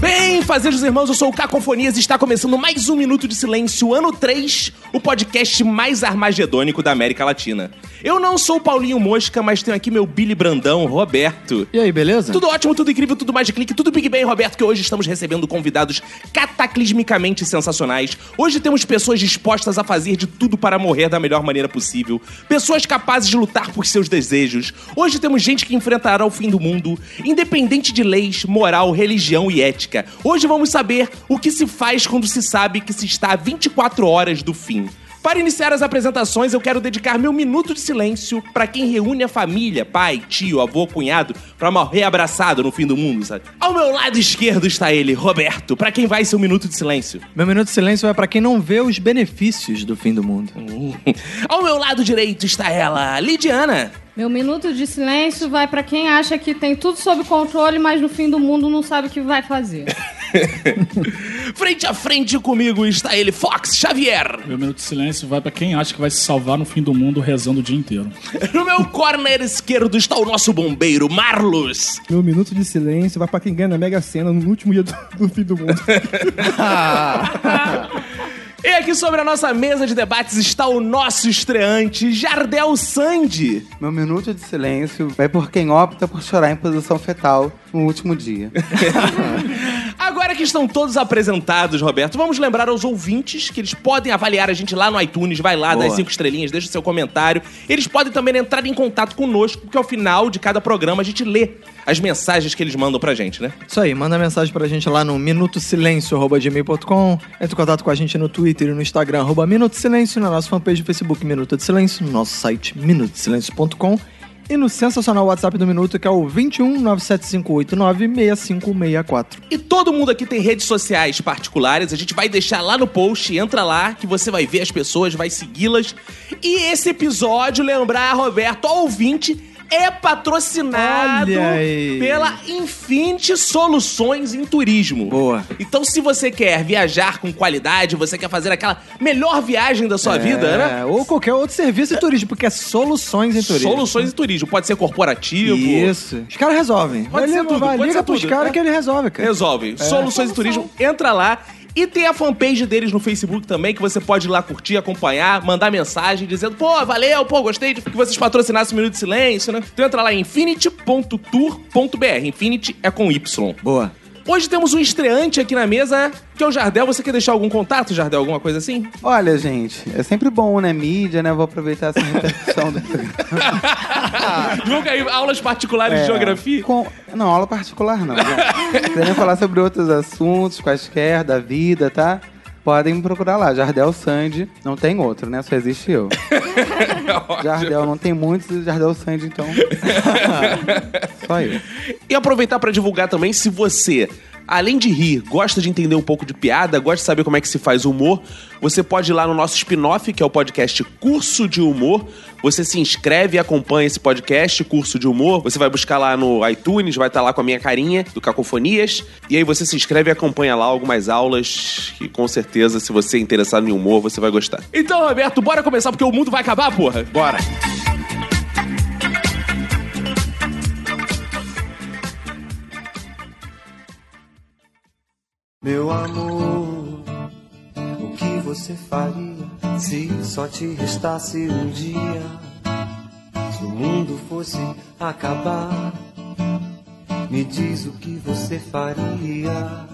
Bem, fazejos irmãos, eu sou o Cacofonias e está começando mais um Minuto de Silêncio, ano 3, o podcast mais armagedônico da América Latina. Eu não sou o Paulinho Mosca, mas tenho aqui meu Billy Brandão, Roberto. E aí, beleza? Tudo ótimo, tudo incrível, tudo mais de clique, tudo Big Bang, Roberto, que hoje estamos recebendo convidados cataclismicamente sensacionais. Hoje temos pessoas dispostas a fazer de tudo para morrer da melhor maneira possível. Pessoas capazes de lutar por seus desejos. Hoje temos gente que enfrentará o fim do mundo, independente de leis, moral, religião e ética. Hoje vamos saber o que se faz quando se sabe que se está a 24 horas do fim. Para iniciar as apresentações, eu quero dedicar meu minuto de silêncio para quem reúne a família, pai, tio, avô, cunhado, para morrer abraçado no fim do mundo, sabe? Ao meu lado esquerdo está ele, Roberto, para quem vai ser um minuto de silêncio. Meu minuto de silêncio é pra quem não vê os benefícios do fim do mundo. Ao meu lado direito está ela, Lidiana. Meu minuto de silêncio vai pra quem acha que tem tudo sob controle, mas no fim do mundo não sabe o que vai fazer. Frente a frente comigo está ele, Fox Xavier. Meu minuto de silêncio vai pra quem acha que vai se salvar no fim do mundo rezando o dia inteiro. No meu corner esquerdo está o nosso bombeiro, Marlos. Meu minuto de silêncio vai pra quem ganha na Mega Sena no último dia do, do fim do mundo. E aqui sobre a nossa mesa de debates está o nosso estreante, Jardel Sandi. Meu minuto de silêncio vai por quem opta por chorar em posição fetal no último dia. Agora que estão todos apresentados, Roberto, vamos lembrar aos ouvintes que eles podem avaliar a gente lá no iTunes, vai lá, dá Boa. as cinco estrelinhas, deixa o seu comentário. Eles podem também entrar em contato conosco, porque ao final de cada programa a gente lê as mensagens que eles mandam pra gente, né? Isso aí, manda mensagem pra gente lá no minutosilencio.gmail.com Entra em contato com a gente no Twitter e no Instagram, arroba Minuto de Silêncio, na nossa fanpage do Facebook Minuto de Silêncio, no nosso site minutosilencio.com e no sensacional WhatsApp do Minuto, que é o 21 6564 E todo mundo aqui tem redes sociais particulares. A gente vai deixar lá no post, entra lá, que você vai ver as pessoas, vai segui-las. E esse episódio, lembrar, Roberto, ao ouvinte, é patrocinado Olha aí. pela Infinity Soluções em Turismo. Boa. Então, se você quer viajar com qualidade, você quer fazer aquela melhor viagem da sua vida, né? É, ou qualquer outro serviço de turismo, porque é soluções em turismo. Soluções em turismo. Pode ser corporativo. Isso. Os caras resolvem. Pode Vai, ser liga- tudo, vai, pode é liga ser pros tudo, caras é. que ele resolve, cara. É. Resolve. Soluções de Turismo, entra lá. E tem a fanpage deles no Facebook também, que você pode ir lá curtir, acompanhar, mandar mensagem dizendo, pô, valeu, pô, gostei de que vocês patrocinassem o Minuto de Silêncio, né? Então entra lá em infinity.tour.br. Infinity é com Y. Boa. Hoje temos um estreante aqui na mesa, que é o Jardel. Você quer deixar algum contato, Jardel? Alguma coisa assim? Olha, gente, é sempre bom, né? Mídia, né? Vou aproveitar essa repercussão do Ah. Divulga aí aulas particulares É, de geografia. Com... Não, aula particular não. gente. Querem falar sobre outros assuntos, quaisquer, da vida, tá? Podem me procurar lá, Jardel Sandy. Não tem outro, né? Só existe eu. Jardel não tem muitos, e Jardel Sandy, então. Só eu. E aproveitar pra divulgar também se você, além de rir, gosta de entender um pouco de piada, gosta de saber como é que se faz humor, você pode ir lá no nosso spin-off, que é o podcast Curso de Humor. Você se inscreve e acompanha esse podcast, Curso de Humor. Você vai buscar lá no iTunes, vai estar lá com a minha carinha, do Cacofonias. E aí você se inscreve e acompanha lá algumas aulas, que com certeza, se você é interessado em humor, você vai gostar. Então, Roberto, bora começar, porque o mundo vai acabar, porra! Bora! Meu amor, o que você faria se só te restasse um dia? Se o mundo fosse acabar, me diz o que você faria.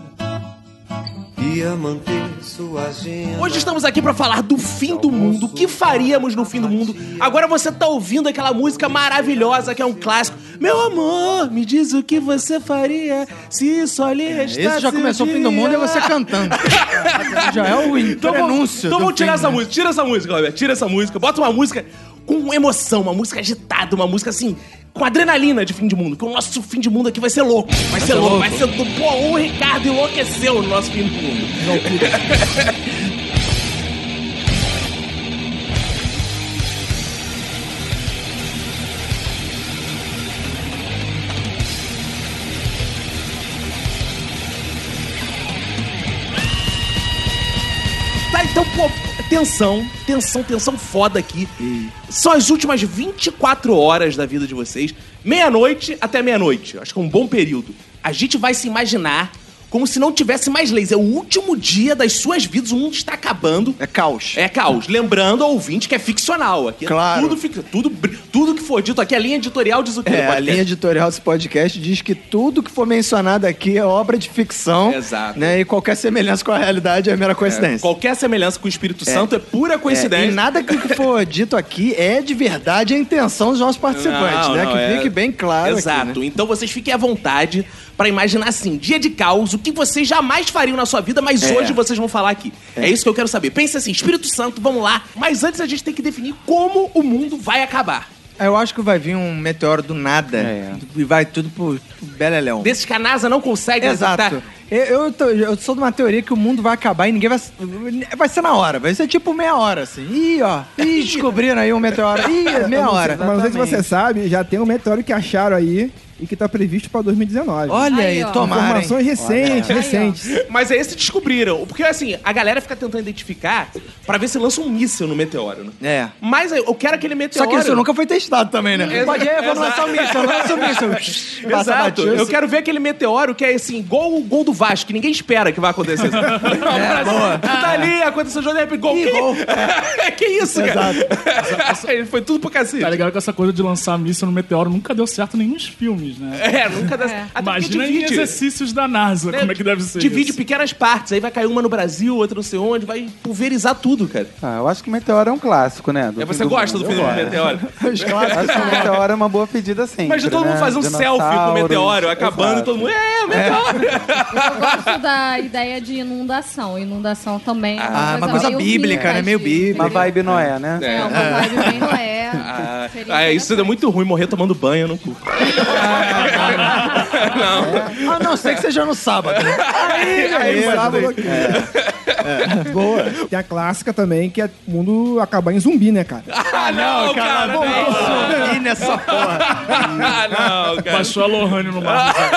Ia manter sua agenda. Hoje estamos aqui pra falar do fim do mundo, o que faríamos no fim do mundo. Agora você tá ouvindo aquela música maravilhosa que é um clássico. Meu amor, me diz o que você faria se só lhe restasse É, Esse já começou o fim do mundo e dia. você cantando. já é o Então vamos, anúncio. então vamos tirar essa música, tira essa música, Roberto, tira essa música. Bota uma música com emoção, uma música agitada, uma música assim, com adrenalina de fim de mundo, que o nosso fim de mundo aqui vai ser louco. Vai ser louco, vai ser. Pô, o Ricardo enlouqueceu no nosso fim de mundo. Tá, então, pô, tensão, tensão, tensão foda aqui. Hum. São as últimas 24 horas da vida de vocês. Meia-noite até meia-noite. Acho que é um bom período. A gente vai se imaginar como se não tivesse mais leis. É o último dia das suas vidas, o mundo está acabando. É caos. É caos. Lembrando ao ouvinte que é ficcional. Aqui é Claro. Tudo, fic... tudo, br- tudo que for dito aqui, a linha editorial diz o quê? É, do a podcast? linha editorial desse podcast diz que tudo que for mencionado aqui é obra de ficção. Exato. Né, e qualquer semelhança com a realidade é mera coincidência. Qualquer semelhança com o Espírito Santo é pura coincidência. É, e nada que que for dito aqui é de verdade a intenção dos nossos participantes, Não, né? não, que é- fique bem claro Exato. aqui, né? Então vocês fiquem à vontade pra imaginar assim, dia de caos, o que vocês jamais fariam na sua vida, mas É. hoje vocês vão falar aqui. É. isso que eu quero saber. Pense assim, Espírito Santo, vamos lá. Mas antes a gente tem que definir como o mundo vai acabar. Eu acho que vai vir um meteoro do nada É. e vai tudo pro, pro Beleléu. Desses que a NASA não consegue Exato. detectar. Eu, eu tô- eu sou de uma teoria que o mundo vai acabar e ninguém vai. Vai ser na hora, vai ser tipo meia hora, assim. Ih, ó. Ih, descobriram aí um meteoro. Ih, meia hora. Mas não sei se você sabe, já tem um meteoro que acharam aí e que tá previsto pra 2019. Olha aí, Aí, ó. tomara. hein? Informações recentes, Olha. recentes. Mas é esse que descobriram. Porque assim, a galera fica tentando identificar pra ver se lança um míssil no meteoro, né? É. Mas eu quero aquele Só meteoro. que isso nunca foi testado também, né? Exa- Pode ir, vamos lançar o míssil, lança o míssil. Passa Exato. batido. Eu quero ver aquele meteoro que é assim, igual o gol do Vasco, que ninguém espera que vai acontecer. é, boa. Tá ali, aconteceu o jogo, de repente, gol. Ih, que... gol. que isso, cara? Foi tudo pro cacete. Tá ligado que essa coisa de lançar míssil no meteorito nunca deu certo em nenhum dos filmes, né? É, nunca dá. Até porque Imagina em divide, exercícios da NASA, né? como é que deve ser Divide isso. pequenas partes, aí vai cair uma no Brasil, outra não sei onde, vai pulverizar tudo, cara. Ah, eu acho que o Meteoro é um clássico, né? Do Aí fim você gosta do mundo. filme Eu do gosto. meteoro. Os clássicos. Acho que o Meteoro é uma boa pedida sempre. Imagina todo mundo né? fazer um selfie com o Dinossauros. meteoro, acabando, Exato. todo mundo. É, o meteoro! Eu gosto da ideia de inundação. Inundação também. é Ah, uma coisa meio bíblica, né? Meio vintage. É Uma bíblica. vibe Noé, né? É, uma vibe bem Noé. Ah, Seria ah, isso é muito ruim morrer tomando banho, eu não curto. A Ah, não ser que seja no sábado. né? Aí, um. aí, sábado. É. Boa. Tem a clássica também, que é o mundo acabar em zumbi, né, cara? Ah, não, cara! não. Ih, nessa porra. Ah, não, cara. Baixou a Lohane no mar. Sério,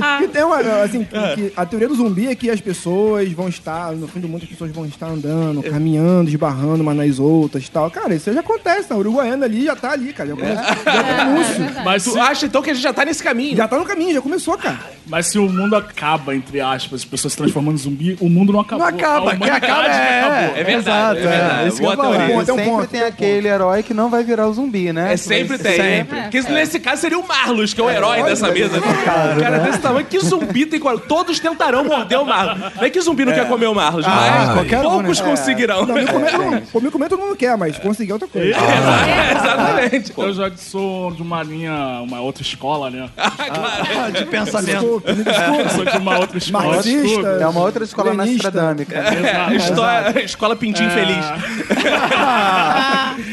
Ah, que, que tem uma. Assim, que- que a teoria do zumbi é que as pessoas vão estar, no fim do mundo, as pessoas vão estar andando, caminhando, esbarrando umas nas outras e tal. Cara, isso já acontece, na Uruguaiana ali já tá ali, cara. Já, É. acontece. é Mas Tu se, acha então que a gente já tá nesse caminho? já tá no caminho, já começou, cara. mas se o mundo acaba, entre aspas, as pessoas se transformando em zumbi, o mundo não acabou. Não acaba, A quem acaba humanidade é- acabou. É verdade, é verdade. isso que eu Boa ia falar. teoria. Bom, tem um É, sempre ponto, tem aquele herói que não vai virar o zumbi, né? É sempre tem. sempre. Porque nesse caso seria o Marlos, que é o herói dessa mesa. Um cara desse tamanho, que zumbi tem qual? Todos tentarão morder o Marlos. Não é que zumbi não quer comer o Marlos, Ah, mas qualquer um, Ah, é. poucos conseguirão. né? né? É. Não, um. me comer, não, pô, me comer todo mundo quer, mas conseguir é outra coisa. Exatamente. Eu já sou de uma linha, uma outra escola, né? Ah, De pensamento. Desculpa, me É. desculpa. Eu sou de uma outra escola. Marxista. desculpa. É uma outra escola Leninista. É. nostradâmica. Exato. História- Escola Pintinho Feliz.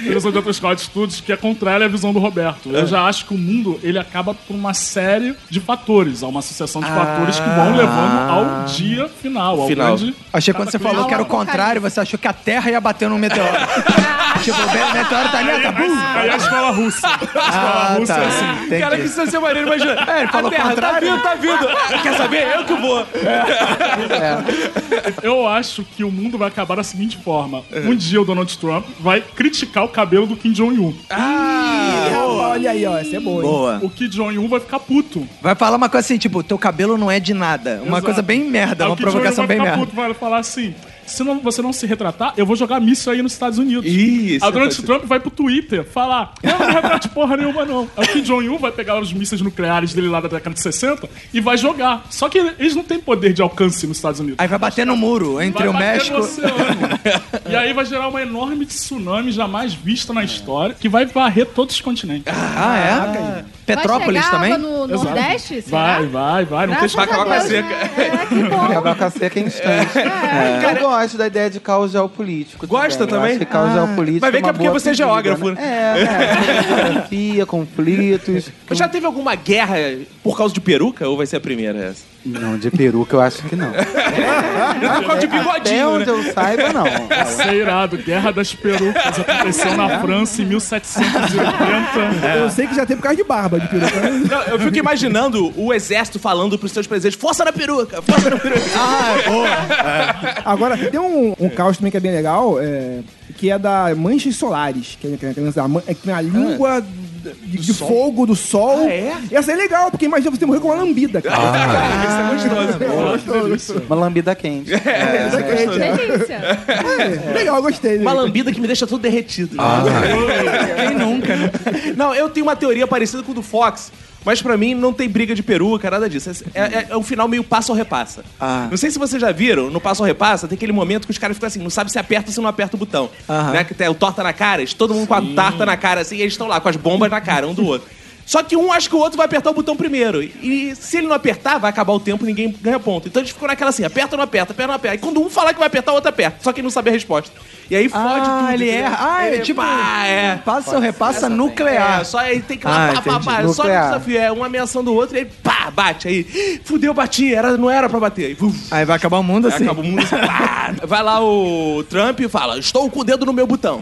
Eu sou de outra escola de estudos que é contrária à visão do Roberto. É. Eu já acho que o mundo ele acaba por uma série de fatores, há uma associação de Ah. fatores que vão levando ao dia final, ao Final. grande. Achei quando você falou que era o contrário, você achou que a Terra ia bater num meteoro. tipo, o meteoro tá ali, Aí, acabou. aí- aí a escola russa. A escola Ah, russa tá. é assim. Entendi. Cara, que isso ia ser maneiro, imagina. É, ele falou a terra, tá contrário. vindo, tá vindo. Ah, Quer saber? Eu que vou. É. Eu acho que o mundo vai acabar da seguinte forma: um dia o Donald Trump vai criticar o cabelo do Kim Jong-un. Ah, Olha aí, ó, essa é boa. hein? Boa. O Kim Jong-un vai ficar puto. Vai falar uma coisa assim, tipo, teu cabelo não é de nada. Uma Exato. coisa bem merda, É Aí o uma Kim Jong-un provocação vai bem ficar merda. puto, vai falar assim: se não, você não se retratar, eu vou jogar míssil aí nos Estados Unidos. Isso. A Donald Trump vai pro Twitter falar: Eu não me retrato de porra nenhuma, não. Aí o Kim Jong-un vai pegar os mísseis nucleares dele lá da década de 60 e vai jogar. Só que eles não têm poder de alcance nos Estados Unidos. Aí vai bater no muro entre Vai o bater México. no oceano. e aí vai gerar uma enorme tsunami jamais vista na história que vai varrer todos os continentes. Ah, é? Petrópolis vai chegar também? água no Nordeste? será? Vai, vai, vai. Não tem Graças vai a acabar com a Deus, seca. né? É, que bom. Acabar com a seca em instante. É. Eu gosto da ideia de caos geopolítico. Gosta também? Eu acho que caos geopolítico Vai ver que é uma porque boa você é pedida, geógrafo, né? É, é. Geografia, conflitos. Mas já teve alguma guerra por causa de peruca ou vai ser a primeira essa? Não, de peruca eu acho que não. um Por causa de Até bigodinho, né? onde eu saiba, não. Isso é irado. Guerra das Perucas aconteceu na França em 1780. Eu sei que já tem por causa de barba de peruca. né? Não, eu fico imaginando o exército falando pros seus presidentes: força na peruca, força na peruca. Agora, tem um, um caos também que é bem legal, é, que é da manchas solares, que é, que é, que é, a man- é que tem a língua Ah. de, de fogo do sol. Ah, é? E Essa é legal, porque imagina você morrer com uma lambida, cara. Ah. Isso é gostoso. Ah, Uma lambida quente. Essa é quente, né? Delícia. É, Legal, gostei. Uma lambida que me deixa todo derretido. né? Ah. Quem nunca, né? Não, eu tenho uma teoria parecida com o do Fox. Mas pra mim não tem briga de peruca, nada disso. É, é- é um final meio passo ou repassa. Ah. Não sei se vocês já viram, no passo ou repassa, tem aquele momento que os caras ficam assim, não sabe se aperta ou se não aperta o botão. Aham. Né? Que tem o torta na cara, eles- todo mundo com a tarta na cara, assim, e eles estão lá com as bombas na cara, um do outro. Só que um acha que o outro vai apertar o botão primeiro. E se ele não apertar, vai acabar o tempo e ninguém ganha ponto. Então eles ficam naquela assim, aperta ou não aperta, aperta ou não aperta. E quando um falar que vai apertar, o outro aperta. Só que ele não sabe a resposta. E aí fode ah, tudo. ele é. entendeu? Ah, é tipo. pá, é. Passa ou repassa nuclear. É, só aí tem que lá, Ah, pá, pá, entendi. pá, só no Nuclear. desafio, é um ameaçando o outro e aí pá, bate, aí fudeu, bati, era, não era pra bater, aí uf, Aí vai acabar o mundo assim. acaba o mundo, assim, pá. vai lá o Trump e fala, estou com o dedo no meu botão,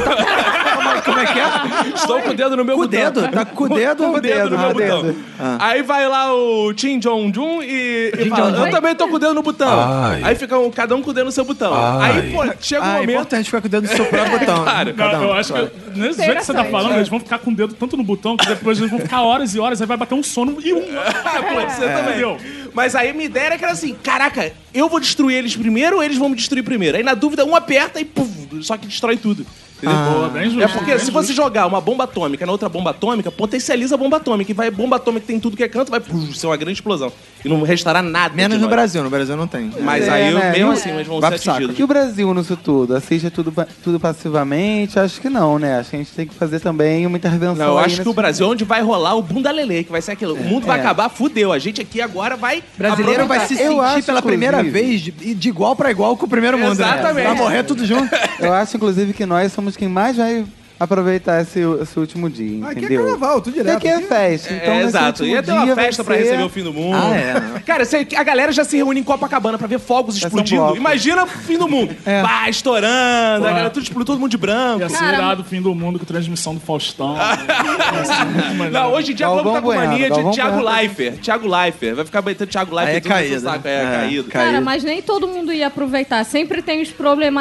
Como é que é? estou com o dedo no meu Com o botão. dedo. Tá com o dedo ou Com o dedo no meu Ah, botão. Aí vai lá o Tim Jong-un e, e fala, eu também tô com o dedo no botão. Ai. Aí fica um, cada um com o dedo no seu botão. Aí, pô, chega um Ah, é momento... importante ficar com o dedo do seu próprio botão. né? Claro. Cada Não, um, eu acho claro. que, nesse jeito que você tá é. falando, eles vão ficar com o dedo tanto no botão que depois eles vão ficar horas e horas, aí vai bater um sono e um. Ah, pode ser também. Entendeu? Mas aí minha ideia era que era assim: caraca, eu vou destruir eles primeiro ou eles vão me destruir primeiro? Aí na dúvida, um aperta e puf, só que destrói tudo. Entendeu? Pô, bem justo. É porque se você jogar uma bomba atômica na outra bomba atômica, potencializa a bomba atômica. E vai, bomba atômica tem tudo que é canto, vai puf, ser uma grande explosão. E não restará nada. Menos de no nós. Brasil. No Brasil não tem. Mas É, aí, né? mesmo Não- assim, eles vão Vai ser pro saco. atingidos. E o Brasil nisso tudo? Assiste tudo, pa- tudo passivamente? Acho que não, né? Acho que a gente tem que fazer também uma intervenção. Não, eu aí acho que nesse- É. o Brasil é onde vai rolar o bunda lele, que vai ser aquilo. O mundo vai acabar, fudeu. A gente aqui agora vai. brasileiro vai se Eu sentir acho, pela primeira inclusive- vez de, de igual pra igual com o primeiro mundo. né? Exatamente. Vai morrer tudo junto. Eu acho, inclusive, que nós somos quem mais vai aproveitar esse, esse último Ah, dia, Aqui é entendeu? carnaval, tudo direto. Aqui é festa. Então, É, nesse exato. último Ia ter uma dia vai festa pra ser- receber o fim do mundo. Ah, é. Cara, sei que a galera já se reúne em Copacabana pra ver fogos ser um explodindo. bloco. Imagina o fim do mundo. É. Bah, estourando, a Pô. galera tudo explodindo, todo mundo de branco. Ia ser irado o fim do mundo com transmissão do Faustão. Ia ser muito melhor. Não, hoje em dia Galvão vamos tá com Bueno, mania de Galvão Thiago Bueno. Leifert. Thiago Leifert. Vai ficar batendo Thiago Leifert Aí é tudo no seu caído, saco. né? É, É, caído. caído. Cara, mas nem todo mundo ia aproveitar. Sempre tem os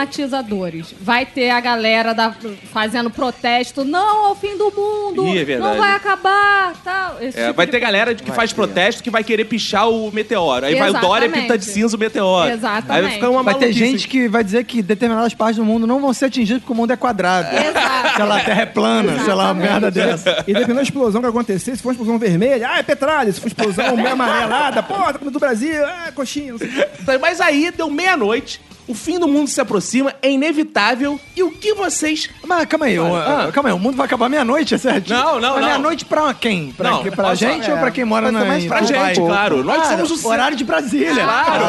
problematizadores. Vai ter a galera da- fazendo protesto. Não, é o fim do mundo. Ih, é verdade. Não vai acabar. Tal. Esse É, tipo vai de- ter galera que faz protesto que vai querer pichar o meteoro. Aí vai o Dória e Exatamente. pinta de cinza o meteoro. Aí vai Exatamente. ficar uma Vai ter maluquice. gente que vai dizer que determinadas partes do mundo não vão ser atingidas porque o mundo é quadrado. Exato. Sei lá, a terra é plana, sei lá, uma merda dessa. E dependendo da explosão que acontecer, se for uma explosão vermelha, ah, é petralha. Se for explosão meio amarelada, pô, tá comendo do Brasil, ah, coxinha. não sei o quê. Então, Mas aí deu meia-noite, o fim do mundo se aproxima, é inevitável. E o que vocês Mas calma aí, o- ah, calma aí, o mundo vai acabar meia-noite, é certo? Não, não, Mas não. Meia-noite pra quem? Pra, Não, que- pra olha só, gente ou pra quem mora Vai ser na mais em Pra Não gente, vai, pô. claro. Nós Claro, somos o horário de Brasília. Claro,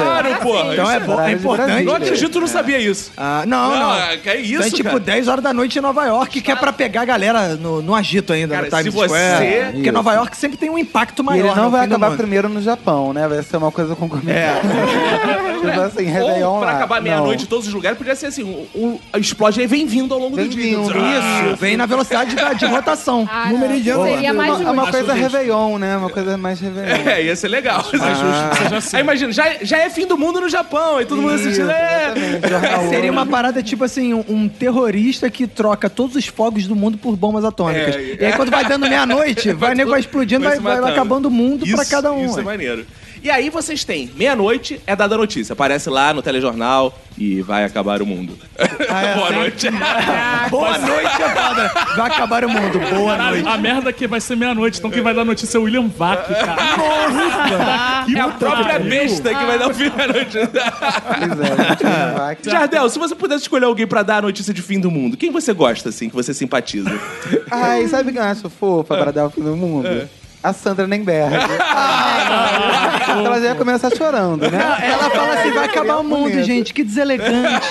claro, pô. Então é, bom, é Horário de importante. Brasília. No Egito não sabia isso. Ah, não, Não, não. é- que é isso, Então é tipo cara. 10 horas da noite em Nova York, que é pra pegar a galera no, no agito ainda, Cara, no Times se você- Square. Porque Isso. Nova York sempre tem um impacto E maior. ele não no vai fim do acabar mundo. primeiro no Japão, né? Vai ser uma coisa concomitante. tipo assim, Réveillon É. Ou pra lá. acabar meia-noite em Não. todos os lugares, podia ser assim: um, um- a explode aí vem vindo ao longo do dia. Bem-vindo. Isso, vem na velocidade da, de rotação. Ah, No não. meridiano. Seria mais É Uma, uma justo. coisa Réveillon, né? Uma coisa mais Réveillon. É, ia ser legal. Ah. Aí imagina, já, já é fim do mundo no Japão, e todo mundo assistindo. É. Exatamente, jornal Seria uma hoje. parada tipo assim, um, um terrorista que troca todos os fogos do mundo por bombas atômicas. É, E aí quando vai dando meia-noite, vai o nego vai explodindo, vai, se vai matando. acabando o mundo pra Isso, cada um. Isso é ué. maneiro. E aí vocês têm, meia-noite é dada a notícia. Aparece lá no telejornal e vai acabar o mundo. é? Boa noite. Boa noite, Abadra. Vai acabar o mundo. Boa noite. Caralho, a merda é que vai ser meia-noite, então quem vai dar notícia é o William Vac, cara. Nossa! É a própria besta que vai dar o fim da notícia. Pois é, gente, uma vaca. Jardel, se você pudesse escolher alguém pra dar a notícia de fim do mundo, quem você gosta, assim, que você simpatiza? É. Ai, sabe o que eu acho fofa pra dar o fim do mundo? a Sandra Nemberg. É. Então ela já ia começar chorando, né? Ela fala assim: vai acabar o mundo, Bonito. gente. Que deselegante.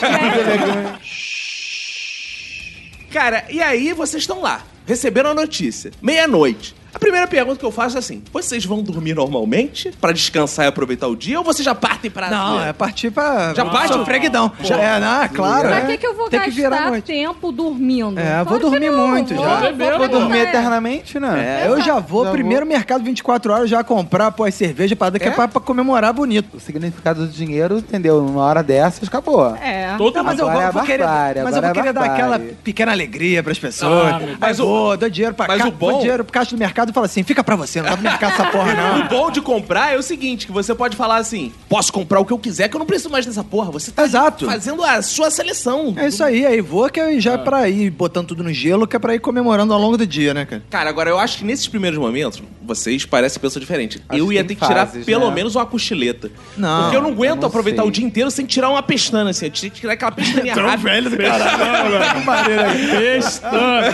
Cara, e aí vocês estão lá, receberam a notícia, meia-noite. A primeira pergunta que eu faço é assim: vocês vão dormir normalmente pra descansar e aproveitar o dia ou vocês já partem pra Não, zoeira? é partir pra. Já bate? freguidão. Já é, não, é claro. Pra né? é. que, que eu vou Tem que virar a gastar noite. tempo dormindo? É, eu vou Claro que dormir não, muito vou- já. vou Bebeu, Vou aproveitar. dormir eternamente, né? É, eu já vou Já primeiro mercado 24 horas já comprar, pô, as cerveja parada que é, pra, pra comemorar bonito. O significado do dinheiro, entendeu? Uma hora dessas, acabou. É. Todo Não, mas eu Agora vou, é a vou querer, barbárie, mas eu agora vou é a querer dar aquela barbárie. pequena alegria pras pessoas. Ah, meu Deus. mas eu vou, dou dinheiro pra mas cá, o bom- dou dinheiro pro caixa do mercado e falo assim, fica pra você, não dá pra me ficar essa porra O não. bom de comprar é o seguinte: que você pode falar assim: posso comprar o que eu quiser, que eu não preciso mais dessa porra. Você tá Exato. fazendo a sua seleção. É isso aí, aí vou que eu já é pra ir botando tudo no gelo, que é pra ir comemorando ao longo do dia, né, cara? Cara, agora eu acho que nesses primeiros momentos, vocês parecem pessoa diferente. Acho eu que ia ter tem que tirar fases, pelo né? menos uma cochileta. Não, Porque eu não aguento eu não aproveitar sei. o dia inteiro sem tirar uma pestana, assim. Eu tinha que tirar aquela pestaninha rápida. Pestana.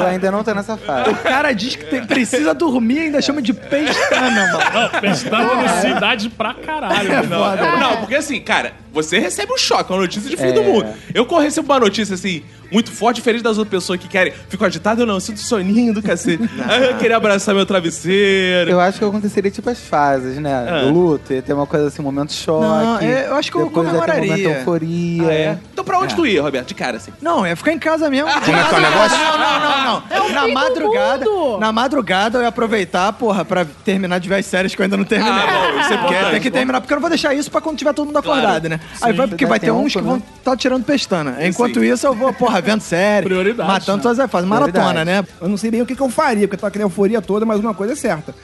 Eu ainda não tô nessa fase. O cara diz que tem- precisa dormir e ainda chama de né, pestana, mano. É. Pestana velocidade pra caralho. Não, não, porque assim, cara, você recebe um choque, uma notícia de fim do É. mundo. Eu co- recebo uma notícia assim, muito forte, diferente das outras pessoas que querem. Fico agitado, eu não, eu sinto soninho do cacete. Ah, eu queria abraçar meu travesseiro. É. Eu acho que aconteceria tipo as fases, né? Do luto, ia ter uma coisa assim, um momento choque. Não, é, eu acho que eu depois Ia ter um comemoraria. momento euforia. Ah, é? Então pra onde tu ia, Roberto? De cara, assim. Não, é ficar em casa mesmo. Como é que é o negócio? Não, não, não, não. na É um fim do madrugada, mundo. na madrugada eu ia aproveitar, porra, pra terminar de ver as séries que eu ainda não terminei. Ah, bom, isso é Porque importante. tem que terminar, porque eu não vou deixar isso pra quando tiver todo mundo acordado, né? Aí vai, porque Vai vai ter ter um, uns que né? vão tá tirando pestana. Enquanto sim. isso, eu vou, porra, vendo série, Prioridade, matando né? todas as fases. Maratona, né? Prioridade. Eu não sei bem o que, que eu faria, porque eu tô aquela euforia toda, mas uma coisa é certa.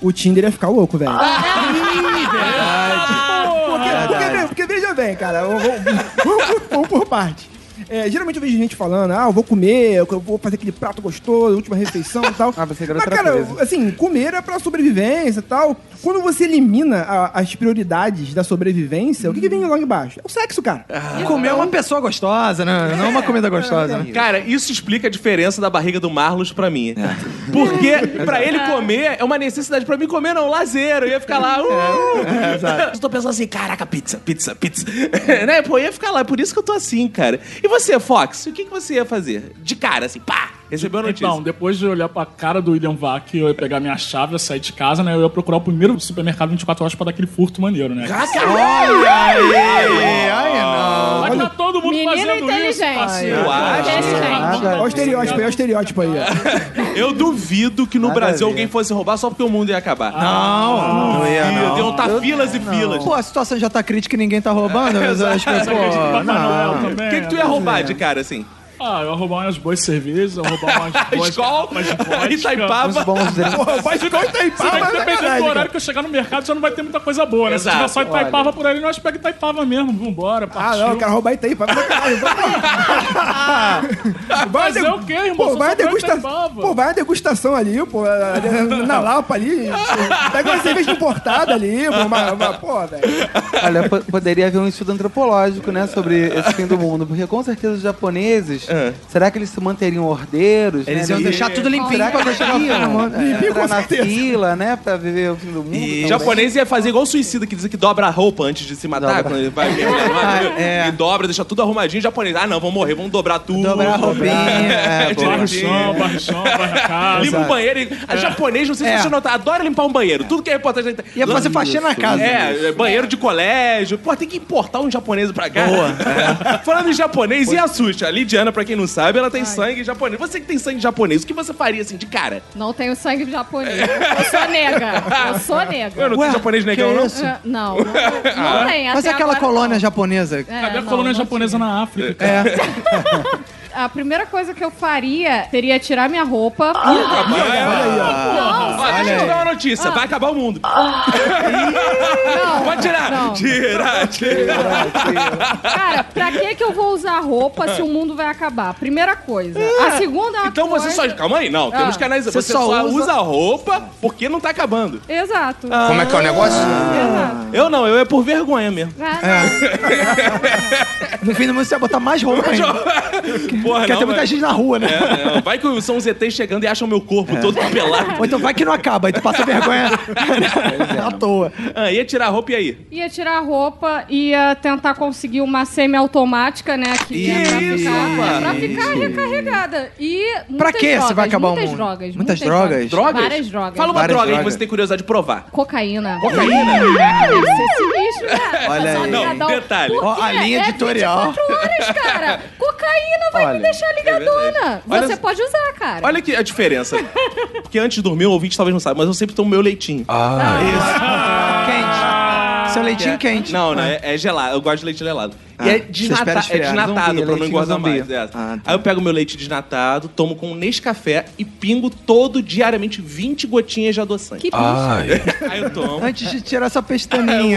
O Tinder ia ficar louco, velho. Ah! porque, porque- porque veja bem, cara, eu vou- vamos por- vamos por parte. É, geralmente eu vejo gente falando, ah, eu vou comer, eu vou fazer aquele prato gostoso, última refeição e tal. Ah, você quer Mas, outra cara, coisa. assim, comer é pra sobrevivência e tal. Quando você elimina a- as prioridades da sobrevivência, o que, que vem logo embaixo? É o sexo, cara. Comer uma pessoa gostosa, né? Não É. uma comida gostosa, né? Cara, isso explica a diferença da barriga do Marlos pra mim. Porque pra ele comer é uma necessidade, pra mim comer não, lazer. Eu ia ficar lá. Uh! eu tô pensando assim, caraca, pizza, pizza, pizza. né? Pô, eu ia ficar lá, é por isso que eu tô assim, cara. E você, Fox, o que, que você ia fazer? De cara, assim, pá! Tipo, Recebeu a notícia. Então, depois de olhar pra cara do William Vac, eu ia pegar minha chave, ia sair de casa, né? Eu ia procurar o primeiro supermercado 24 horas pra dar aquele furto maneiro, né? Ah, caralho! Vai tá todo mundo Menino fazendo isso, inteligente. parceiro. Eu acho. é é. Inteligente. Nada Olha o estereótipo aí, olha o estereótipo aí. ó. Eu duvido que no Nada a Brasil ver. alguém fosse roubar só porque o mundo ia acabar. Não, não ia, Meu não. Deus, tá filas e filas. Pô, a situação já tá crítica e ninguém tá roubando, mas eu acho que, Essa coisa de pô, Papai Noel não. também, O que, que tu ia né? roubar de cara, assim? Ah, eu ia roubar umas boas cervejas, eu ia roubar umas boas... Skol, umas vodka. tá tá Uns Itaipava. bons drinks. tá Se né, bem que dependendo do horário que eu chegar no mercado, já não vai ter muita coisa boa, né? Se Exato, tiver só Itaipava por ali, nós pegamos Itaipava mesmo. Vambora, Ah, partiu. não, eu quero roubar Itaí. Vai, vai, vai, vai, Fazer é o quê, irmão? Pô, Só vai a sobrou degustação. Itaipava. Pô, vai a degustação ali, pô. Na Lapa ali. pô, Pega uma cerveja importada ali, pô. Uma, uma, pô, velho. Olha, po- poderia haver um estudo antropológico, né, sobre esse fim do mundo, porque com certeza os japoneses, será que eles se manteriam ordeiros? Eles né, iam né? deixar tudo limpinho Será que pra eles deixar o iam Limpinho, com entrar na certeza. fila, né, pra viver o fim do mundo? também? O japonês ia fazer igual o suicida que diz que dobra a roupa antes de se matar. Dobra. Quando ele vai mesmo, Ah, é. E dobra, deixa tudo arrumadinho. O japonês, ah não, vamos morrer, vamos dobrar tudo. Dobrar a roupinha, é, pô. Barra o chão, barra o chão, barra a casa. Limpa o banheiro. E... A japonês, não sei se É. você notar, adora limpar um banheiro. Tudo que é reportagem... da internet- Ia fazer faxina na casa. É, é, banheiro de colégio. Pô, tem que importar um japonês pra cá. é. Falando em japonês, e a Sushi? A Lidiana, pra quem não sabe, ela tem sangue japonês. Você que tem sangue japonês, o que você faria assim de cara? Não tenho sangue japonês. Eu sou nega. Eu sou nega. Eu não Ué, tenho japonês que negão, não? isso? Ah, Não, não, não tem. Mas até é aquela agora colônia não. japonesa. É, Cadê a não, colônia não japonesa na África, cara? É. A primeira coisa que eu faria seria tirar minha roupa. Ah, Ó, deixa eu te dar uma notícia. Vai acabar o mundo. Pode tirar. Ah. não. Tira, tira. Cara, pra que que eu vou usar roupa se o mundo vai acabar? Primeira coisa. A segunda é uma Então você coisa... só... Calma aí. Não, temos Ah. que analisar. Você, só, usa... roupa porque não tá acabando. Exato. Como é que é o negócio? Exato. Eu não, eu é por vergonha mesmo. No fim do mundo você ia botar é. Tá mais roupa ainda. Porra, Porque não, tem muita mas- gente na rua, né? É, não, Vai que são os ETs chegando e acham meu corpo todo pelado. Ou então vai que não acaba, aí tu passa vergonha É, à toa. Ah, ia tirar a roupa e aí? Ia tirar a roupa, ia tentar conseguir uma semi-automática, né? Que é pra Isso, ficar, é pra rapaz. ficar recarregada. E muitas Pra quê? Você drogas, vai acabar o muitas mundo? drogas. Muitas drogas? Drogas? Várias drogas. Fala uma Várias droga aí que drogas. você tem curiosidade de provar. Cocaína. Cocaína? Cara, isso é sinistro, cara. Olha Só aí. ligadão. Detalhe. Por Ó, quê? a linha um É editorial. 24 horas, cara. Cocaína vai Olha, me deixar ligadona. É Olha Você só- pode usar, cara. Olha aqui a diferença. Porque antes de dormir, o ouvinte talvez não saiba, mas eu sempre tomo meu leitinho. Ah, Ah, Quente. Seu leitinho É. quente. Não, não, é, é gelado. Eu gosto de leite gelado. Ah, e é, você desnata- espera é esfriar. desnatado Zumbi, pra não leitinho engordar zumbi. mais. é. Ah, tá. Aí eu pego meu leite desnatado, tomo com Nescafé e pingo todo diariamente 20 gotinhas de adoçante. Que bicho. Aí eu tomo. Antes de tirar essa Aí pestaninha,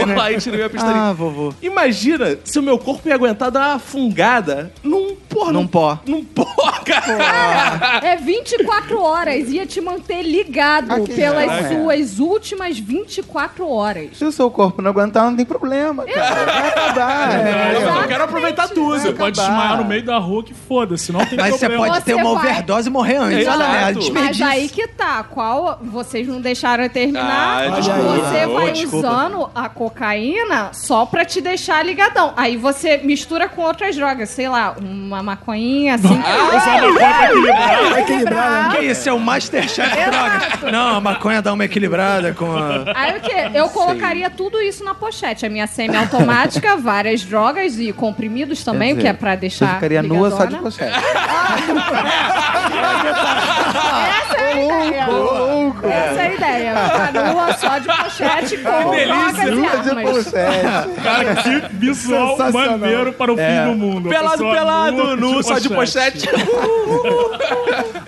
eu né? vou lá e tiro minha pistolinha. Ah, vovô. Imagina se o meu corpo ia aguentar dar uma fungada num porra. Num pó. Num pó, cara. É 24 horas. Ia te manter ligado pelas suas últimas 24 horas. Se o seu corpo não aguentar, não tem problema, cara. Vai acabar. Eu É. não quero aproveitar tudo. Você pode desmaiar no meio da rua que foda-se, não tem Mas você problema. pode Você ter uma vai- overdose e morrer antes. Exato. Olha, né? A Mas desperdício. aí que tá, qual vocês não deixaram eu terminar? Ah, você desculpa. vai Desculpa. usando a cocaína só pra te deixar ligadão. Aí você mistura com outras drogas, sei lá, uma maconhinha assim. É, Vai equilibrar, né? Que isso, é o Masterchef droga. Não, a maconha dá uma equilibrada com a... Aí o quê? Eu colocaria tudo isso na pochete. A minha semi-automática, várias drogas e comprimidos também, dizer, que é pra Você deixar ficaria ligadona. nua só de pochete. Essa é a ideia. Uhum. Essa é a ideia. Ficar nua só de pochete com drogas e Nua de armas. pochete. Cara, que visual Sensacional. maneiro para o É, É. fim do mundo. A Pelado, pessoa pelado, nua, nu, só de pochete.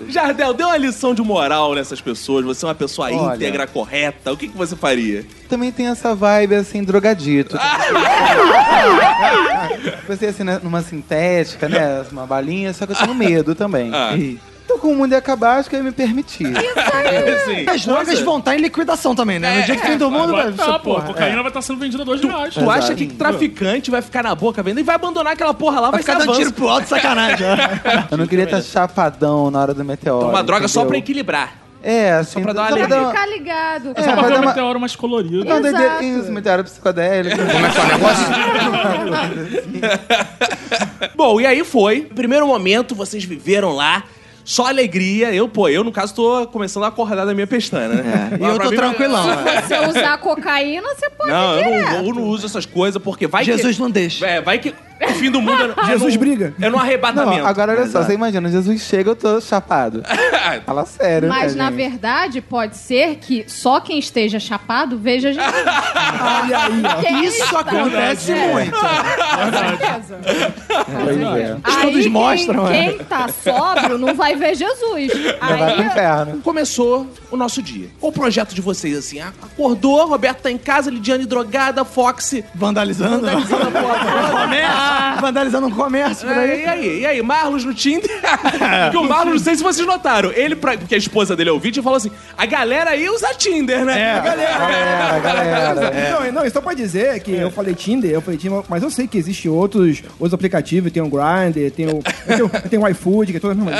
Jardel, deu uma lição de moral nessas pessoas. Você é uma pessoa Olha. íntegra, correta. O que, que você faria? Também tem essa vibe, assim, drogadito. Você, assim, né, numa sintética, né? Uma balinha, só que eu tenho medo também. Ah. Ih. Tô com o mundo ia acabar, acho que eu ia me permitir. É. Assim, As drogas vão estar em liquidação também, né? No dia É. do fim do mundo, Vai vai... tá, pô, a porra, cocaína vai estar sendo vendida a dois reais. tu acha que traficante vai ficar na boca vendo e vai abandonar aquela porra lá, vai, Vai ficar ser dando avanço. tiro pro alto, sacanagem. né? Eu não queria estar chapadão na hora do meteoro. Uma droga só pra entendeu? equilibrar. É, assim, só pra dar uma Pra alegria. uma- ficar ligado. É, Vai pra dar dar um uma... meteoro mais colorido. Não, doideira- Exato. Isso, meteoro psicodélico. Como é que Bom, e aí foi. Primeiro momento, vocês viveram lá. Só alegria. Eu, pô, eu, no caso, tô começando a acordar da minha pestana, né? E Mas eu pra tô mim- tranquilão. né? você usar cocaína, você pode Não, eu direto. não, eu não uso essas coisas, porque vai Jesus que... não deixa. É, vai que o fim do mundo... eu não- Jesus eu não- briga. É no arrebatamento. Não, agora olha só, você imagina, Jesus chega, eu tô chapado. Fala sério, Mas, né, na gente? verdade, pode ser que só quem esteja chapado veja Jesus. Olha aí, ó. Isso acontece É. muito. Pois é. Estudos quem, mostram, é. Quem tá sóbrio não vai ver Jesus. Mas Vai pro Aí, inferno. Começou o nosso dia. Qual o projeto de vocês, assim? Ah, Acordou, Roberto tá em casa, Lidiane drogada, Foxy... Vandalizando. É. Comércio. Vandalizando um comércio por É, aí. e aí, e aí, Marlos no Tinder? Porque o Marlos, não sei se vocês notaram, ele, pra, porque a esposa dele é ouvinte, falou assim: a galera aí usa Tinder, né? É. Galera, galera. né? Não, não, isso só pra dizer que É. eu falei Tinder, eu falei Tinder, mas eu sei que existe outros, outros aplicativos, tem o Grindr, tem o, tem o, tem o iFood, que é toda a mesma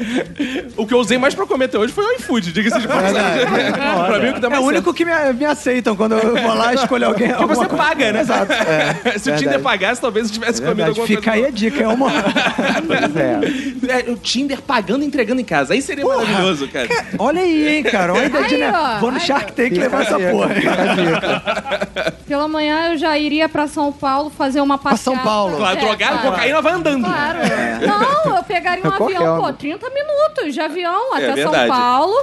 linha. O que eu usei mais pra comer até hoje foi o iFood, diga-se de passagem. pra mim, o que dá É mais o único que me, me aceitam quando eu vou lá escolher alguém. certo. Porque alguma você coisa. paga, né? Exato. É, Se o Tinder verdade. pagasse, talvez eu tivesse comido verdade. alguma Fica aí coisa. a dica. É uma... Pois é. É, o Tinder pagando e entregando em casa. Aí seria maravilhoso, cara. Olha aí, hein, cara. Olha a ideia de... Aí, né? ó. Vou no Aí, Shark Tank levar essa porra. pela manhã eu já iria pra São Paulo fazer uma passeata. São Paulo. Claro, É, drogado, claro. cocaína vai andando. Claro. É. Não, eu pegaria um Qualquer avião, uma. pô, 30 minutos de avião até É verdade. São Paulo,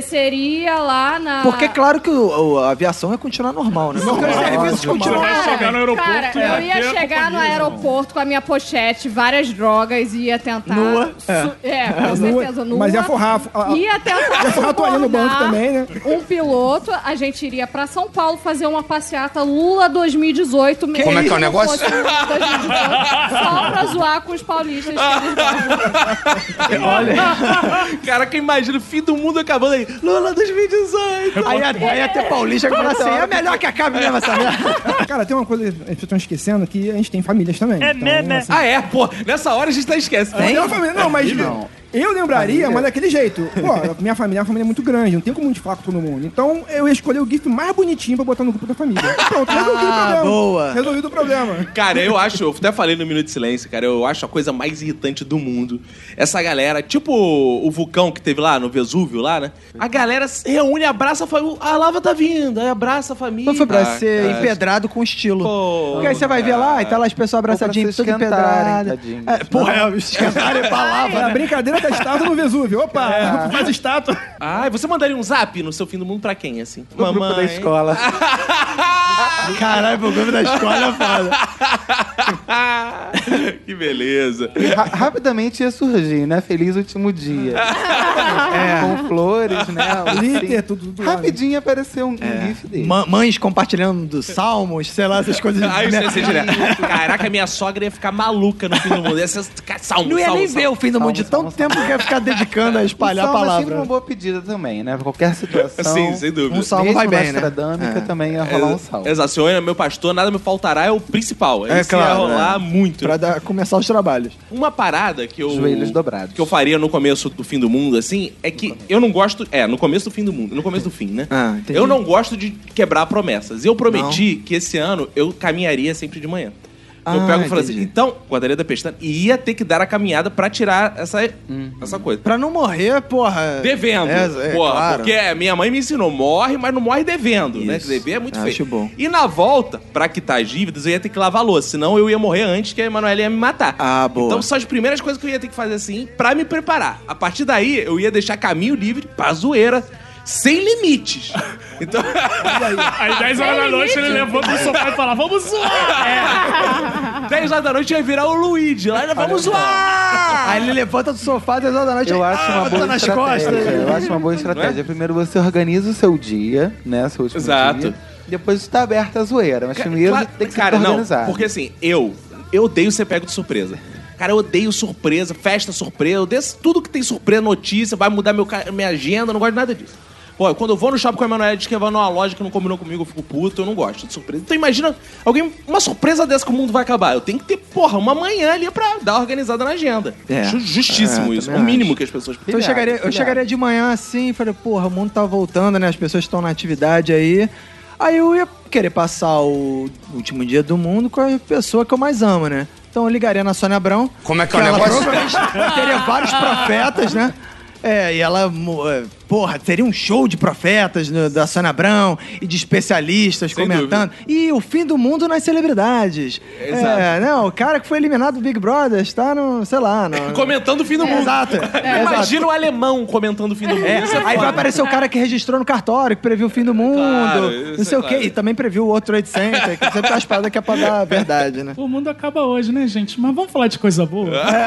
desceria lá na... Porque, claro, que o- o- a aviação ia continuar normal, né? Porque os é serviços Vai continuam. chegar no aeroporto cara, e é? vai eu ia ter é chegar no companhia, aeroporto com a minha pochete, várias drogas, e ia tentar. Nua, Su- É, com Nua, certeza, nua. mas é ia forrar a- a- Ia tentar. ia forrar a toalha no subornar banco também, né? Um piloto, a gente iria pra São Paulo fazer uma passeata Lula 2018. mesmo Como é que é o não negócio? fosse Lula 2018, só pra zoar com os paulistas. que eles gostam. Caraca, imagina o fim do mundo acabando. falando aí, Lula 2018. Aí, a- aí até Paulista vai falar assim, é melhor que acabe mesmo essa merda. Cara, tem uma coisa que as pessoas estão esquecendo que a gente tem famílias também. É, né, né? Ah, é, pô. Nessa hora a gente tá esquecendo. Tem uma família, não, mas Não. eu lembraria, mas daquele jeito. Pô, minha família é uma família muito grande, não tem como a gente falar com todo mundo. Então eu ia escolher o GIF mais bonitinho pra botar no grupo da família. E Pronto, resolvido Ah, o problema. boa. Resolvido o problema. Cara, eu acho, eu até falei no Minuto de Silêncio, cara, eu acho a coisa mais irritante do mundo. Essa galera, tipo o o vulcão que teve lá no Vesúvio, lá, né? A galera se reúne, abraça a família. A lava tá vindo, aí abraça a família. Não foi Então, pra Ah, ser cara. empedrado com estilo. Pô, Porque aí você vai ver lá e tá lá as pessoas abraçadinhas, Ou pra tudo se esquentarem, empedrado. tadinhos. É, porra, é, esquentarem é palavra. A brincadeira da estátua no Vesúvio. Opa, É. faz estátua. Ah, e você mandaria um zap no seu fim do mundo pra quem, assim? No grupo da escola. Caralho, pro grupo da escola é foda. que beleza. Ra- rapidamente ia surgir, né? Feliz último dia. É. Com flores, né? Assim. Glitter, tudo, tudo lá, né? Rapidinho apareceu um É. um gif dele. É. Ma- mães compartilhando salmos, sei lá, essas coisas. Aí você ia é ser direto. Caraca, minha sogra ia ficar maluca no fim do mundo. Ia ser... Salmo, Não ia salmo, nem salmo. ver o fim do mundo de tanto tempo que ia ficar dedicando a espalhar a Salmo é sempre uma palavra. boa pedida também, né? Qualquer situação. Sim, sem dúvida. Um salmo mesmo vai bem, né? Nostradâmica também ia rolar um salmo. Exato, senhor é meu pastor, nada me faltará é o principal. É Isso ia claro, rolar muito. Pra dar- começar os trabalhos. Uma parada que eu. Joelhos dobrados. Que eu faria no começo do fim do mundo, assim, é que eu não gosto. É, no começo do fim do mundo. No começo do fim, né? Ah, entendi. eu não gosto de quebrar promessas. Eu prometi que esse ano eu caminharia sempre de manhã. Eu Ah, pego e falo assim, entendi. então, guardaria da pestana, e ia ter que dar a caminhada pra tirar essa, Uhum. essa coisa. Pra não morrer, porra. Devendo. É, é, porra, claro. porque minha mãe me ensinou, morre, mas não morre devendo, né? Que Isso. dever é muito Acho feio. bom. E na volta, pra quitar as dívidas, eu ia ter que lavar a louça, senão eu ia morrer antes que a Emanuela ia me matar. Ah, boa. Então são as primeiras coisas que eu ia ter que fazer assim pra me preparar. A partir daí, eu ia deixar caminho livre pra zoeira. Sem limites. Então, Aí 10 horas da noite ele levou pro sofá e falou: vamos zoar! 10 horas da noite eu ia virar o Luigi. Lá ainda vamos zoar! Aí ele levanta do sofá, 10 horas da noite. Eu acho ah, uma tá bota boa nas estratégia. costas. né? Eu acho uma boa é estratégia. Primeiro você organiza o seu dia, né? Seu último Exato. dia. Depois está aberta a zoeira. Mas primeiro Claro, tem que cara, se não, organizar. porque assim, eu, eu odeio ser pego de surpresa. Cara, eu odeio surpresa, festa surpresa, eu odeio tudo que tem surpresa, notícia, vai mudar meu, ca- minha agenda, eu não gosto de nada disso. Pô, quando eu vou no shopping com a Emanuela, diz que vai numa loja que não combinou comigo, eu fico puto, eu não gosto de surpresa. Então imagina alguém, uma surpresa dessa que o mundo vai acabar. Eu tenho que ter, porra, uma manhã ali pra dar uma organizada na agenda. É. Ju- Justíssimo É, isso. O também mínimo que as pessoas Então eu chegaria, eu chegaria de manhã assim e falei, porra, o mundo tá voltando, né? As pessoas estão na atividade aí. Aí eu ia querer passar o último dia do mundo com a pessoa que eu mais amo, né? Então eu ligaria na Sônia Abrão. Como é que, é o ela negócio? Provavelmente teria vários profetas, né? É, e ela, mo- é, porra, teria um show de profetas no- da Sônia Abrão e de especialistas Sem comentando. E o fim do mundo nas celebridades. Exato. É, não, o cara que foi eliminado do Big Brother está no, sei lá, no... Comentando o fim do mundo. É, Exato. Exato. Imagina o alemão comentando o fim do mundo. É, Isso é aí vai foda. aparecer o cara que registrou no cartório, que previu o fim do mundo, claro, isso não sei é o quê. claro. E também previu o outro Trade Center, que sempre tem umas paradas que é pra dar a verdade, né? O mundo acaba hoje, né, gente? Mas vamos falar de coisa boa. É.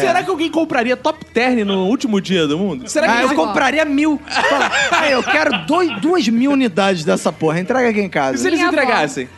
Será que alguém compraria top term no último dia do mundo? Será que Ah, eu você- compraria mil. Fala, ah, eu quero dois, duas mil unidades dessa porra. Entrega aqui E em se casa. eles Minha avó. entregassem?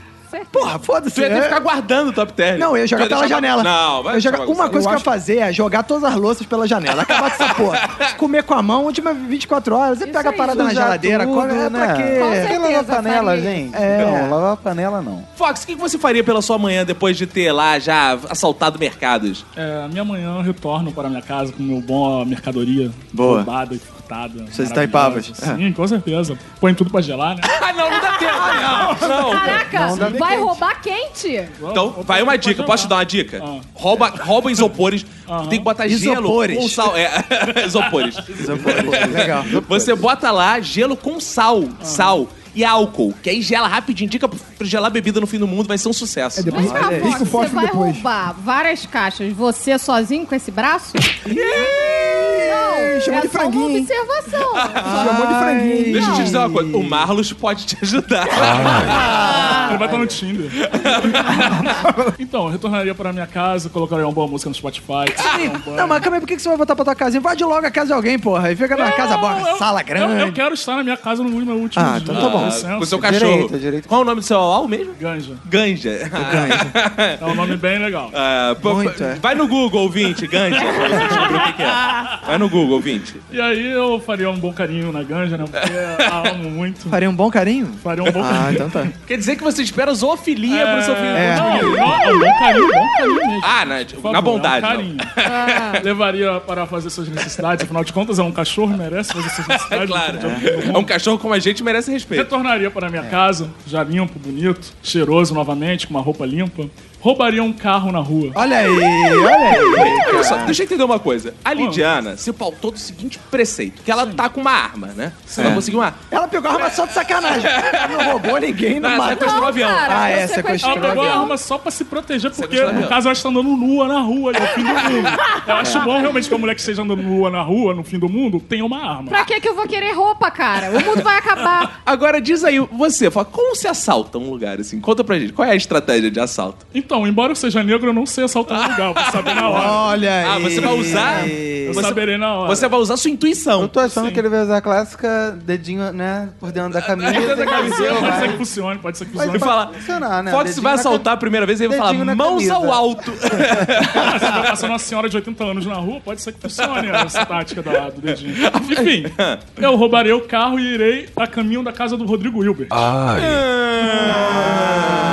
Porra, foda-se. Tu ia ter que é- ficar guardando o top term. Não, eu ia jogar Tu pela deixar- janela. Não, vai eu deixar jogar... Uma bagunçado. coisa que eu ia fazer é jogar todas as louças pela janela. Acabar com essa porra. Comer com a mão, última 24 horas. Você Isso pega a aí. parada na Sujar geladeira, tudo, come. né? É, pra quê? Com certeza, Quem lava a panela, faria. gente? É. Não, lavar a panela não. Fox, o que você faria pela sua manhã depois de ter lá já assaltado mercados? É, minha manhã eu retorno para minha casa com meu bom mercadoria Boa. roubada e furtada. Vocês maravilhosa. taipavas. Sim, com certeza. Põe tudo pra gelar, né? Ah, não, não dá tempo. não, não. Ah, Caraca, vai roubar quente. Então, vai uma dica. Posso te dar uma dica? Ah. Rouba, rouba isopores. Tu Tem que botar gelo Isopores. com sal. É, isopores. Legal. Você bota lá gelo com sal. Sal. E álcool, que aí gela rapidinho. Dica pra gelar bebida no fim do mundo, vai ser um sucesso. É depois Mas tá, pica Fox, o você fósforo vai depois. roubar várias caixas, você sozinho com esse braço? Ei, Não, Chamou é de só uma franguinho. observação. Chamou de franguinho. Deixa eu te dizer uma coisa, o Marlos pode te ajudar. Ele vai estar no Tinder. então, eu retornaria pra minha casa, colocaria uma boa música no Spotify. Não, mas calma aí, por que que você vai voltar pra tua casa? Invade logo a casa de alguém, porra. E fica na casa, Não, bora, eu- sala grande. Eu, eu quero estar na minha casa no meu último dia. Ah, então tá bom. Com Com o licença. seu cachorro. direito, direito. Qual é o nome do seu au mesmo? Ganja. Ganja. É um nome bem legal. Ah, pô, Muito, pô, é. Vai no Google, ouvinte, Ganja, pra você descobrir o que que é. Vai no Google, ouvinte. E aí eu faria um bom carinho na Ganja, né? Porque eu amo muito. Faria um bom carinho? Faria um bom Ah, então tá. Quer dizer que você espera zoofilia pro seu filho. É. Não, não, bom carinho, bom carinho mesmo. Ah, na, Por favor, na é um bondade. carinho. Levaria para fazer suas necessidades. Afinal de contas, é um cachorro, merece fazer suas não. necessidades. Então, É claro. É um cachorro como a gente merece respeito. É. Retornaria para minha casa, já limpo, bonito, cheiroso novamente, com uma roupa limpa. Roubaria um carro na rua. Olha aí, olha aí. Olha só, deixa eu entender uma coisa. A Lidiana se pautou do seguinte preceito: que ela tá com uma arma, né? É. Ela conseguiu uma. Ela pegou a arma só de sacanagem. Ela não roubou ninguém, não Ah, matou. sequestrou o avião. cara, Ah, é, você sequestrou Ela sequestrou pegou a avião. arma só pra se proteger, porque gostou, no Léo? caso ela está tá andando nua na rua, é o fim do mundo. Eu acho bom realmente que uma mulher que esteja andando nua na rua, no fim do mundo, tenha uma arma. Pra que que eu vou querer roupa, cara? O mundo vai acabar. Agora diz aí, você, fala, como se assalta um lugar assim? Conta pra gente, qual é a estratégia de assalto? Então, embora eu seja negro, eu não sei assaltar um lugar, eu vou saber na hora. Olha aí. Ah, você vai usar. Eu Você- saberei na hora. Você vai usar sua Eu intuição. tô achando que ele vai usar a clássica dedinho, né? Por dentro da É, camisa. Pode entendeu? ser que Vai. funcione, pode ser que Mas Ele funcione. vai fala, funcionar, né? Fox Dedinho vai na assaltar a primeira vez e ele vai falar, Dedinho na mãos camisa." ao alto. Ah, se vai passar uma senhora de 80 anos na rua, pode ser que funcione essa tática da, do dedinho. Enfim, eu roubarei o carro e irei a caminho da casa do Rodrigo Hilbert.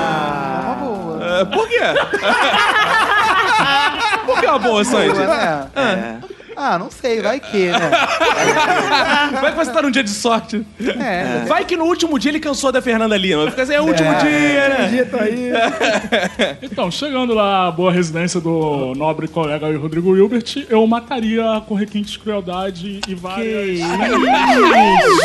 Ah, Por quê? Por que é uma boa, Sandy? Né? É. Ah, não sei, vai que, né? Vai que você tá num dia de sorte. É. Vai que no último dia ele cansou da Fernanda Lima. Fica assim, é o último É. dia, né? Dito aí. Então, chegando lá à boa residência do nobre colega aí, Rodrigo Hilbert, eu mataria com requintes de crueldade e várias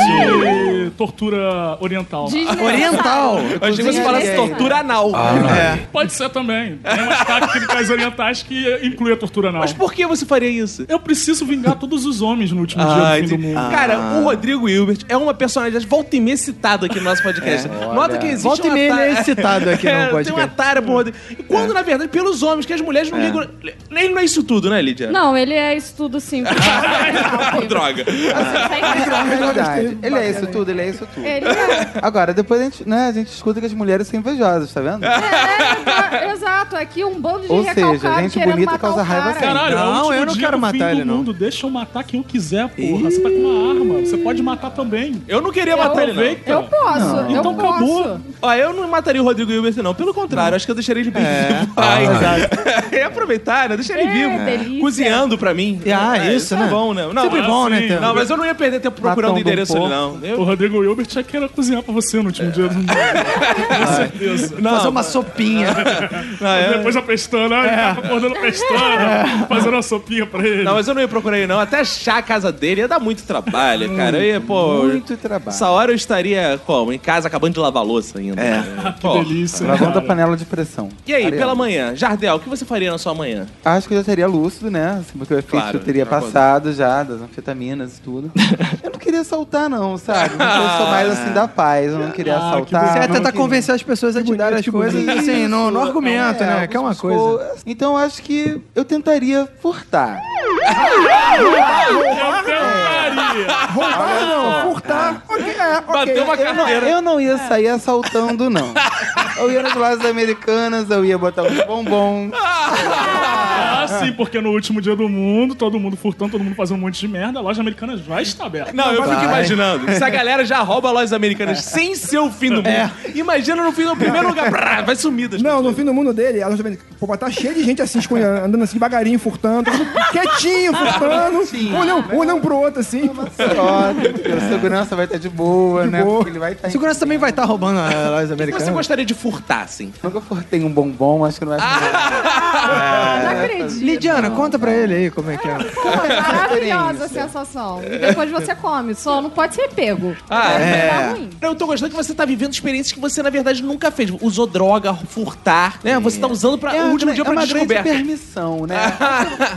de tortura oriental. né? Oriental. Eu achei que você falasse tortura anal. Ah. É. Pode ser também. Tem umas táticas orientais que inclui a tortura anal. Mas por que você faria isso? Eu preciso vingar todos os homens no último Ah, dia do fim do entendi. mundo. Cara, o Rodrigo Hilbert é uma personalidade volta e meia citada aqui no nosso É, podcast. Nota que existe Volta e uma meia ele tara- é citado aqui É, no podcast. Tem uma tara pro Rodrigo. E quando, É. na verdade, pelos homens, que as mulheres não ligam... Ele não é isso tudo, né, Lídia? Não, ele é isso tudo sim. é Droga. É verdade. Ele é isso tudo, ele é isso tudo. Ele é, Agora, depois a gente, né, a gente escuta que as mulheres são invejosas, tá vendo? é, é, exato, aqui um bando de Ou seja, recalcados gente querendo bonita matar causa o raiva cara. sempre. Caralho, é o Não, último eu não dia quero do matar fim ele, do mundo. não. Deixa eu matar quem eu quiser, porra. Você tá com uma arma. Você pode matar também. Eu não queria matar ele, não. Aproveita. Eu posso, eu Então posso. acabou. Ó, eu não mataria o Rodrigo Hilbert, não. Pelo contrário, acho que eu deixaria ele bem É. vivo. Ah, Ai, exato. ia aproveitar, né? Deixar ele É, vivo. delícia. Cozinhando pra mim. Ah, É, isso, tá né? bom, né? Não, Sempre mas- bom, né? assim, Theo? Não, mas eu não ia perder tempo procurando o Matando um endereço dele, pouco. não. O Eu... Rodrigo Hilbert já queria cozinhar pra você no último dia do mundo. Com certeza. Não, Fazer uma sopinha. Ah, é? Depois da pestana, é. acordando a pestana, fazendo uma sopinha pra ele. não, mas eu não ia procurar ele, não. Até achar a casa dele ia dar muito trabalho, cara. Eu ia, pô. Muito trabalho. Essa hora eu estaria como? Em casa acabando de lavar a louça ainda. É. né? Que Pô. delícia. Lavando a cara. panela de pressão. E aí, Ariano. pela manhã, Jardel, o que você faria na sua manhã? Acho que eu já teria lúcido, né? Assim, porque o efeito Claro, eu teria já acordou. passado já, das anfetaminas e tudo. eu não queria assaltar, não, sabe? Eu sou mais assim da paz, eu não queria Ah, que assaltar. bonito. Você ia não tentar queria- tipo convencer as pessoas a te darem as coisas, assim, no, no argumento, É, né? Que é uma alguns coisa. pessoas- Então acho que eu tentaria furtar. Eu tentaria. Roubar não, furtar. Ok, é, ok. Bateu uma Eu não, carteira. eu não ia sair assaltando, não. Eu ia nas lojas americanas, eu ia botar um uns bombons. Ah, sim, porque no último dia do mundo, todo mundo furtando, todo mundo fazendo um monte de merda, a loja americana já está aberta. Não, eu fico imaginando. Se a galera já rouba lojas É. americanas sem ser o fim do mundo, imagina no fim do primeiro lugar, brá, vai sumir das Não, no fim do mundo dele, ela também. Pô, mas tá cheio de gente assim, escolhendo, andando assim devagarinho, furtando, todo mundo quietinho, Ah, furtando. Um Olham, olham pro outro assim. Ó, a segurança vai estar de boa, né? boa. Porque ele vai estar. A segurança também vai estar roubando a loja O que você americana. gostaria de furtar, assim? Nunca furtei um bombom, acho que não vai. Não Lidiana, conta pra ele aí como é que é. Pô, é maravilhosa a sensação. E depois você come, só não pode ser pego. Ah, é. Tá é. ruim. Não, eu tô gostando que você tá vivendo experiências que você, na verdade, nunca fez. Usou droga, furtar, É. né? Você tá usando pra, o último uma- dia pra é uma descoberta. grande permissão, né?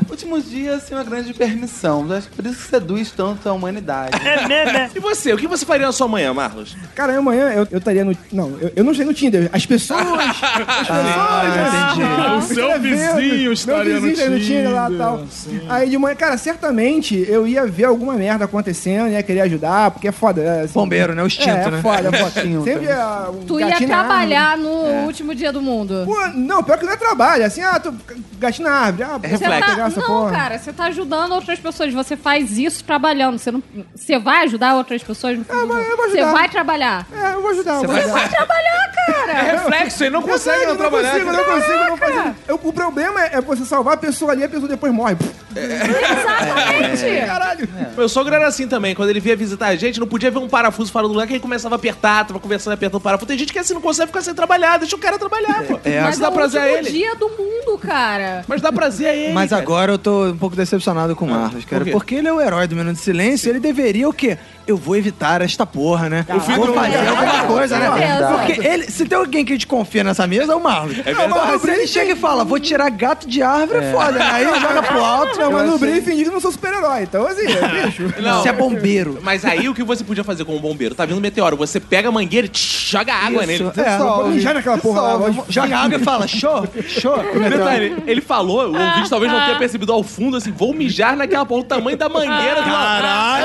Últimos dias, assim, uma grande permissão. Acho que por isso que seduz tanto a humanidade. É E você? O que você faria na sua manhã, Marlos? Cara, amanhã eu eu estaria no. Não, eu, eu não estaria no Tinder. As pessoas. As pessoas. Ah, assim, entendi. eu O seu queria ver, vizinho meu estaria no vizinho estaria Tinder, lá e tal. Aí de manhã, cara, certamente eu ia ver alguma merda acontecendo, ia querer ajudar, porque é foda. é, assim, Bombeiro, né? O instinto, é, né? É foda, é foda. Instinto. Sempre é, um Tu ia gatinho na trabalhar no último dia do mundo. árvore. É. Pô, não, pior que não é trabalho. Assim, ah, tu gatinho na árvore. Ah, pô, Você reflexo. pegar tá, essa não, porra. cara, você tá ajudando outras pessoas. Você faz isso trabalhando. Você, não, você vai ajudar outras pessoas no futuro. Ah, mas eu vou Você ajudar. vai trabalhar. É, eu vou ajudar. eu vou ajudar. Trabalhar, cara! é reflexo, ele não Consegue, Ah. eu não consigo, eu não consigo, eu não fazer. Eu- o problema é, é você salvar a pessoa ali, a pessoa depois morre. Pff, Exatamente! Caralho. É. Meu sogro era assim também. Quando ele via visitar a gente, não podia ver um parafuso fora do lugar que ele começava a apertar, tava conversando, apertando o parafuso. Tem gente que assim não consegue ficar sem trabalhar, deixa o cara trabalhar, pô. É, Mas Mas é dá o prazer a último ele. dia do mundo, cara. Mas dá prazer a ele. Mas cara. agora eu tô um pouco decepcionado com o Marlos, cara. por quê? porque ele é o herói do Minuto de Silêncio, ele deveria o quê? Eu vou evitar esta porra, né? Eu vou fazer alguma coisa, né? Verdade. Porque ele, se tem alguém que desconfia nessa mesa, é o Marlos. verdade. Porra, se ele chega e fala, vou tirar gato de árvore, é foda. né? Aí joga pro alto. né? Não, mas no briefing diz que eu não sou super-herói, então assim, é bicho. Não. Você é bombeiro. Mas aí o que você podia fazer com o bombeiro? Tá vindo um meteoro, você pega a mangueira e tch, joga água nele. Isso, é, Vou Dissolve. mijar naquela porra lá. Dissolve. vou- Joga água e fala, show, show. Detalhe, ele falou, o ouvinte talvez não tenha percebido ao fundo, assim, vou mijar naquela porra, o tamanho da mangueira do Ah,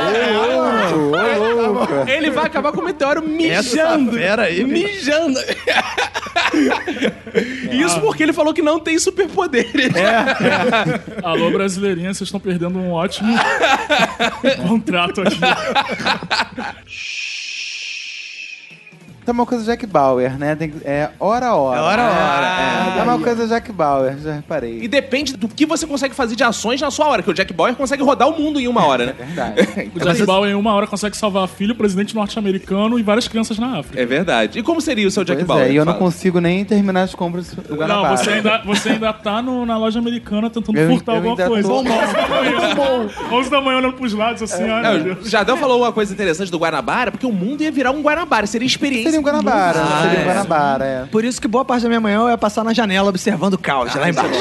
tá Ele vai acabar com o meteoro mijando. Pera aí. Mijando. Isso porque ele falou que não tem superpoderes. Alô, brasileirinha, vocês estão perdendo um ótimo contrato aqui. Tá uma coisa Jack Bauer, né? Tem que- é hora a hora. É hora a hora, É, tá uma coisa Jack Bauer, já E reparei. depende do que você consegue fazer de ações na sua hora, que o Jack Bauer consegue rodar o mundo em uma hora, né? É Verdade. O Jack Bauer, em uma hora, consegue salvar filho, presidente norte-americano e várias crianças na África. É verdade. E como seria o seu Jack Pois Bauer? é, e eu não Fala. consigo nem terminar as compras do Não, Guanabara. você ainda, você ainda tá no- na loja americana tentando Eu- furtar eu alguma ainda tô- coisa. Bom, bom. 11 da manhã olhando pros lados, assim, ai É, meu o Deus. Jardel falou uma coisa interessante do Guanabara, porque o mundo ia virar um Guanabara, seria experiência. Ah, Seria um Guanabara, seria um Guanabara, é. Por isso que boa parte da minha manhã eu ia passar na janela observando o caos lá embaixo.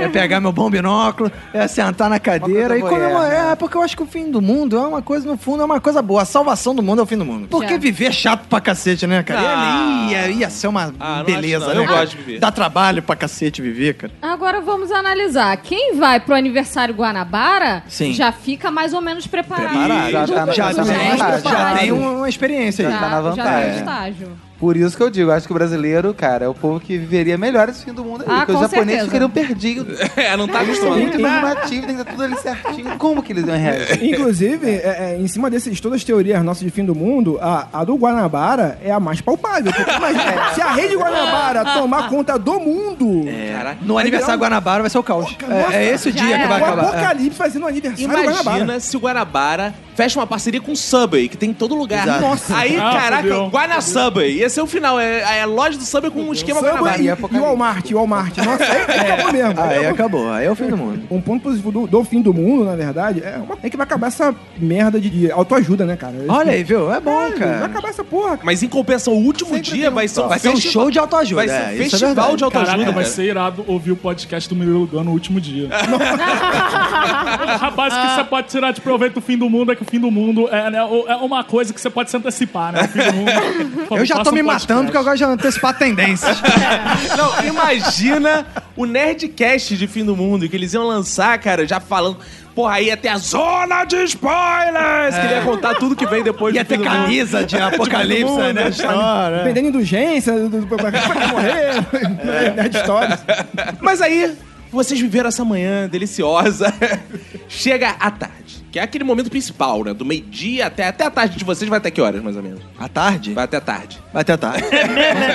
Ia pegar meu bom binóculo, ia sentar na cadeira Uma e coisa comemorar. voyeur, né? É, porque eu acho que o fim do mundo é uma coisa, no fundo, é uma coisa boa. A salvação do mundo é o fim do mundo. Porque Já. viver é chato pra cacete, né, cara? Ah. Ia, ia ser uma Ah, não beleza, acho não. né? Eu cara? gosto de viver. Dá trabalho pra cacete viver, cara. Agora vamos analisar. Quem vai pro aniversário Guanabara Sim. já fica mais ou menos preparado. Preparado, já tá na- Já, tá na Já tem- vantagem. já tem uma uma experiência aí. já, tá na já tá no vantagem. estágio. Por isso que eu digo, acho que o brasileiro, cara, é o povo que viveria melhor esse fim do mundo aí. Ah, porque os com japoneses certeza. queriam perdido. É, não tá acostumado. Muito informativo, tem que estar tudo ali certinho. Como que eles iam reagir? Inclusive, é, é, em cima desses, todas as teorias nossas de fim do mundo, a, a do Guanabara é a mais palpável. Porque, imagina, É. se a rede Guanabara tomar conta do mundo, Caraca. No aniversário Guanabara vai ser o caos. nossa. É, é esse o Já dia que era. vai o acabar. É. apocalipse fazendo aniversário do Guanabara. Imagina se o Guanabara fecha uma parceria com o Subway, que tem em todo lugar. Exato. Nossa. Aí, Ah, caraca, fudeu. Guana Subway. Ia ser o final. É, é a loja do Subway com um esquema Samba Guanabara. é e, e e o apocalipse. Walmart, o Walmart. Nossa, aí acabou mesmo. Aí acabou. acabou, aí é o fim do mundo. Um ponto positivo do, do fim do mundo, na verdade, é, uma- é que vai acabar essa merda de, de autoajuda, né, cara? Olha aí, viu? É bom, Vai cara. acabar essa porra, Mas em compensação, o último dia vai ser um Vai ser um festi- show de autoajuda. Vai ser um é, isso é festival verdade. de autoajuda. É. Caraca, vai cara. ser irado ouvir o podcast do Murilo Gun no último dia. Rapaz, o que você pode tirar de proveito do fim do mundo é que o fim do mundo é, né, o- é uma coisa que você pode se antecipar, né? O fim do mundo. Eu já Faça tô um me podcast. matando porque eu gosto de antecipar tendências. Não, imagina o Nerdcast de fim do mundo que eles iam lançar, cara, já falando. Porra, aí ia ter a zona de spoilers! Que ele ia contar tudo que vem depois É. Ia do fim ter do mundo. camisa Tipo, de apocalipse, né? História. É. vendendo indulgência, do, do, pra pra morrer, Nerd Stories. Mas aí, vocês viveram essa manhã deliciosa. Chega à tarde, que é aquele momento principal, né? Do meio-dia até, até a tarde de vocês vai até que horas, mais ou menos? À tarde? Vai até a tarde. Vai até Então, tarde.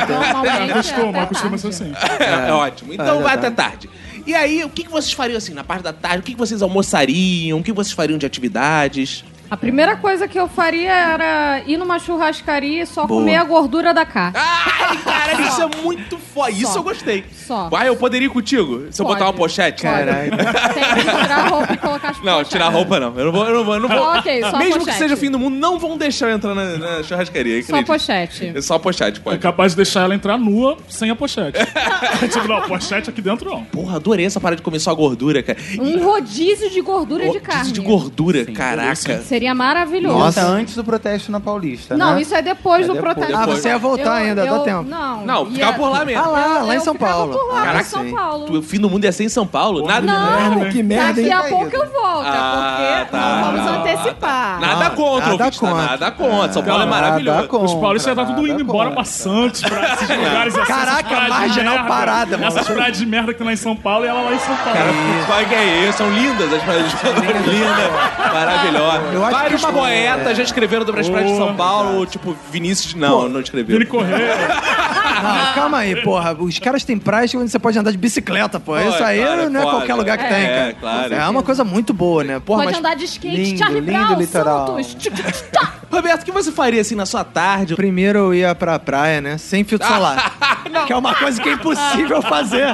Então, Normalmente, até Costuma, costuma ser tarde. assim. É, ótimo. Então vai Vai até até tarde. E aí, o que que vocês fariam assim, na parte da tarde? O que que vocês almoçariam? O que vocês fariam de atividades? A primeira coisa que eu faria era ir numa churrascaria e só comer a gordura da carne. Ai, cara, que Isso é muito foda. Isso Só. eu gostei. Só. Vai, eu poderia ir contigo? Se eu Pode. botar uma pochete? Caralho. Tem que tirar a roupa e colocar as Não, pochas. tirar a roupa não. Eu não vou, eu não vou, eu não vou. Ok, só a Mesmo que pochete. seja o fim do mundo, não vão deixar eu entrar na, na churrascaria. Só a acredito. pochete. É Só a pochete, É pode. capaz de deixar ela entrar nua sem a pochete. tipo, não, pochete aqui dentro não. Porra, adorei essa parada de comer só gordura, cara. Um rodízio de gordura de Rodízio carne. de gordura, caraca. Seria maravilhoso. Nossa, antes do protesto na Paulista, Não, né? isso é depois É do depois. protesto. Ah, você ia voltar ainda, dá tempo. Não, Não, ia- ficar por lá mesmo. Ah lá, lá em eu São ficava Paulo. Por lá, Caraca, em São sim. Paulo. O fim do mundo ia ser em São Paulo? Nada, Não, Que merda, daqui hein? tá a pouco eu volto. Ah, É porque tá. Tá não vamos antecipar. nada contra, nada ouvinte, tá? contra. Nada contra. São Paulo é Nada maravilhoso. Os paulistas tá tudo indo embora pra mas Santos, pra esses lugares assim. Caraca, marginal parada, mano. Essas praias de merda que tem lá em São Paulo e ela lá em São Paulo. Qual que é isso? São lindas as praias de São Paulo. Linda, maravilhosa. Eu acho Vários que- magoetas já escreveram sobre as praias de São Paulo, tipo Vinícius. Não, não Vini escreveu. Correia. Ah. Não, calma aí, porra. Os caras têm praias onde você pode andar de bicicleta, pô. Pô, Isso aí cara, não é foda. qualquer lugar que É, tem, cara. é, claro. É uma coisa muito boa, né? Porra, Pode mas andar de skate, Lindo, Charlie lindo Brown, litoral. Santos. Tchuc, tchuc, tá. Roberto, o que você faria assim na sua tarde? Ah. primeiro eu ia pra praia, né? Sem filtro solar. que é uma coisa que é impossível fazer.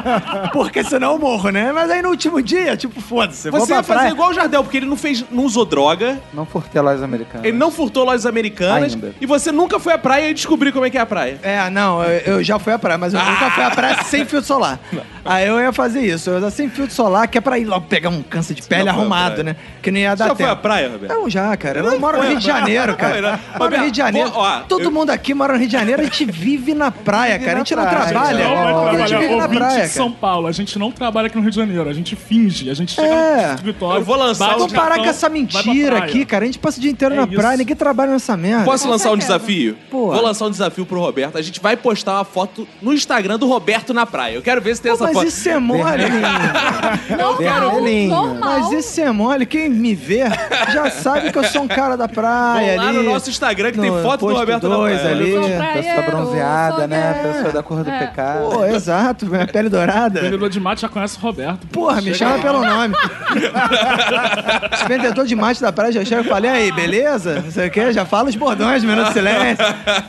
Porque senão eu morro, né? Mas aí no último dia, tipo, foda-se. Vou Você pra ia fazer praia. igual o Jardel, porque ele não fez, não usou droga, Não fortei lojas americanas. ele não furtou lojas americanas Ainda. e você nunca foi à praia e descobriu como é que é a praia. Ah! É, não, eu, eu já fui à praia, mas eu nunca fui à praia sem filtro solar. Aí eu ia fazer isso, eu ia sem filtro solar, que é pra ir logo pegar um câncer de já pele foi à arrumado, praia? né? Que não ia dar já tempo. foi à praia, Roberto? Não, já, cara. Eu moro no Rio de Janeiro, Não, não. cara. Moro Roberto, no Rio de Janeiro. vou- ó, Todo eu- mundo aqui mora no Rio de Janeiro, a gente vive na praia, cara. A gente não praia, gente. trabalha. Não vai A gente trabalhar. vive na Ouvinte praia, de São cara. Paulo. A gente não trabalha aqui no Rio de Janeiro. A gente finge. A gente chega É. no escritório. Eu vou lançar bate um- Vamos parar cartão, com essa vai pra mentira praia. aqui, cara. A gente passa o dia inteiro É na isso. praia, ninguém trabalha nessa merda. tá Posso lançar um certeza. desafio? Ah, Pô. Vou lançar um desafio pro Roberto. A gente vai postar uma foto no Instagram do Roberto na praia. Eu quero ver se tem Pô, essa mas foto. isso é mole. Normal, Vermelhinho. normal. um Mas isso é mole. Quem me vê já sabe que eu sou um cara da praia Vão lá ali. no nosso Instagram que tem no foto do posto Roberto na dois praia. ali. Sou Pessoa praieiro, bronzeada, sou né? gay. É, Pessoa da cor É. do pecado. Pô, exato, minha pele dourada. Vendedor de mate já conhece o Roberto. Porra, me chama pelo nome. Esse vendedor de mate da praia já chega e fala, e aí, beleza? Não sei o quê, já fala os bordões, um minuto de silêncio.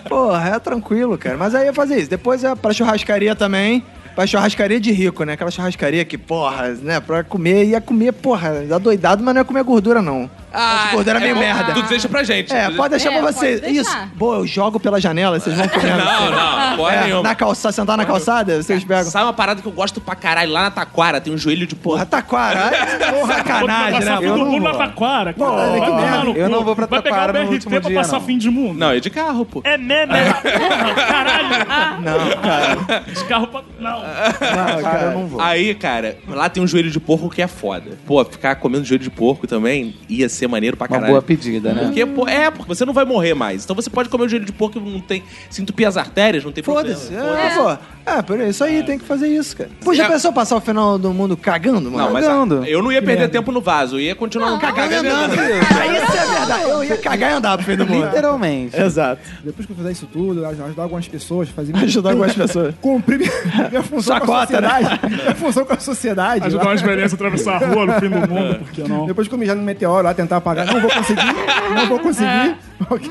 Porra, é tranquilo, cara. Mas aí eu ia fazer isso. Depois ia pra churrascaria também. Pra churrascaria de rico, né? Aquela churrascaria que, porra, né? Pra comer, ia comer, porra, adoidado, mas não ia comer gordura, não. Ah, Essa gordura é meio bom. merda. Tu deixa pra gente. É, pode deixar É, pra pode vocês. deixar. Isso. Boa, eu jogo pela janela, vocês vão comendo. Não, não, porra É, nenhuma. na calçada, sentar na calçada, vocês pegam. Sabe uma parada que eu gosto pra caralho? Lá na Taquara tem um joelho de porra. Porra, taquara. Porra, sacanagem, né? passar Eu todo não mundo na vou. taquara. cara. olha Tá Vai que tomar merda. no cu. Eu não vou pra Vai pegar Taquara o no BRT último pra dia, passar não. fim de mundo. Não, é né? de carro, pô. É mesmo, é porra, caralho. Não, cara. Os carros pra... Não. Não, Ah, cara, eu não vou. Aí, cara, lá tem um joelho de porco que é foda. Pô, ficar comendo joelho de porco também ia ser maneiro pra Uma caralho. boa pedida, né? Porque, pô, é, porque você não vai morrer mais. Então você pode comer o joelho de porco que não tem. Se entupir as artérias, não tem problema. Foda-se. É, pô. É, por isso aí, tem que fazer isso, cara. Pô, já pensou passar o final do mundo cagando, mano? Não, mas Cagando. eu não ia perder tempo no vaso, eu ia continuar Não, Cagando e andando. Aí isso é verdade. Eu ia cagar e andar pro fim do mundo. Literalmente. Exato. Depois que eu fizer isso tudo, aj- ajudar algumas pessoas, fazer Ajudar algumas pessoas. cumprir minha, minha função Sua com a cota, né? sociedade. Minha função com a sociedade. Ajudar umas velhinhas a atravessar a rua no fim do mundo, por que não? Depois que eu mijar no meteoro lá, tentar apagar. Não vou conseguir. não vou É. conseguir. Ok.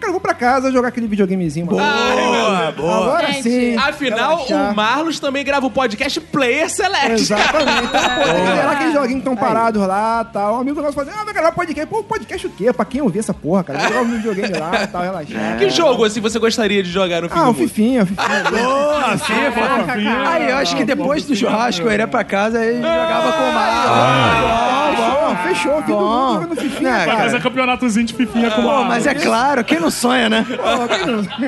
Cara, eu vou pra casa jogar aquele videogamezinho. Boa, Agora Gente. sim. Afinal, Relaxar. o Marlos também grava o podcast Player Select. Exatamente. Então, É. pô, tem lá aqueles joguinhos tão parados lá tal. Um amigo nosso fala assim, ah, vai gravar podcast. Pô, podcast o quê? Pra quem ouvir essa porra, cara? Vai jogar um videogame lá e tal, É. relaxar. Que jogo assim você gostaria de jogar no fim Ah, do o mundo? Fifinha, Ah, o Fifinha. Ah, é Aí eu acho que depois do churrasco eu iria pra casa e jogava com o Ah, Mario. bom, fechou, fim do mundo jogando Fifinha, Né, cara. Mas é campeonatozinho de pifinha com Pô, uma... mas é claro, quem não sonha, né?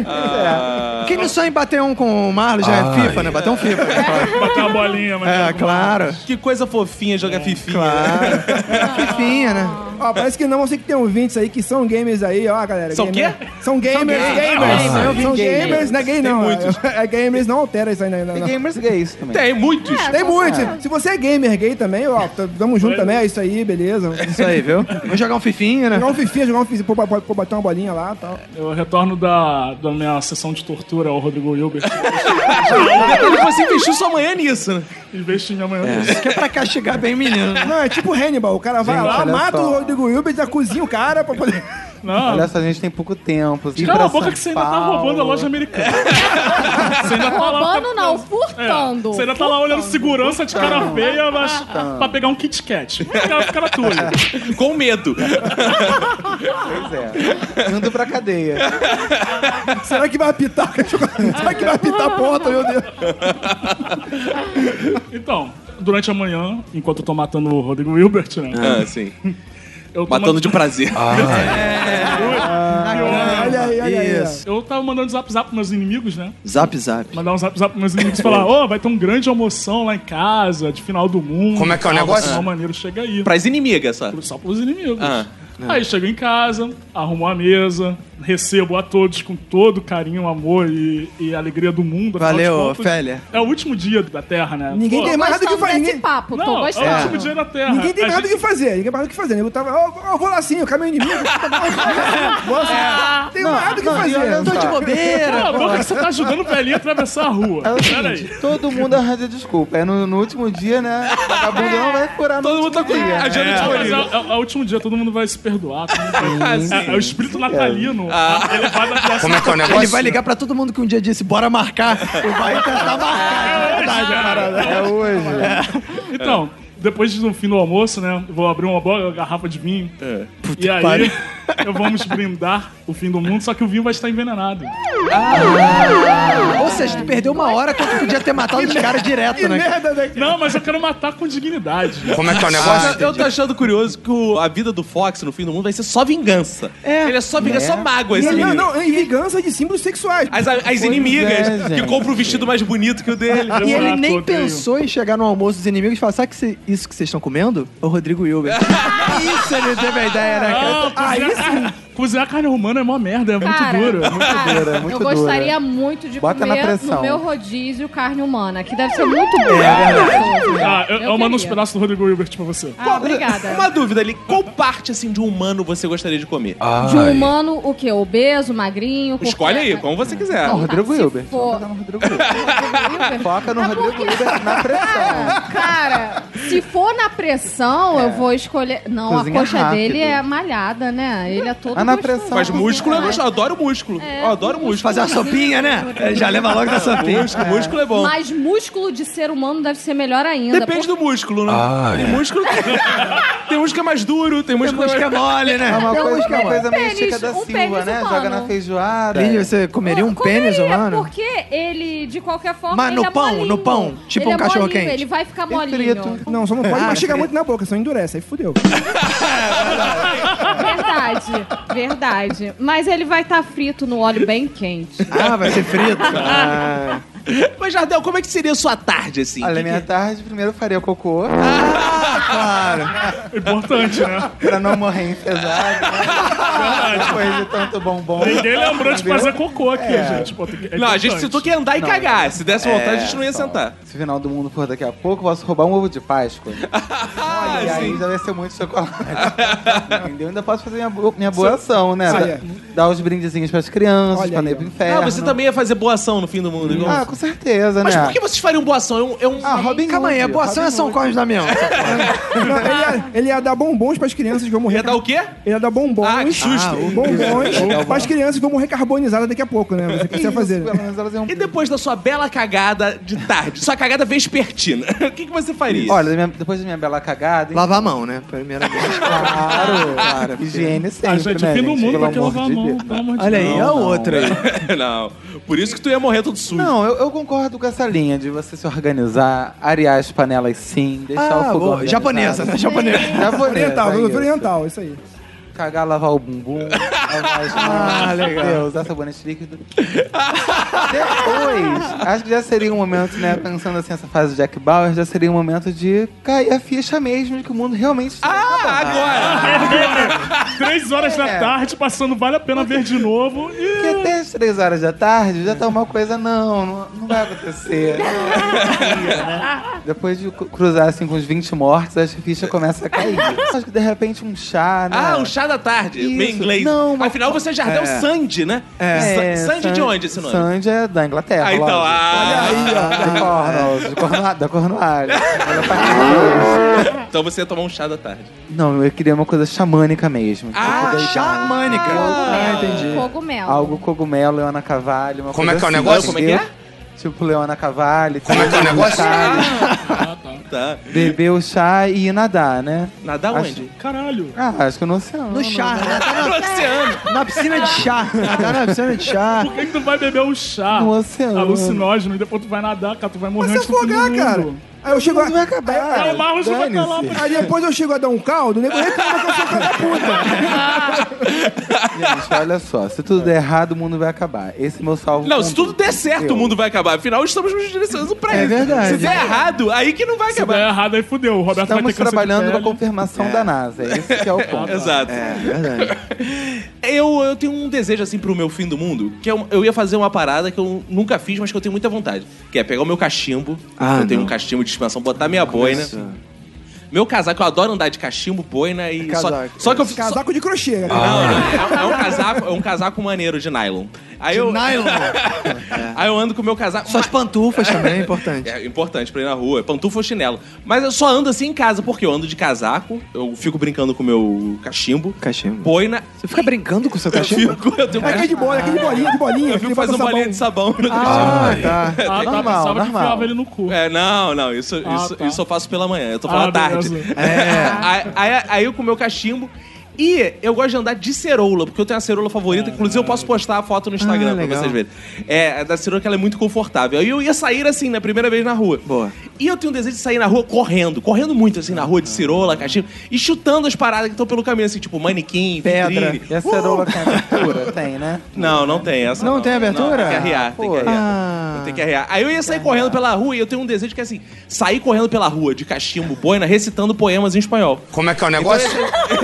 Ah. É. Quem não sonha em bater um com o Marlos já é FIFA, né? Bater um FIFA. né? Bater uma bolinha, mas... É, claro. É. Que coisa fofinha É. jogar fifinha. Claro. Fifinha, né? É, Ó, parece que não, eu sei que tem ouvintes aí que são gamers aí, ó, galera. São gamer. quê? São gamers, gamers. gamers. Ah, São gamers, não é gay não. muitos. É, é gamers, não altera isso aí. Não, não, E não. gamers gays também. Tem muitos. Tem muitos. Se você é gamer gay também, ó, t- tamo junto também, é isso aí, beleza. Isso aí, viu? Vamos jogar um fifinha, né? Jogar um fifinha, jogar um fifinha, pô, pô, pô, bater uma bolinha lá e tal. Eu retorno da, da minha sessão de tortura ao Rodrigo Hilbert. Tipo Ele assim, você investiu sua manhã nisso, né? Investi minha manhã. Que é pra castigar bem o menino. né? Não, é tipo Hannibal, o cara vai lá, olha mata só. o Rodrigo Wilbert, já cozinha o cara pra poder... Não. Olha só, a gente tem pouco tempo. vim Cala pra a boca São que você ainda tá roubando a Paulo. loja americana. Você ainda tá lá. Roubando não, furtando. Você ainda tá lá olhando segurança de cara feia mas, pra pegar um Kit Kat. Vai pegar os caras tudo. Com medo. Pois é. Indo pra cadeia. Será que vai apitar? Será que vai apitar a porta, meu Deus? Então, durante a manhã, enquanto eu tô matando o Rodrigo Wilbert, né? Ah, sim. Eu tô Matando de prazer. Ah. Ah, Olha aí, olha aí. ó. Isso. Eu tava mandando zap zap pros meus inimigos, né? Zap zap. Mandar um zap zap pros meus inimigos e falar: Ô, vai ter um grande almoção lá em casa, de final do mundo. Como é que é o Ah, negócio? Sinal maneiro chega aí. né? Pras inimigas, só. Só pros inimigos. Ah. É. Aí chego em casa, arrumo a mesa, recebo a todos com todo carinho, amor e, e alegria do mundo. afinal Valeu, de contas, Ofélia. É o último dia da Terra, né? Ninguém Pô, tem mais nada que Gostando desse fazer. papo, tô Não, é gostando. o último dia da Terra. Ninguém tem A mais nada gente- que fazer. Ninguém tem mais nada que fazer. né? Eu tava, ó, ó, vou um lá sim, eu caio meu inimigo. Vou lá sim. Tem mais nada que olha fazer. só. Tô de bobeira. Cala a boca que você tá ajudando o velhinho a atravessar a rua. É o Pera aí. seguinte, todo mundo arranja desculpa. É no, no último dia, né? O Vagabundo não vai furar Todo no mundo tá com último dia. né? a agenda É, mas é, disponível. é- é o último dia, todo mundo vai se perdoar. todo mundo vai- é, é o espírito natalino é elevado à Ah. Como é que é o negócio? Ele vai ligar pra todo mundo que um dia disse, bora marcar. E vai tentar marcar. de verdade, a parada. É hoje. Então, depois do fim do almoço, né? eu Vou abrir uma boa garrafa de vinho. e aí, pariu. eu vamos brindar o fim do mundo, só que o vinho vai estar envenenado. Ou seja, tu perdeu uma hora quando tu podia ter matado os caras direto, né? Merda, né? Não, mas eu quero matar com dignidade. Como é que é o negócio? Ah, eu tô achando curioso que o- a vida do Fox no fim do mundo vai ser só vingança. É. Ele é só vingança, só mágoa esse assim. Não, menino. não, e vingança de símbolos sexuais. As, as inimigas é, que gente. compram o vestido mais bonito que o dele. E ele Exato, nem odeio. pensou em chegar no almoço dos inimigos e falar: sabe que cê- isso que vocês estão comendo? É o Rodrigo Hilbert. Ah, isso ele é teve a ideia, né, cara? Ah, cozinhar, cozinhar carne humana é mó merda, é muito Cara, duro. cara, dura, é muito eu gostaria muito de Bota na comer pressão. no meu rodízio carne humana, que deve ser muito bom. gostoso. Ah, eu, eu Eu mando uns queria. pedaços do Rodrigo Hilbert pra você. Ah, obrigada. Uma dúvida ali, qual parte assim de um humano você gostaria de comer? De um humano, o quê? Obeso, magrinho? Escolhe corpulento? aí, como você quiser. Não, Rodrigo tá. Ah, se Hilbert. for- Foca no Rodrigo Hilbert. Hilbert? Foca no É Rodrigo porque- Hilbert na pressão. Cara, cara, se for na pressão, eu vou escolher. Não, Cozinha a coxa rápido. dele é malhada, né? Ele é todo. Ah, na gostoso. pressão. Mas músculo é Cozinha, gostoso, eu adoro músculo. É. eu adoro músculo. Fazer uma sopinha, né? É, Já leva logo da sopinha. Músculo, músculo é bom. Mas músculo de ser humano deve ser melhor ainda. Depende do músculo, né? Ah, é. tem músculo que... tem músculo que é mais duro, tem músculo que é Músculo é mais... mole, né? É uma Então, coisa, um uma coisa meio pênis, chica da um Silva, pênis né? humano. Joga na feijoada. Ali você comeria um pênis, Comeria, mano? é? Porque ele, de qualquer forma, Mas ele no é pão, molinho. no pão, tipo ele um é cachorro molinho, quente. Ele vai ficar frito. molinho. Não, só não pode Ah, mastigar muito na boca, só endurece. Aí fudeu. Verdade, verdade. Mas ele vai estar frito no óleo bem quente. Ah, vai ser frito. Ah. Mas, Jardel, como é que seria a sua tarde, assim? Olha, Que- minha tarde, primeiro eu faria cocô, Ah, Ah, Importante, né? pra não morrer enfesado. Né? Depois de tanto bombom. Ninguém lembrou de fazer cocô aqui, gente. Pô, tem que- é Não, a gente importante. citou que ia andar e cagar. Se desse vontade, a gente não ia sentar. é, Se o final do mundo for daqui a pouco, eu posso roubar um ovo de Páscoa. Ah, e aí já vai ser muito chocolate. Entendeu? Ainda posso fazer minha, bo- minha boa ação, né? Olha. Dar- Dar os brindezinhos pras crianças, Olha pra aí, ir ó. pro Ah, inferno. você também ia fazer boa ação no fim do mundo. igual- Ah, com certeza, Mas né? por que vocês fariam boa ação? É um... É um... Ah, Robin Calma aí, a Hood, boa ação é Robin São Hood. Cosmos da Minha. Não, ele, ia, ele ia dar bombons pras crianças que vão morrer. Ia dar o quê? Ele ia dar bombons. Ah, que susto. Ah, o- bombons pras crianças que vão morrer carbonizadas daqui a pouco, né? Você precisa fazer. Pelo menos elas iam... E depois da sua bela cagada de tarde, sua cagada vespertina, o que, que você faria? Olha, da minha- depois da minha bela cagada... hein? Lavar a mão, né? Primeiramente. Claro, claro. Higiene sempre, Ah, gente, né, o fim do gente? mundo Pelo vai ter que amor lavar a de mão. Deus. pelo amor de Olha aí, Não, olha a não, outra aí. não, por isso que tu ia morrer todo sujo. Não, eu, eu concordo com essa linha de você se organizar, arear as panelas sim, deixar o Ah, fogão boa. organizado. Japonesa, né? Japonesa. Japonesa, Oriental, isso. oriental, isso aí. Cagar, lavar o bumbum. lavar as mãos, Ah, legal. entendeu? Usar sabonete líquido. Depois, acho que já seria um momento, né? Pensando assim, essa fase do Jack Bauer, já seria um momento de cair a ficha mesmo de que o mundo realmente está Ah, agora! Três horas da É. tarde, passando Vale a Pena Ver de novo e... Porque até as três horas da tarde já tá uma coisa, não, não, não vai acontecer. não, não ia, né? Depois de cu- cruzar assim com os 20 mortos, as fichas começam a cair. Acho que de repente um chá, né? É. Ah, o chá da tarde, Isso. meio inglês. Não, mas- Afinal, você é Jardel Sandy, né? É, Sa- Sandy de San- onde esse nome? Sandy é da Inglaterra. Ah, então, lógico. ah. Olha aí, ó. De Cornwall, de Cornwall, da Cornualha. Olha pra cá. Então você ia tomar um chá da tarde. Não, eu queria uma coisa xamânica mesmo. Ah, Tipo, Xamânica. Ah, entendi. Cogumelo. Algo cogumelo, Leona Cavalli, uma Como coisa é que é o assim, negócio? entendeu? Como é Tipo Leona Cavalli. Como é que é o negócio? Tá. Beber o chá e ir nadar, né? Nadar Acho- onde? Caralho. Ah, acho que eu não sei. No chá, né? Tá No oceano. na, na piscina de chá. Tá na piscina de chá. Por que, que tu vai beber um chá No oceano. alucinógeno e depois tu vai nadar, cara? Tu vai morrer Vai se antes de todo afogar, mundo. cara. Aí eu chego a... vai acabar. Aí o Marlos vai estar lá. pra- Aí depois eu chego a dar um caldo, o nego reclama que eu sou cara da puta. Gente, olha só. Se tudo der errado, o mundo vai acabar. Esse é meu salvo. Não, se tudo der certo, Eu. o mundo vai acabar. Afinal, estamos nos direcionando pra É isso. verdade. Se der errado, aí que não vai Se der acabar. errado, aí fudeu. O Roberto vai Estamos ter câncer de trabalhando com a pele. confirmação da NASA. Esse que é o ponto. Exato. Verdade. Eu, eu tenho um desejo, assim, pro meu fim do mundo, que é um, eu, eu ia fazer uma parada que eu nunca fiz, mas que eu tenho muita vontade. Que é pegar o meu cachimbo, Ah, eu tenho não. um cachimbo de estimação, botar minha boina, meu casaco, eu adoro andar de cachimbo, boina É e... só- Casaco. Só, que eu... só- Casaco de crochê, né? cara. Não, Ah. não, é, um- é um casaco, é um casaco maneiro de nylon. Aí eu, Nylon. É. aí eu ando com o meu casaco... Suas pantufas também é importante. É importante pra ir na rua, é pantufa ou chinelo. Mas eu só ando assim em casa, porque eu ando de casaco, eu fico brincando com o meu cachimbo, Cachimbo. boina. Você fica brincando com o seu Eu cachimbo? fico, eu tenho É aquele de bola, aquele de bolinha, de bolinha. Eu aquele fico bota fazendo sabão. bolinha de sabão no Ah, cachimbo. tá. Ah, tá. normal, Pensava que normal. enfiava ele no cu. É, não, não, isso, Ah, isso, tá. isso eu faço pela manhã, eu tô falando à Ah, tarde. beleza. É. Aí, aí, aí eu com o meu cachimbo. E eu gosto de andar de ceroula, porque eu tenho a ceroula favorita. Ah, Inclusive, eu posso postar a foto no Instagram Ah, pra legal. vocês verem. É, a da ceroula que ela é muito confortável. Aí eu ia sair assim, na primeira vez na rua. Boa. E eu tenho o desejo de sair na rua correndo, correndo muito assim na Ah. rua, de cirola, cachimbo, e chutando as paradas que estão pelo caminho, assim, tipo manequim, Pedra. vitrine. Uh! E a cerola tem abertura? Tem, né? Não, não tem essa. Não Não, tem abertura? Não, tem que arriar, tem que arriar. Ah. Tem que arriar. Aí eu ia sair correndo pela rua e eu tenho um desejo que é assim, sair correndo pela rua de cachimbo, boina, recitando poemas em espanhol. Como é que é o negócio?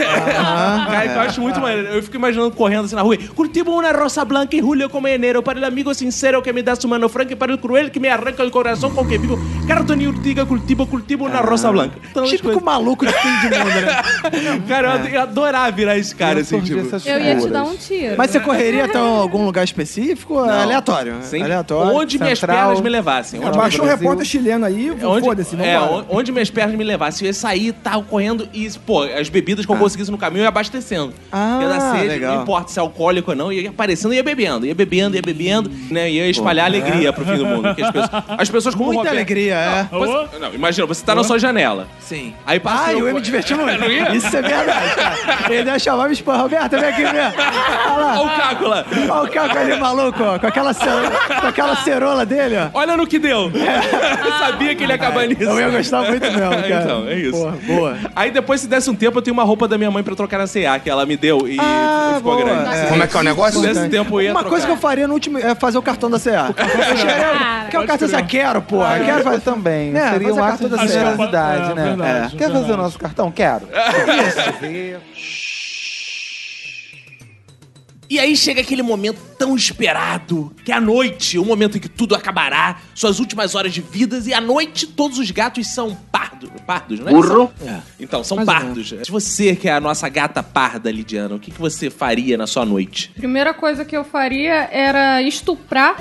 Cara, que eu acho muito maneiro. Eu fico imaginando correndo assim na rua. Curtibo uma rosa blanca e Julio como enero. Para o amigo sincero que me dá su mano franca. e Para o cruel que me arranca o coração com que vivo. Cartoni urtiga, cultivo, cultivo uma rosa blanca. Então, as Ah, Típico maluco de fim de mundo, né? coisas- Cara, eu ad- eu adorava virar esse cara assim, Surgir tipo. essas Eu ia te figuras. dar um tiro. Mas você correria até algum lugar específico? É aleatório. né? Sempre Aleatório. É, onde minhas central. pernas me levassem. Onde, Baixou um Brasil. repórter chileno aí, foda-se, vamos é, on- onde minhas pernas me levassem. Eu ia sair, tava correndo e, pô, as bebidas que eu conseguisse no caminho eu ia abastecendo. Ah, ia dar sede, legal. não importa se é alcoólico ou não, ia aparecendo e ia bebendo, ia bebendo, ia bebendo, né? Ia espalhar alegria pro fim do mundo. porque As pessoas, as pessoas com Muita alegria, é. Você, não, imagina, você tá na sua janela. Sim. Aí passa Ah, um- eu ia me divertir muito. Não ia? Isso é verdade, cara. Ele ia chamar e me expor. Roberto, vem aqui, vem. Olha lá. Olha o Cácula! Olha o Caco ali maluco, ó, com aquela, cerola, com aquela cerola dele, ó. É. Olha no que deu! eu sabia que ele ia acabar nisso. Eu ia gostar muito mesmo, cara. Ah, é. Então, é isso. Porra, boa. Aí depois, se desse um tempo, eu tenho uma roupa da minha mãe pra eu trocar na CA, que ela me deu e Ah, ficou boa. grande. É. Como é que é o negócio? Se desse um tempo, eu ia Uma trocar. coisa que eu faria no último é fazer o cartão da CA. Eu chegaria, quer o cartão da CA? Quero, porra. Ah, eu quero quero fazer. fazer também. É, Seria fazer um a ato carta de da Serra. generosidade, É, né? verdade, É. Quer fazer o verdade. nosso cartão? Quero. E aí chega aquele momento tão esperado, que é a noite, o momento em que tudo acabará, suas últimas horas de vidas, e à noite todos os gatos são pardos. Pardos, não é? Burro? Então, são Mais ou pardos. Se você, que é a nossa gata parda, Lidiana, o que, que você faria na sua noite? Primeira coisa que eu faria era estuprar.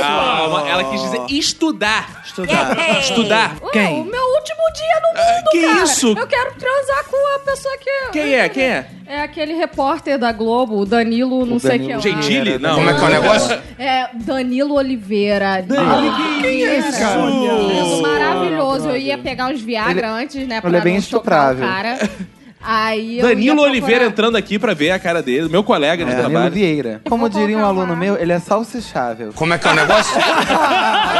Calma, ela quis dizer estudar. É, Estudar. Estudar. Ué, Quem? O Uh, meu último dia no mundo, que cara. isso? Eu quero transar com a pessoa que... Quem é? Quem é? É aquele repórter da Globo, o Danilo, não sei quem é. Danilo. lá. Gentili? Não. Como é que é o negócio? É, Danilo Oliveira. Danilo, quem é esse cara? Maravilhoso. Eu ia pegar uns Viagra antes, né? Pra ele é bem não chocar o estuprável. cara. Aí eu ia Danilo procurar- Oliveira entrando aqui pra ver a cara dele, meu colega de Danilo trabalho. Vieira. Como vou diria um colocar aluno lá. meu, ele é salsichável. Como é que é o negócio?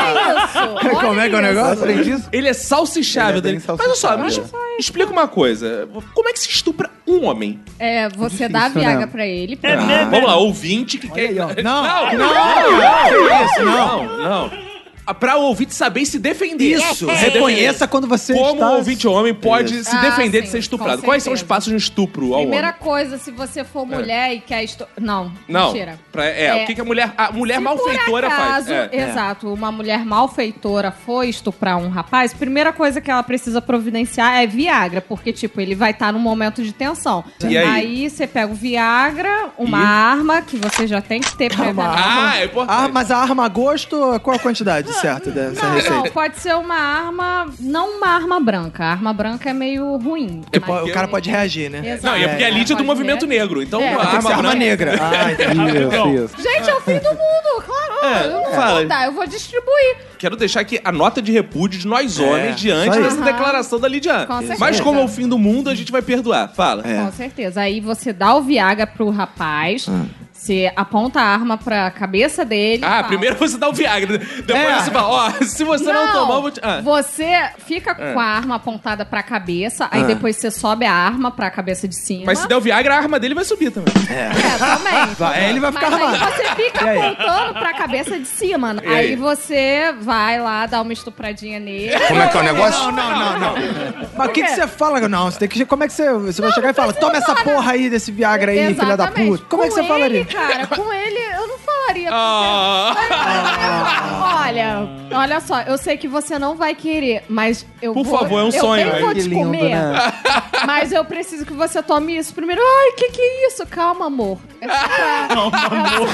Olha isso. Como é que é o olha isso. negócio? Além disso, Ele é salsichável, Ele é bem Danilo. Mas olha só, me salsichável. é. es- explica uma coisa. Como é que se estupra um homem? Ah, É, você dá a Difícil, Viagra né? pra ele. Pra É mesmo? Vamos lá, ouvinte que quer. Não, Não, não, não, isso, não. não, Ah, Pra o ouvinte saber se defender. Isso, Se reconheça quando você defender. Como está... o ouvinte homem pode se Ah, defender de sim, ser estuprado? com Quais são os certeza. passos de um estupro ao Primeira homem? É. coisa, se você for mulher e quer estu... Não, Não. mentira. pra- é, É. o que, que a mulher. A mulher Se malfeitora por faz. acaso, É. Exato. Uma mulher malfeitora foi estuprar um rapaz, primeira coisa que ela precisa providenciar é Viagra, porque, tipo, ele vai estar num momento de tensão. E aí? você pega o Viagra, uma E? arma que você já tem que ter pra evitar- Ah, é importante. Ah, mas a arma a gosto, qual a quantidade? certa dessa Não, não, receita. pode ser uma arma. Não uma arma branca. A arma branca é meio ruim. Porque mas- po- o cara pode reagir, né? Exato. Não, e é porque a Lídia é do Pode movimento ser. negro. Então, É. a Tem Tem que ser arma arma branca- Então, negra. Ah, entendi. Rapidão. Gente, é o fim do mundo, claro. É, eu não fala. vou dar, eu vou distribuir. Quero deixar aqui a nota de repúdio de nós homens diante isso aí. dessa Aham. declaração da Lidiane. Com certeza. Mas como é o fim do mundo, a gente vai perdoar. Fala. Ah, É. Com certeza. Aí você dá o Viagra pro rapaz, você aponta a arma pra cabeça dele. Ah, fala, primeiro você dá o Viagra. Depois É. você fala, ó, se você não, tomar, eu vou te... Ah. É. Você fica com a arma apontada pra cabeça, aí depois você sobe a arma pra cabeça de cima. Mas se der o Viagra, a arma dele vai subir também. É, também. Vai, aí ele vai ficar Mas armado. Aí você fica apontando pra cabeça de cima. Aí? aí? você vai lá dar uma estupradinha nele. Como é que é o negócio? não, não. Mas o que, quê? que você fala? Não, você tem que. Como é que você. Você vai chegar e fala, toma essa porra aí desse Viagra aí, Exatamente. filha da puta. Como é que Com você falaria? ele, cara, com ele eu não falaria. Ah. porque- Olha, olha só, eu sei que você não vai querer, mas eu Por vou- favor, é um eu sonho, Eu né? vou Que te lindo, comer, né? mas eu preciso que você tome isso primeiro. Ai, que que é isso? Calma, amor. É só pra-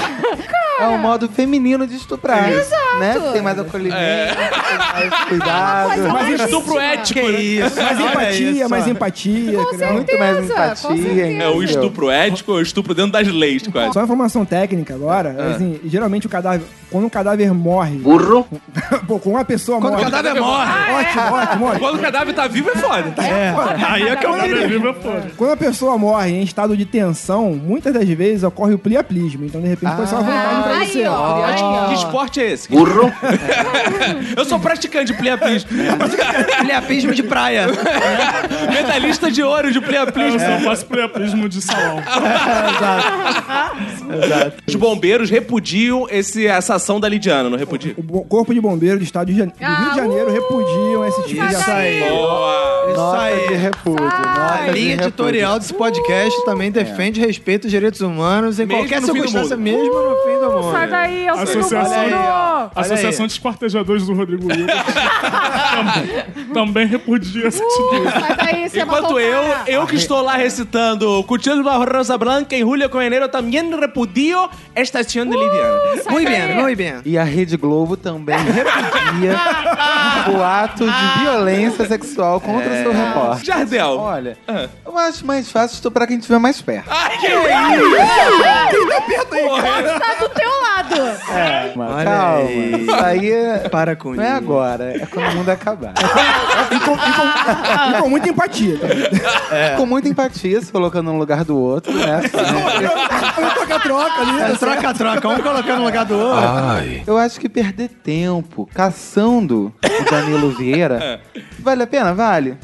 É um modo feminino de estuprar. Exato. Né? Que Tem mais acolhimento, É. É. tem mais Mas é cuidado. uma Mas Claríssima. estupro ético, Que né? isso? Mais empatia, mais empatia. Com entendeu? certeza, Muito mais com certeza. empatia. É o estupro ético, é o estupro dentro das leis, quase. Só uma informação técnica agora, É. assim, geralmente o cadáver. Quando um cadáver morre. Burro. Pô, quando uma pessoa Quando o morre. Ah, é. cadáver morre. Ótimo, ótimo, ótimo. Quando o cadáver tá vivo, é foda. Aí é que eu lembro, foda. Quando a pessoa morre em estado de tensão, muitas das vezes ocorre o pliaplismo. Então, de repente, pode ser uma vantagem Ah, pra você. Aí, ó. Aí, ó. Que esporte é esse? Burro. Eu sou praticante de pleaplismo. Pleapismo de praia. Medalhista de ouro de Eu pleaplismo. só É. faço priaprismo de salão. Os bombeiros repudiam esse, essa ação da Lidiana, não repudiam? O bo- Corpo de Bombeiro do Estado de Jane- do Rio Ah, de Janeiro uh, repudiam esses tipos de Isso ação. aí. Boa! Nota de Isso aí. repúdio. Nota de A linha repúdio. editorial desse podcast também defende respeito aos direitos humanos em Mesmo qualquer no fim do circunstância, mundo. mesmo no fim do mundo. Sai daí, eu sou do Associação- mundo. Associação de Esquartejadores do Rodrigo Wilson. Também repudia essa atitude. Sai daí, Uh, você matou Enquanto o eu, cara. eu que estou lá recitando Cuchillo de la Rosa Blanca e Julio Coenero também repudio esta ação Uh, de Lidiana. Sai Muito daí. bem, muito bem. E a Rede Globo também repudia Ah, Ah. o ato de violência sexual contra o É. seu repórter. Jardel. Ah. Olha, eu acho mais fácil estuprar quem estiver mais perto. Ai, que isso? Porra. Tá do teu lado. É. Mas Olha calma, aí. isso aí é- Para com não é isso. agora, é quando o mundo acabar. E com, e É com- e com muita empatia. tá? É. Com muita empatia, se colocando um no lugar do outro, né? Foi um troca-troca ali. É Troca-troca, um colocando no lugar do outro. Ai. Eu acho que perder tempo caçando o Danilo Vieira vale a pena? Vale.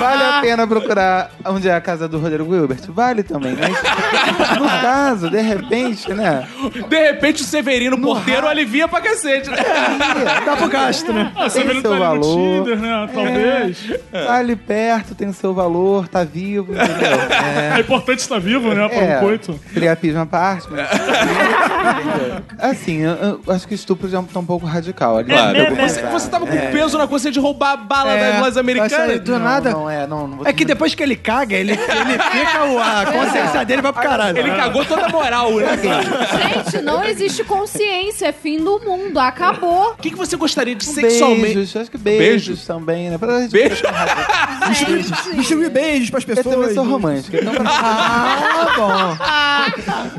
vale a pena procurar onde é a casa do Rodrigo Wilbert? Vale também, mas no caso, de repente, né? De repente o Severino Porteiro alivia pra cacete, né? Dá pro gasto, né? Ah, você Tem vê no seu Telegram valor. Tinder, né? Talvez. Tá ali perto, tem o seu valor, tá vivo, entendeu? É, importante estar vivo, né? Para um coito. Priapismo à parte, mas. assim, eu, eu acho que estupro já tá um pouco radical ali. Claro. Você, É, né, você tava com peso na consciência de roubar a bala É, das lojas vai sair americanas? do nada. Não, é, não, não vou É. É que depois que ele caga, ele, ele fica o, a consciência dele vai pro caralho. Ele cagou toda a moral, né? Gente, não existe consciência. É fim do mundo. Acabou. O que, que você gostaria Um de sexualmente? Beijos, acho que beijos Beijo? também, né? Pra gente Beijo? Gente. Distribuir beijos pras Eu também pessoas. sou romântica. Então, pra... Ah, bom.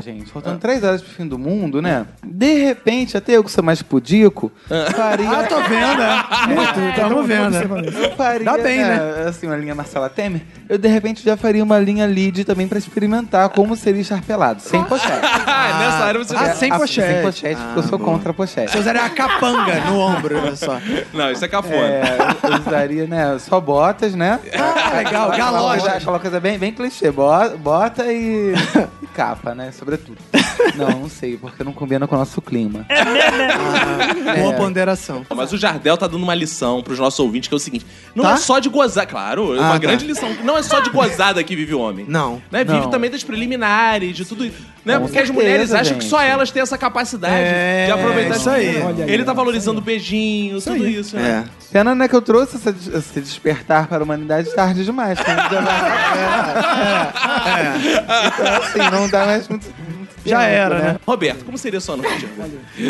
gente, faltando três horas pro fim do mundo, né? De repente, até eu que sou mais pudico, Ah, faria. tô vendo, é. Muito, tamo vendo. Eu faria, Dá bem, né? Assim, uma linha Marcela Temer. Eu, de repente, já faria uma linha lead também pra experimentar como seria estar pelado, sem pochete. Ah, nessa hora você Ah, já... sem pochete. Ah, Sem pochete, porque eu sou contra a pochete. Se usarem a capanga no ombro, olha só. Não, isso é cafona. É, eu usaria, né? Só botas, né? Ah, legal, Coloca uma galocha. coisa- Aquela coisa bem, bem clichê. Bo- Bota e, e capa, né? Sobretudo. Não, não sei, porque não combina com o nosso clima. Ah, É. Boa ponderação. É. Mas o Jardel tá dando uma lição pros nossos ouvintes, que é o seguinte: não Tá? é só de gozar, claro, é Ah, uma tá. grande lição. Não é só de gozada que vive o homem. Não. Né? Vive Não. também das preliminares, de tudo. isso, Né? Com Porque as certeza, mulheres acham que gente. só elas têm essa capacidade É, de aproveitar isso aí. Olha aí, Ele tá ó. valorizando o beijinho, tudo aí. isso. né? É. Pena, né, que eu trouxe essa des- esse despertar para a humanidade tarde demais. que a gente já vai- É, é. Então, assim, não dá mais muito, muito Já era, né? Roberto, como seria sua noite?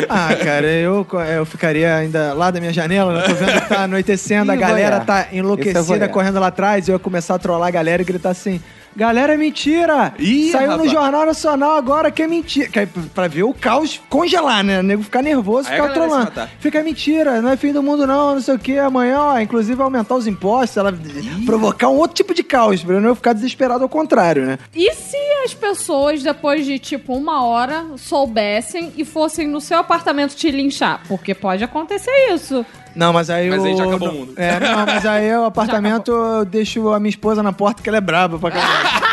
Ah, cara, eu, co- eu ficaria ainda lá da minha janela, né? tô vendo que tá anoitecendo, a Ih, galera voyeur. tá Esse é enlouquecida voyeur. correndo lá atrás, eu ia começar a trollar a galera e gritar assim: Galera, é mentira! Ih, Saiu no rapaz. Jornal Nacional agora que é mentira. Que é pra- pra ver o caos congelar, né? O nego ficar nervoso, Aí a ficar galera trollando. se matar. Fica mentira, não é fim do mundo, não, não sei o que. Amanhã, ó, inclusive, vai aumentar os impostos, ela provocar um outro tipo de caos, pra eu não ficar desesperado ao contrário, né? E se as pessoas, depois de tipo uma hora, soubessem e fossem no seu apartamento te linchar? Porque pode acontecer isso. Não, mas aí Mas eu... aí já acabou não- o mundo. É, não, mas aí o apartamento eu deixo a minha esposa na porta que ela é braba pra caralho.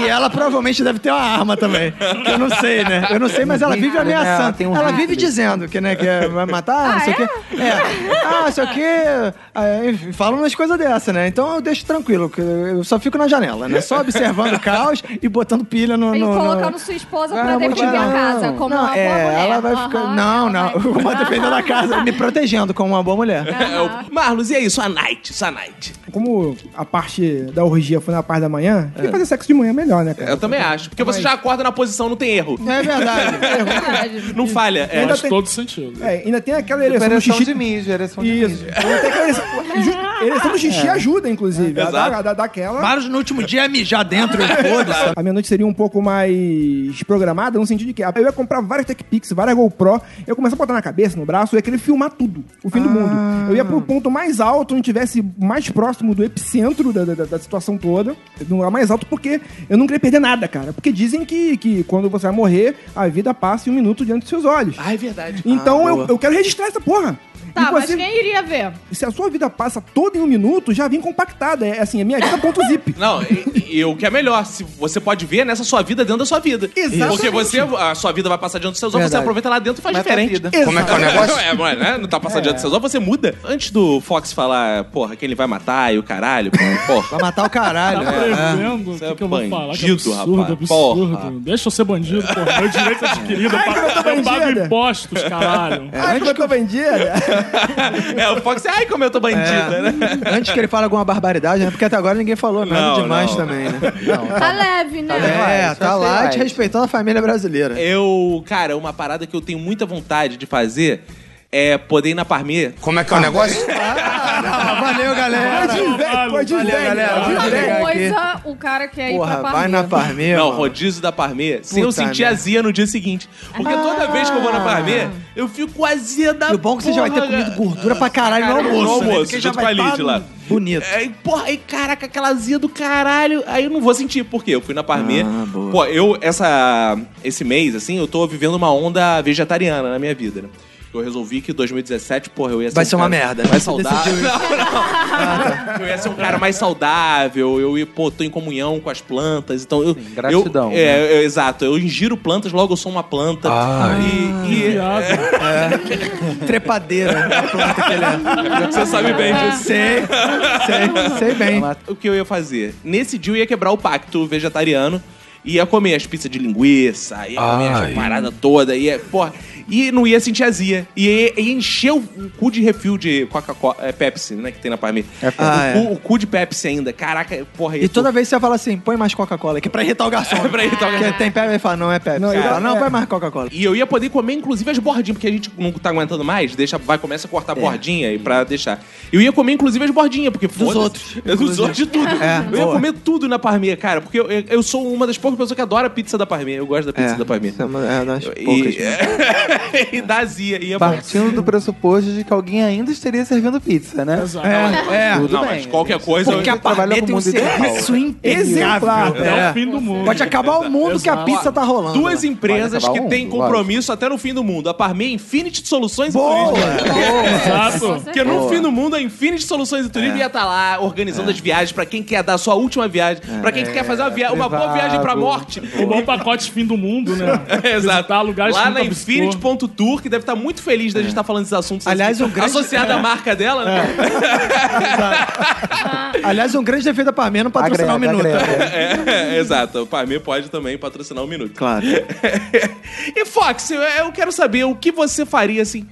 E ela provavelmente deve ter uma arma também. que Eu não sei, né? Eu não sei, mas ela vive rifle, né? ameaçando. Ela tem um ela rifle. vive dizendo que, né, que é- vai matar, não sei o quê. É. Ah, não sei o quê. Aí, enfim, falam umas coisas dessa, né? Então eu deixo tranquilo, que eu só fico na janela, né? Só observando o caos e botando pilha no. E no- no- colocando sua esposa Não, pra não Ah, vou defender tirar, a casa, não. como Não, uma boa é, mulher. Ela vai ficar. Aham, não, ela não. vai- Uma defendendo a tá casa, me protegendo como uma boa mulher. É, o- Marlos, e aí, sua night, sua night? Como a parte da orgia foi na parte da manhã, tem que fazer sexo de manhã é melhor, né, cara? Eu também acho. Porque você já acorda na posição, não tem erro. É verdade. Verdade. Não falha. É. Ainda Faz tem- todo sentido. É, ainda tem aquela ereção do Ereção xixi. de mijo, ereção de Isso. mijo. Ainda tem aquela ereção... ju- ereção do É. xixi ajuda, inclusive. A Exato. da, a da, daquela... Vários no último dia mijar dentro, foda-se. A minha noite seria um pouco mais programada, no sentido de que eu ia comprar várias Tech Pix, várias GoPro, eu ia começar a botar na cabeça, no braço, eu ia querer filmar tudo, o fim do mundo. Eu ia pro ponto mais alto, onde estivesse mais próximo do epicentro da, da, da situação toda, no lugar mais alto, porque eu não queria perder nada, cara. Porque dizem que, que quando você vai morrer, a vida passa em um minuto diante dos seus olhos. Ah, é verdade. Então Ah, eu, boa. eu quero registrar essa porra. Tá, mas Inclusive, quem iria ver? se a sua vida passa toda em um minuto, já vem compactada. É assim, a minha vida ponto zip. Não, e, e o que é melhor, se você pode ver nessa sua vida dentro da sua vida. Exatamente. Porque você, a sua vida vai passar diante dos seus olhos, você Verdade. tá aproveita lá dentro e faz Mata a diferente. vida. Como é que é o negócio? É, mano, né? Não tá passando diante dos seus olhos, você muda. Antes do Fox falar, porra, quem ele vai matar e o caralho, porra. Vai matar o caralho. né? Tá prevendo o Você que, é que eu vou falar? Que bandido, absurdo, rapaz. absurdo. Porra. Deixa eu ser bandido, porra. Meu direito adquirido. é um eu, pago, eu pago bandida. né? impostos, caralho. Ai, como eu tô bandida. é, o Fox, ai, como eu tô É, bandida, né? Antes que ele fale alguma barbaridade, né? Porque até agora ninguém falou nada Não, demais não. também, né? Tá leve, né? É, light, tá vai ser lá te light. respeitando a família brasileira. Eu, cara, uma parada que eu tenho muita vontade de fazer é poder ir na Parmê. Como é que é o negócio? Ah, valeu, galera. Caralho, Pode ir, Valeu, velho. galera. Uma Vou pegar aqui. coisa, o cara quer ir Porra, pra vai na Parmê, Não, mano. rodízio da Parmê, se eu Puta sentir merda. azia no dia seguinte. Porque toda vez que eu vou na Parmê, eu fico azia da Ah. E o bom é que você já vai ter porra, comido cara. gordura pra caralho no Caralho, almoço. no né? almoço, Porque junto com a Lid tá lá. Bonito. Aí, porra, aí, caraca, aquela azia do caralho. Aí eu não vou sentir, porque eu fui na Parmê. Ah, boa. Pô, eu, essa, esse mês, assim, eu tô vivendo uma onda vegetariana na minha vida, né? Eu resolvi que 2017, porra, eu ia ser Vai um ser uma cara merda, né? Mais Você saudável. decidiu Não, não. Eu ia ser um cara mais saudável, eu ia, pô, tô em comunhão com as plantas, então eu. gratidão, eu- né? é, eu- exato, eu ingiro plantas, logo eu sou uma planta. e. e- Viado. É. Trepadeira. a planta que ele é. você sabe bem disso. Sei, sei, sei bem. o que eu ia fazer? Nesse dia eu ia quebrar o pacto vegetariano. Ia comer as pizzas de linguiça, ia comer Ai. as parada toda, ia, porra, e não ia sentir azia. E ia, ia encher o, o cu de refil de Coca-Cola, é, Pepsi, né, que tem na Parme. Ah, o, é. cu, o cu de Pepsi ainda, caraca, porra. E toda vez que você fala assim, põe mais Coca-Cola aqui pra irritar o garçom. Pra tá irritar o garçom. Porque tem Pepsi, ele fala, não é Pepsi. Não, Não, eu- fala, não é. põe mais Coca-Cola. E eu ia poder comer, inclusive, as bordinhas, porque a gente não tá aguentando mais, deixa, vai, começa a cortar É. a bordinha e pra deixar. Eu ia comer, inclusive, as bordinhas, porque foda-se. outros, Eu- Dos inclusive. outros de tudo. É, eu ia boa. comer tudo na Parmê, cara, porque eu, eu- eu sou uma das poucas pessoas que adora pizza da Parmê. Eu gosto da pizza da Parmê. isso é uma- é das poucas. né? E, e é da Zia. Ia Partindo do pressuposto de que alguém ainda estaria servindo pizza, né? Exato. É, é. Tudo Não, bem. mas qualquer coisa. Porque eu- um a Parmê tem um serviço Exemplar. impecável. Até É. o fim do mundo. Pode acabar o mundo que a pizza tá rolando. Duas empresas acabar que um, têm lógico. compromisso até no fim do mundo. A Parmê Infinity Soluções e Boa! É. Turismo. Exato. Porque no fim do mundo, a Infinity Soluções e Turismo ia estar lá organizando as viagens pra quem quer dar a sua última viagem, pra É. quem quer fazer uma, via- uma boa Privado. viagem pra morte. O bom pacote fim do mundo, né? Exato. Visitar lugares que Lá nunca na visitou. Infinity.tour, que deve estar muito feliz da gente estar falando desses assuntos. É. Aliás, assim, um grande- É. associado à marca dela, Tá né? Aliás, um grande defeito da Parmê não patrocinar o Agrega, Um minuto. agrega. É, exato. O Parmê pode também patrocinar um minuto. Claro. e Fox, eu- eu quero saber o que você faria assim.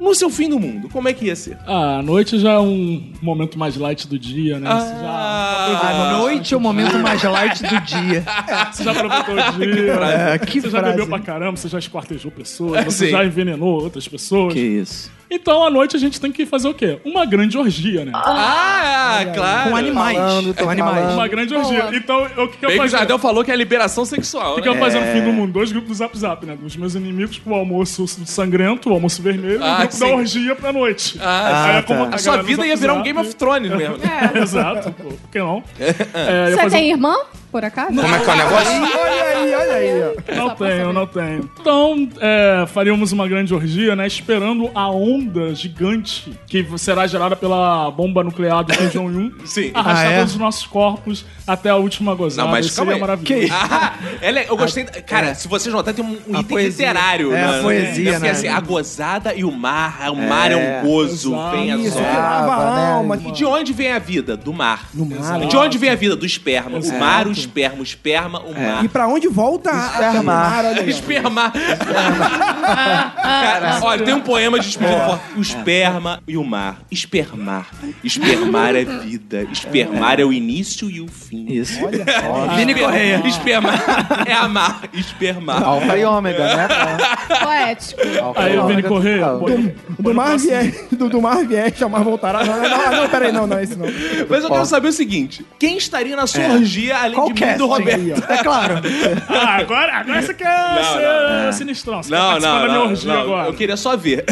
No seu fim do mundo, como é que ia ser? Ah, a noite já é um momento mais light do dia, né? Você Ah, A noite é o momento mais light do dia. já, você já aproveitou o dia. É, que você já frase. bebeu pra caramba, você já esquartejou pessoas, É, você sim. já envenenou outras pessoas. Que isso. Então, à noite, a gente tem que fazer o quê? Uma grande orgia, né? Ah, claro. Com animais. falando, tô com animais. É, Uma grande orgia. Então, eu- o que, que eu Bem que o fazia? Jardel falou que é liberação sexual, O que, né? é. que eu fazia no fim do mundo? Dois grupos do Zap Zap, né? Dos meus inimigos pro almoço sangrento, o almoço vermelho, e Ah, o grupo sim. da orgia pra noite. Ah, Aí tá. eu como- A galera sua no vida Zap ia virar um Zap- Tipo, Game of Thrones mesmo. né? É, Exato, pô. Por que não? É, eu Você fazia- tem irmã, por acaso? Como é que é o negócio? Olha aí, olha aí, ó. Não tenho, não tenho. Então, é, faríamos uma grande orgia, né? Esperando a onda gigante que será gerada pela bomba nuclear do Kim Jong-un Sim. arrastar Ah, é? todos os nossos corpos até a última gozada. Não, mas Isso calma seria aí. maravilhoso. Ah, é le- eu gostei. Cara, se vocês notarem, tem um, um item poesia. literário. É, né? a poesia, Porque né? assim, a gozada e o mar. O mar é, um gozo. Vem a Isso, sol. que lava a alma. E de onde vem a vida? Do mar. No mar. De onde vem a vida? Do esperma. O Exato. mar, o esperma, o esperma, o mar. E pra onde volta é a a Espermar. terminar, olha aí. ó. É Esperma. Cara, olha, tem um poema de despedida forte. O esperma e o mar. Espermar. Espermar é vida. Espermar é o início e o fim. Isso. Vini Correia. Espermar é amar. Espermar. Alfa e ômega, né? Poético. Alfa Aí e eu vim né? ômega correr. total. pô, eu- Do mar vier, do, do mar vier, chamar voltará. Não, não, não, não, peraí, não, não, esse não. Mas eu quero saber o seguinte: quem estaria na sua orgia além Qual de mim e do casting? Roberto? É claro. Ah, agora, agora você quer Não, ser não. é. sinistrão. Você quer Não, participar não, da minha não, orgia não. agora. Eu queria só ver.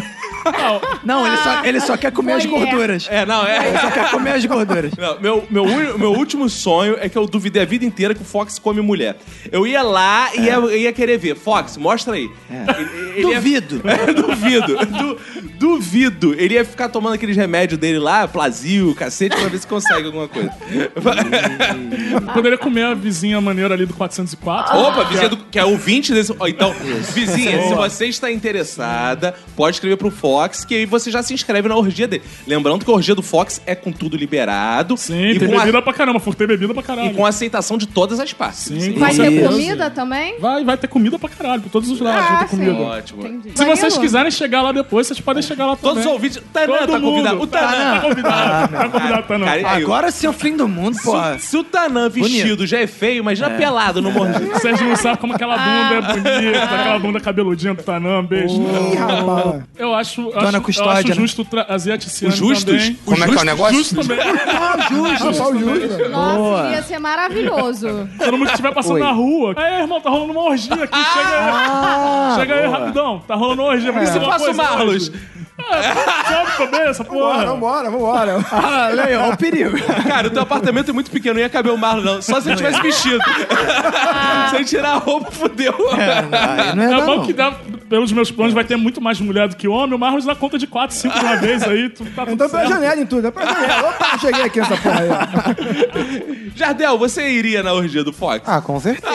Não, ele só, ele só quer comer as Mulher. gorduras. É, não, é. Ele só quer comer as gorduras. Não, meu, meu, uni- meu último sonho é que eu duvidei a vida inteira que o Fox come mulher. Eu ia lá É. e ia, ia querer ver. Fox, mostra aí. Ele- ele ia- Duvido. É, duvido. Du- duvido. Ele ia ficar tomando aqueles remédios dele lá, plazio, cacete, pra ver se consegue alguma coisa. Poderia comer a vizinha maneira ali do Ah, 404. Opa, vizinha do, que é ouvinte desse. ó, Então, vizinha, se você está interessada, pode escrever pro Fox, que aí você já se inscreve na orgia dele. Lembrando que a orgia do Fox é com tudo liberado. Sim, e, tem com a- bebida pra caramba. Furtei bebida pra e caralho. com a aceitação de todas as partes. Sim, com Vai ter certeza. é comida também? Ah, Vai, vai ter comida pra caralho, por todos os lados vai ter sim. comida. Ótimo. Entendi. Se vocês Danilo, quiserem chegar lá depois, vocês podem chegar lá Todos também. os ouvintes. Tanã Todo tá convidado. mundo. O Tanã. Tá convidado, tá convidado, tá não. Cara, aí, Agora sim é o fim do mundo, se, porra. o- se o Tanã vestido já é feio, imagina pelado no morrinho. Vocês não sabem como aquela bunda é bonita, aquela bunda cabeludinha do Tanã, beijo. Ih, rapaz. Eu acho, eu Dona acho, Custódia, eu né? acho justo trazer a Tiziane Os justos? também. Como é que é o negócio? Justo também. Rapaz, o Júlio. Nossa, Boa. ia ser maravilhoso. Ah! Todo mundo que estiver passando Oi. na rua. Aí, irmão, tá rolando uma orgia aqui, chega aí. Chega aí, rapidão. Tá rolando uma orgia. É. Ah, se passa o Marlos? Sobe também essa Bora, porra. vambora, vambora. Ah, olha o perigo. Cara, o teu apartamento é muito pequeno, não ia caber o Marlon, não. Só se ele tivesse vestido. se ele tirar a roupa, fudeu. Aí não é, É não. bom que dá, pelos meus planos, vai ter muito mais mulher do que homem. O Marlos dá conta de 4, 5 de uma vez aí. Tu tá tudo Então pela certo. janela em tudo, é pra janela. Opa, cheguei aqui nessa porra aí. ó. Jardel, você iria na orgia do Fox? Ah, com certeza.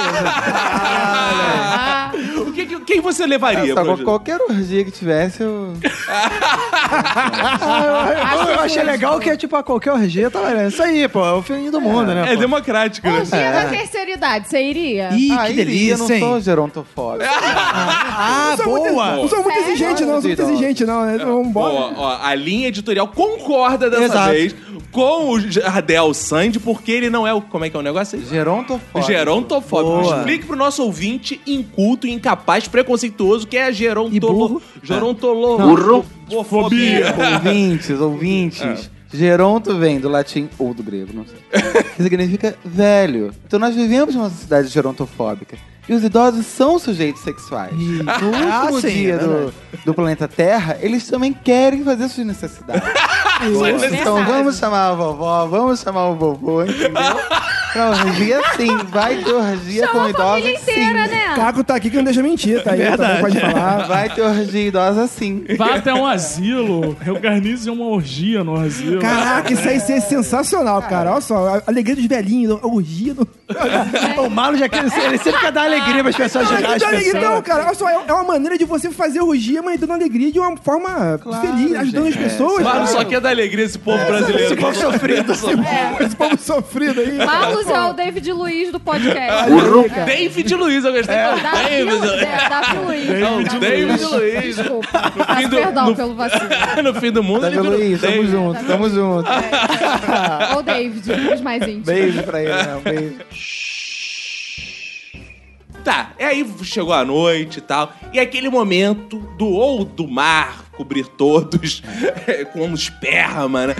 O que, que- quem você levaria? Só pra qual- orgia? qualquer orgia que tivesse, eu. Ah, eu achei legal que é tipo a qualquer orgia, tá valendo. Isso aí, pô. É o fim do mundo, né? É pô? democrático, né? Dia da terceira idade, você iria? É. Ih, Ah, que iria, delícia, Eu não sou hein? gerontofóbico. Ah, é Não boa. sou muito exigente, não, não sou muito exigente, não. né? Então, Ó, Vambora. ó, a linha editorial concorda dessa Exato. vez com o Jardel Sandy, porque ele não é o. Como é que é o negócio? Gerontofóbico. Gerontofóbico. Boa. Explique pro nosso ouvinte inculto, incapaz, preconceituoso, que é a gerontolo... burro. gerontolofobia. ouvintes, ouvintes. É. Geronto vem do latim ou do grego, não sei. Que significa velho. Então nós vivemos numa sociedade gerontofóbica. E os idosos são sujeitos sexuais. No Ah, último sim, dia é do, do planeta Terra, eles também querem fazer suas necessidades. então Verdade. vamos chamar a vovó, vamos chamar o vovô, entendeu? Pra orgia sim, vai ter orgia Chama com a família idosos sim. inteira, né? Caco tá aqui que não deixa mentir, tá aí, também pode falar. Vai ter um assim. orgia idosa sim. Vá até um asilo, organize uma orgia no asilo. É. Caraca, isso aí seria sensacional, cara. Olha só, a alegria dos velhinhos, a orgia do. É. O Marlos já quer, ele sempre quer dar alegria pras pessoas Mas chegarem. às então, pessoas. então, cara, olha só, é é uma maneira de você fazer orgia, mas dando alegria de uma forma feliz, ajudando É, as pessoas. Claro, cara. só quer dar alegria a esse povo brasileiro. Esse povo sofrido. Esse povo sofrido aí. Marlos Luiz é o David Luiz do podcast. Ah, David Luiz, eu gostei. É. Davi, é, Davi Luiz. Não, Davi David Luiz. Desculpa. Peço do- perdão no- pelo vacilo. no fim do mundo, Davi ele virou Luiz, Tá tamo David. junto, tamo junto. É. Ou David, os mais íntimos. Beijo pra ele, né? Um beijo. Tá, e aí chegou a noite e tal. E aquele momento do ou do mar cobrir todos com um esperma, né?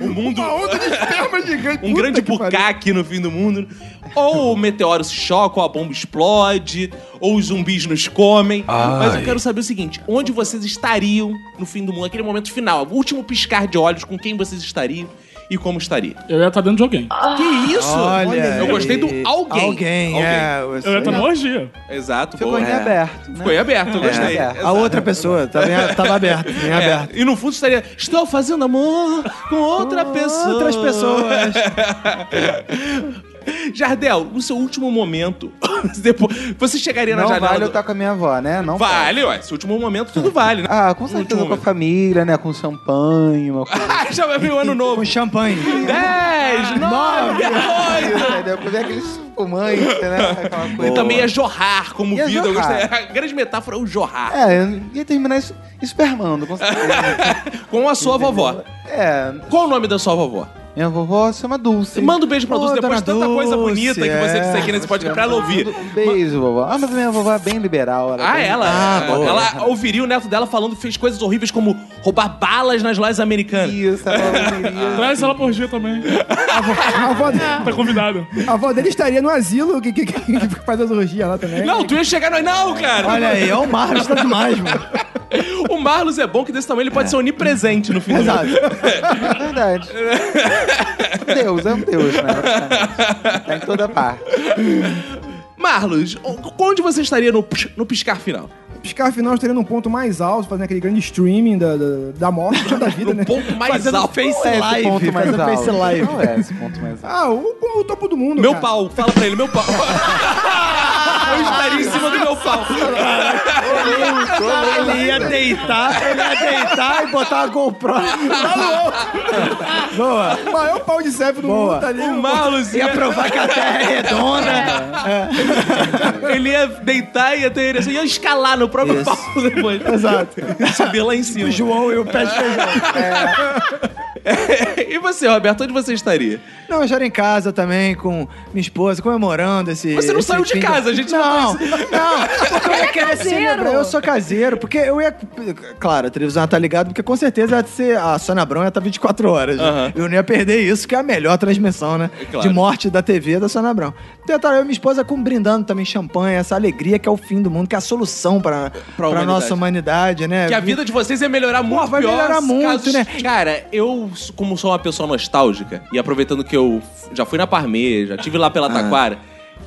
O mundo. Um Esperma gigante. Um grande bucá. bucaque no fim do mundo. Ou o meteoro se choca, ou a bomba explode, ou os zumbis nos comem. Mas eu quero saber o seguinte: onde vocês estariam no fim do mundo, aquele momento final, o último piscar de olhos, com quem vocês estariam e como estaria? Eu ia estar dentro de alguém. Que isso? Olha eu gostei do aí. alguém. Alguém, é. Eu ia estar numa orgia. Exato, Ficou boa. É. em aberto, né? Ficou em aberto, eu É, gostei. aberto. A outra pessoa, tá bem, tava aberto, bem É, aberto. E no fundo estaria, estou fazendo amor com outra pessoa. Outras pessoas. Jardel, no seu último momento, depois, você chegaria na Não janela. vale do- eu estar com a minha avó, né? Não vale, ué. Esse último momento tudo vale, né? Ah, com No certeza último com a momento. família, né? Com champanhe, uma coisa. Ah, já vai vir o ano novo. Com champanhe. 10, 9, 8. Depois vem aqueles fumantes, né? Aquela coisa. E também ia jorrar Ah, como Ia vida. eu jorrar. gostei. A grande metáfora é o jorrar. É, eu ia terminar es- espermando, com certeza. Com a sua vovó. é, Qual o nome da sua vovó? minha vovó se chama Dulce. Manda um beijo pra Ô, Dulce depois de dona tanta coisa Dulce, bonita que você é. disse aqui nesse podcast pra ela ouvir. Um beijo, vovó. Ah, mas minha vovó é bem liberal. Ah, bem- ela. Ah, boa. ela ouviria o neto dela falando que fez coisas horríveis como roubar balas nas lojas americanas. Isso, ela queria. Traz ela pra orgia também. A avó, de- Tá convidado. a avó dele estaria no asilo que, que, que, que faz as orgias lá também. Não, tu ia chegar nós. Não, cara! Olha aí, ó, o Marlos tá demais, mano. O Marlos é bom que desse tamanho ele pode ser onipresente no fim do Exato. mundo. É verdade. Deus, é um Deus, né? Tá em toda parte. um- Marlos, o- onde você estaria no, psh- no piscar final? Piscar final estaria num ponto mais alto, fazendo aquele grande streaming da, da, da morte, da vida, né? No ponto mais Fazendo alto. face Qual é esse ponto live, mais fazendo alto? face live. Qual é esse ponto mais alto? Ah, o, o topo do mundo, Meu cara. pau, fala pra ele, meu pau. Eu estaria em cima do meu pau. Ele ia deitar, ele ia deitar e botar uma GoPro. Boa, O Tá maior pau de serve do Boa. mundo tá ali. O Marlos ia ia, provar que a terra é redonda. É. ele ia deitar e ia ter ereção. Ia escalar no próprio Isso. pau depois. Exato. Ia Subir lá em cima. É. O João e o pé de feijão. E você, Roberto, onde você estaria? Não, eu estaria em casa também com minha esposa, comemorando esse. Você não esse saiu de fim casa, a gente não. Não, porque eu ia querer caseiro. celebrar. Eu sou caseiro, porque eu ia. Claro, a televisão ia tá ligada, porque com certeza ia ser, a Sônia Abrão ia estar 24 horas. né? Aham. Eu não ia perder isso, que é a melhor transmissão, né? É claro. De morte da TV da Sônia Abrão. Então eu estaria eu e minha esposa com brindando também champanhe, essa alegria que é o fim do mundo, que é a solução pra, pra, humanidade. nossa humanidade, né? Que a vida de vocês ia melhorar muito vai pior. melhorar muito, né? Cara, eu, como sou uma pessoa nostálgica, e aproveitando que eu f- já fui na Parme, já tive lá pela Ah. Taquara,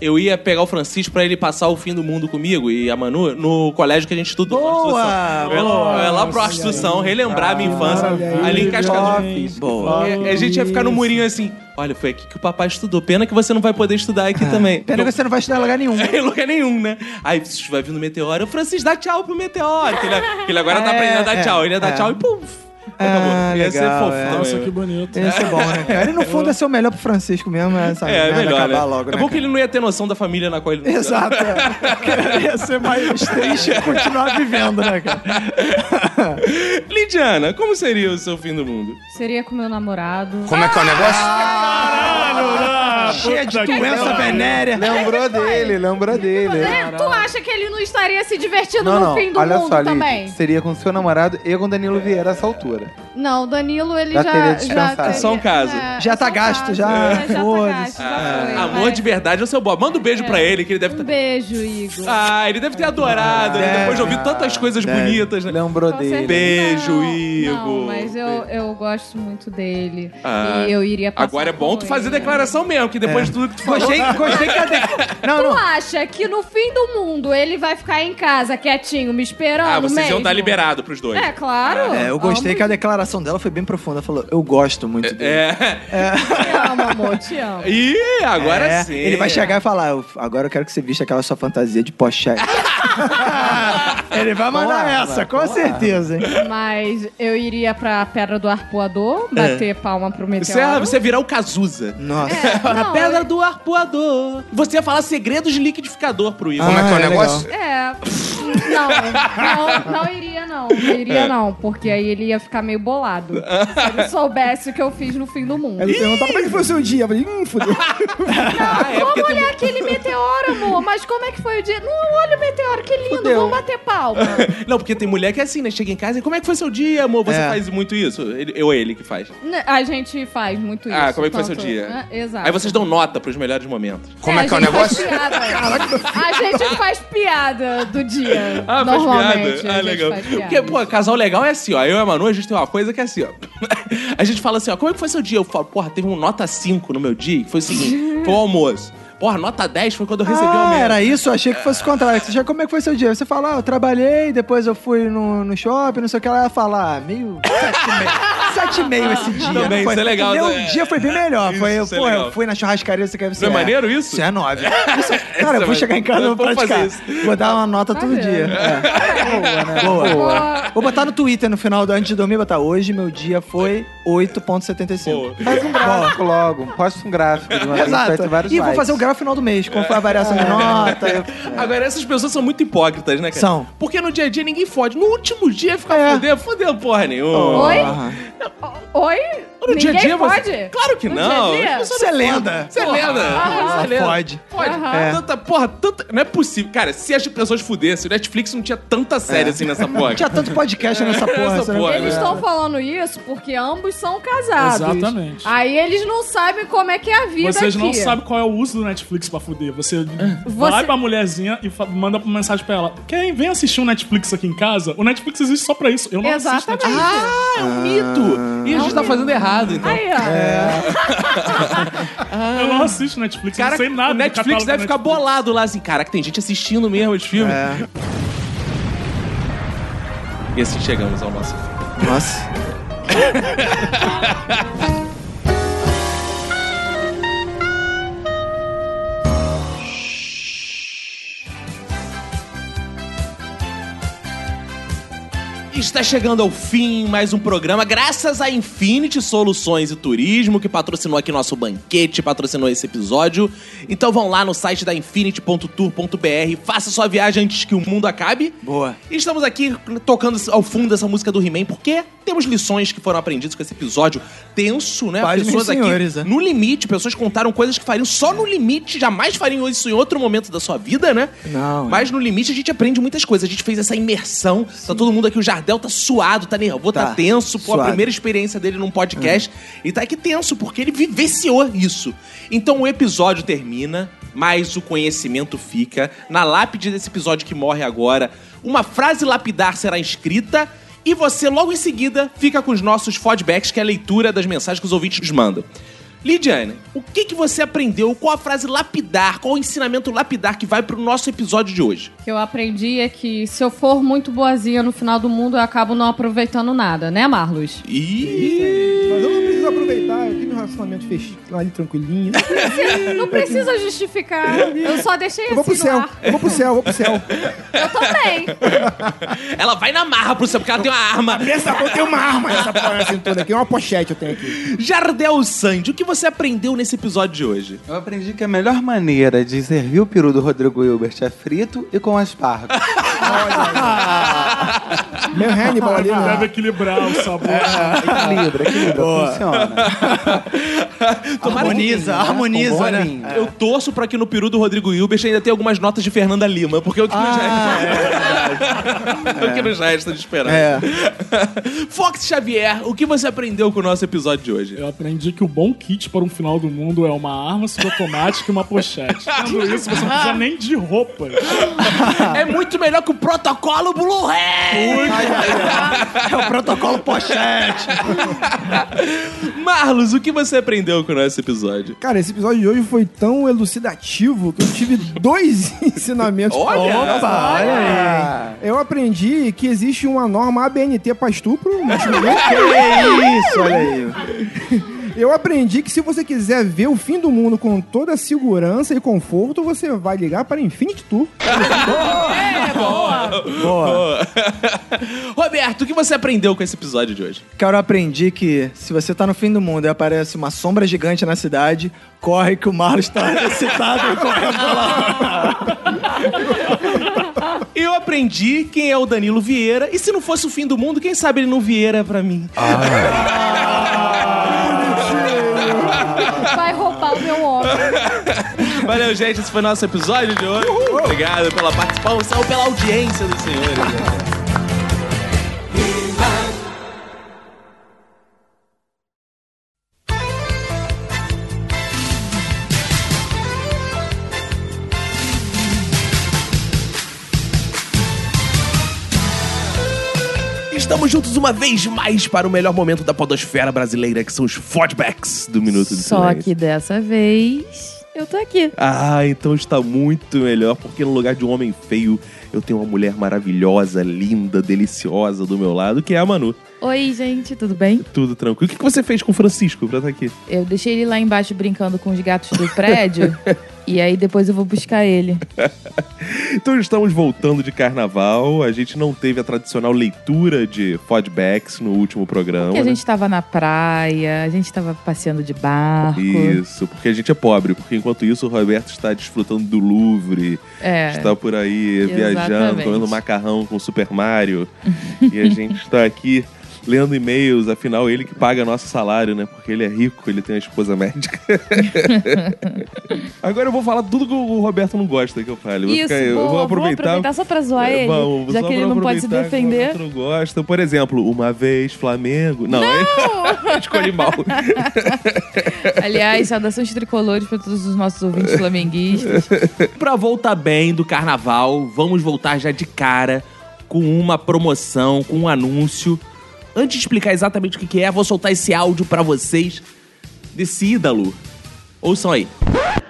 eu ia pegar o Francisco pra ele passar o fim do mundo comigo e a Manu no colégio que a gente estudou. na Boa! Instrução. Eu ia- Eu ia lá pro Instrução, relembrar a minha infância, maravilha. ali em Cascadura. Tofes. Boa. E A gente ia ficar no murinho assim, olha, foi aqui que o papai estudou. Pena que você não vai poder estudar aqui também. É, Ah, Pena Eu- que você não vai estudar em lugar nenhum. em lugar nenhum, né? Aí pss, vai vindo o meteoro. O Francis, dá tchau pro meteoro. Que ele, que ele agora tá É, aprendendo a dar é, tchau. Ele ia dar é. tchau e puf. Ah, Acabou. Ia ser legal, fofo é. também, Nossa, né? que bonito. Ia ser bom, né, cara? E no fundo ia ser o melhor pro Francisco mesmo, essa É, é Tá, merda melhor, acabar né? logo, é né? bom que ele não ia ter noção da família na qual ele não cara? Exato. é. Cara, ia ser mais triste e continuar vivendo, né, cara? Lidiana, como seria o seu fim do mundo? Seria com meu namorado. Como é que é o negócio? Ah, Ah, Tá Tá Cheia de doença pariu. venérea. Lembrou dele, lembrou dele. É, tu acha que ele não estaria se divertindo Não, tá no não, fim do olha mundo só, Lid, também? seria com seu namorado e com Danilo Vieira essa altura. Não, o Danilo, ele Já já. teria já dispensado. teria- Só um caso. é, Já tá só um gasto, caso, já, é, já tá foda-se. gasto, já foi. Ah, Amor vai. de verdade é o seu Bob. Manda um beijo pra ele, que ele deve Um estar. beijo, Igor. Ah, ele deve ter adorado. né? Deve, depois de ouvir tantas coisas É. deve. bonitas, né? Lembrou Com dele. certeza. Beijo, Igor. Não, mas eu, eu gosto muito dele. Ah. e eu iria passar Agora é bom com tu fazer ele. declaração mesmo, que depois de tudo que tu falou. É. tá Gostei, gostei que a de... Não, Tu não. acha que no fim do mundo ele vai ficar em casa quietinho, me esperando Ah, vocês mesmo? iam dar liberado pros dois. É, claro. É, eu gostei Amo que a declaração dela foi bem profunda. Ela falou, eu gosto muito dele. É. e Te amo, amor, te amo. Ih, agora É, sim. Ele vai chegar e falar, "Eu- agora eu quero que você vista aquela sua fantasia de pochete. ele Ah, vai mandar Boa, essa, boa, com certeza, hein? Mas eu iria É. pra Pedra do Arpoador, bater palma pro meteoro. Você, você virar o Cazuza. Nossa. É, não, Pedra é, do arpoador. Você ia falar segredos de liquidificador pro Igor. Como é que é o negócio? É. Não, não, não iria não. Não É. iria não, porque aí ele ia ficar meio bolado. Se ele soubesse o que eu fiz no fim do mundo. Ela perguntou como é que foi o seu dia. Eu falei, hum, fudeu. ah, é, Vamos olhar aquele é meteoro, amor. Mas como é que foi o dia? Não, olha o meteoro, que lindo. Fudeu. Vamos bater palma. Não, porque tem mulher que é assim, né? Chega em casa e como é que foi seu dia, amor? Você É. faz muito isso? Ele, eu ele que faz. Né, A gente faz muito isso. Ah, como é que foi seu tanto, dia? né? Exato. Aí vocês dão nota pros melhores momentos. Como é que é o a gente faz negócio? piada. A gente faz piada do dia. Ah, faz normalmente. piada. a Ah, gente legal. faz Porque, piada. pô, casal legal é assim, ó. Eu e a Manu, a gente tem uma coisa que é assim, ó. A gente fala assim, ó, como é que foi seu dia? Eu falo, porra, teve um nota 5 no meu dia, que foi o seguinte, foi o almoço. Porra, nota 10 foi quando eu recebi um o ah, almoço. era isso? Eu achei que fosse o contrário. Você já, como é que foi seu dia? Você fala, ah, eu trabalhei, depois eu fui no, no shopping, não sei o que. Ela ia falar, ah, meio sete e meio- sete e meio esse dia. Também, Foi- isso é legal, O meu né? dia foi bem melhor. Isso, foi, eu, isso é pô, legal. eu fui na churrascaria, você quer Não é maneiro isso? Isso é nove. Isso- cara, eu é vou chegar em casa e maneiro. vou Vamos fazer praticar. Vou dar uma nota todo Maneiro. dia. É. Boa, né? Boa. Boa. Vou botar no Twitter no final, do, antes de dormir, botar hoje meu dia foi 8.75. Faz um gráfico logo. Posta um gráfico. De uma vez, vai ter Exato. vários E vou likes. É. fazer o gráfico no final do mês, como foi a variação de nota. eu- Agora, essas pessoas são muito hipócritas, né, cara? São. Porque no dia a dia ninguém fode. No último dia fica É. fodendo, fodendo porra nenhuma. Oi? Aham. O- Oi? No dia a Ninguém dia você- pode? Claro que No não. Um dia a dia? As pessoas Você é lenda. Você é lenda. Você é lenda. Pode. É. Pode. Aham. Tanta, porra, tanta. Não é possível. Cara, se as pessoas fudessem, o Netflix não tinha tanta série assim nessa porra. É. Tinha tanto podcast nessa porra. Essa você não- porra, Eles né? estão falando isso porque ambos são casados. Exatamente. Aí eles não sabem como é que é a vida Vocês aqui. não sabem qual é o uso do Netflix pra fuder. Você, Você- vai pra mulherzinha e fa- manda uma mensagem pra ela. Quem vem assistir um Netflix aqui em casa? O Netflix existe só pra isso. Eu não assisto Exatamente. Netflix. Ah, é um mito. E a gente tá fazendo errado, então. Aí, ó. É. É. Eu não assisto Netflix. eu Ah. Cara, não sei nada. o do Netflix catálogo deve da ficar Netflix. bolado lá, assim, caraca, tem gente assistindo mesmo os filmes. É. E assim chegamos ao nosso fim. Nossa. Está chegando ao fim mais um programa, graças a Infinity Soluções e Turismo, que patrocinou aqui nosso banquete, patrocinou esse episódio. Então vão lá no site da infinity.tour.br, faça sua viagem antes que o mundo acabe. Boa. E Estamos aqui tocando ao fundo essa música do He-Man, porque temos lições que foram aprendidas com esse episódio tenso, né? Pasmem, senhores, é. no limite, pessoas contaram coisas que fariam só no limite, jamais fariam isso em outro momento da sua vida, né? Não, Mas no limite a gente aprende muitas coisas. A gente fez essa imersão, tá todo mundo aqui, o Jardel tá suado, tá nervoso, tá, Tá, tenso, pô, a suado. primeira experiência dele num podcast. E tá aqui tenso, porque ele vivenciou isso. Então o episódio termina, mas o conhecimento fica. Na lápide desse episódio que morre agora, uma frase lapidar será escrita. E você, logo em seguida, fica com os nossos feedbacks, que é a leitura das mensagens que os ouvintes nos mandam. Lidiane, o que, que você aprendeu? Qual a frase lapidar? Qual o ensinamento lapidar que vai pro nosso episódio de hoje? O que eu aprendi é que se eu for muito boazinha no final do mundo, eu acabo não aproveitando nada, né, Marlos? E Mas eu não preciso aproveitar. Eu tive um relacionamento fechado ali, tranquilinho. Não precisa justificar. Eu só deixei Eu vou pro assim no céu. ar. Eu vou pro céu, eu vou pro céu. Eu também. ela vai na marra pro céu, porque ela tem uma arma. Essa porra tem uma arma nessa porra na cintura aqui. É uma pochete eu tenho aqui. Jardel Sandy, o que você aprendeu nesse episódio de hoje? Eu aprendi que a melhor maneira de servir o peru do Rodrigo Hilbert é frito e com aspargos. Meu Hannibal ali, Ele Deve né? equilibrar o sabor. É. equilibra, equilibra, funciona. Tomara Harmoniza, harmoniza, né? que- Eu torço pra que no peru do Rodrigo Hilbert ainda tenha algumas notas de Fernanda Lima, porque é o que nos resta. É o que nos resta de esperar. É. Fox Xavier, o que você aprendeu com o nosso episódio de hoje? Eu aprendi que o bom kit para um final do mundo é uma arma subautomática e uma pochete. Tendo isso, você não precisa nem de roupa. É muito melhor que o protocolo Blu-ray! É o protocolo pochete. Marlos, o que você aprendeu com o nosso episódio? Cara, esse episódio de hoje foi tão elucidativo que eu tive dois ensinamentos. Olha! Opa, olha aí. Eu aprendi que existe uma norma ABNT pra estupro. mas tudo bem. Que é isso, olha aí. Eu aprendi que se você quiser ver o fim do mundo com toda a segurança e conforto, você vai ligar para Infinity Tour. É, boa. Boa. Roberto, o que você aprendeu com esse episódio de hoje? Cara, eu aprendi que se você tá no fim do mundo e aparece uma sombra gigante na cidade, corre que o Marlos tá excitado com Eu aprendi quem é o Danilo Vieira e se não fosse o fim do mundo, quem sabe ele não Vieira pra mim. Vai roubar o meu óculos. Valeu, gente. Esse foi o nosso episódio de hoje. Obrigado pela participação, pela audiência dos senhores. Estamos juntos uma vez mais para o melhor momento da podosfera brasileira, que são os fodbacks do Minuto de Só Silêncio. que dessa vez eu tô aqui. Ah, então está muito melhor, porque no lugar de um homem feio, eu tenho uma mulher maravilhosa, linda, deliciosa do meu lado, que é a Manu. Oi, gente, tudo bem? Tudo tranquilo. O que que você fez com o Francisco pra estar aqui? Eu deixei ele lá embaixo brincando com os gatos do prédio. e aí depois eu vou buscar ele. Então estamos voltando de carnaval. A gente não teve a tradicional leitura de fodbacks no último programa. Porque a né? gente tava na praia, a gente tava passeando de barco. Isso, porque a gente é pobre, porque enquanto isso o Roberto está desfrutando do Louvre, É. está por aí viajando, Exatamente. comendo macarrão com o Super Mario. e a gente está aqui lendo e-mails, afinal ele que paga nosso salário, né? Porque ele é rico, ele tem uma esposa médica. Agora eu vou falar tudo que o Roberto não gosta que eu fale. Eu vou Isso, ficar- eu boa, vou aproveitar. só pra zoar É, ele. vamos, já só que ele pra não pode se aproveitar que o defender. Roberto não gosta. Por exemplo, uma vez Flamengo. Não, eu escolhi mal. Aliás, saudações tricolores pra todos os nossos ouvintes flamenguistas. Pra voltar bem do carnaval, vamos voltar já de cara com uma promoção, com um anúncio. Antes de explicar exatamente o que que é, vou soltar esse áudio pra vocês desse ídalo. Ouçam aí.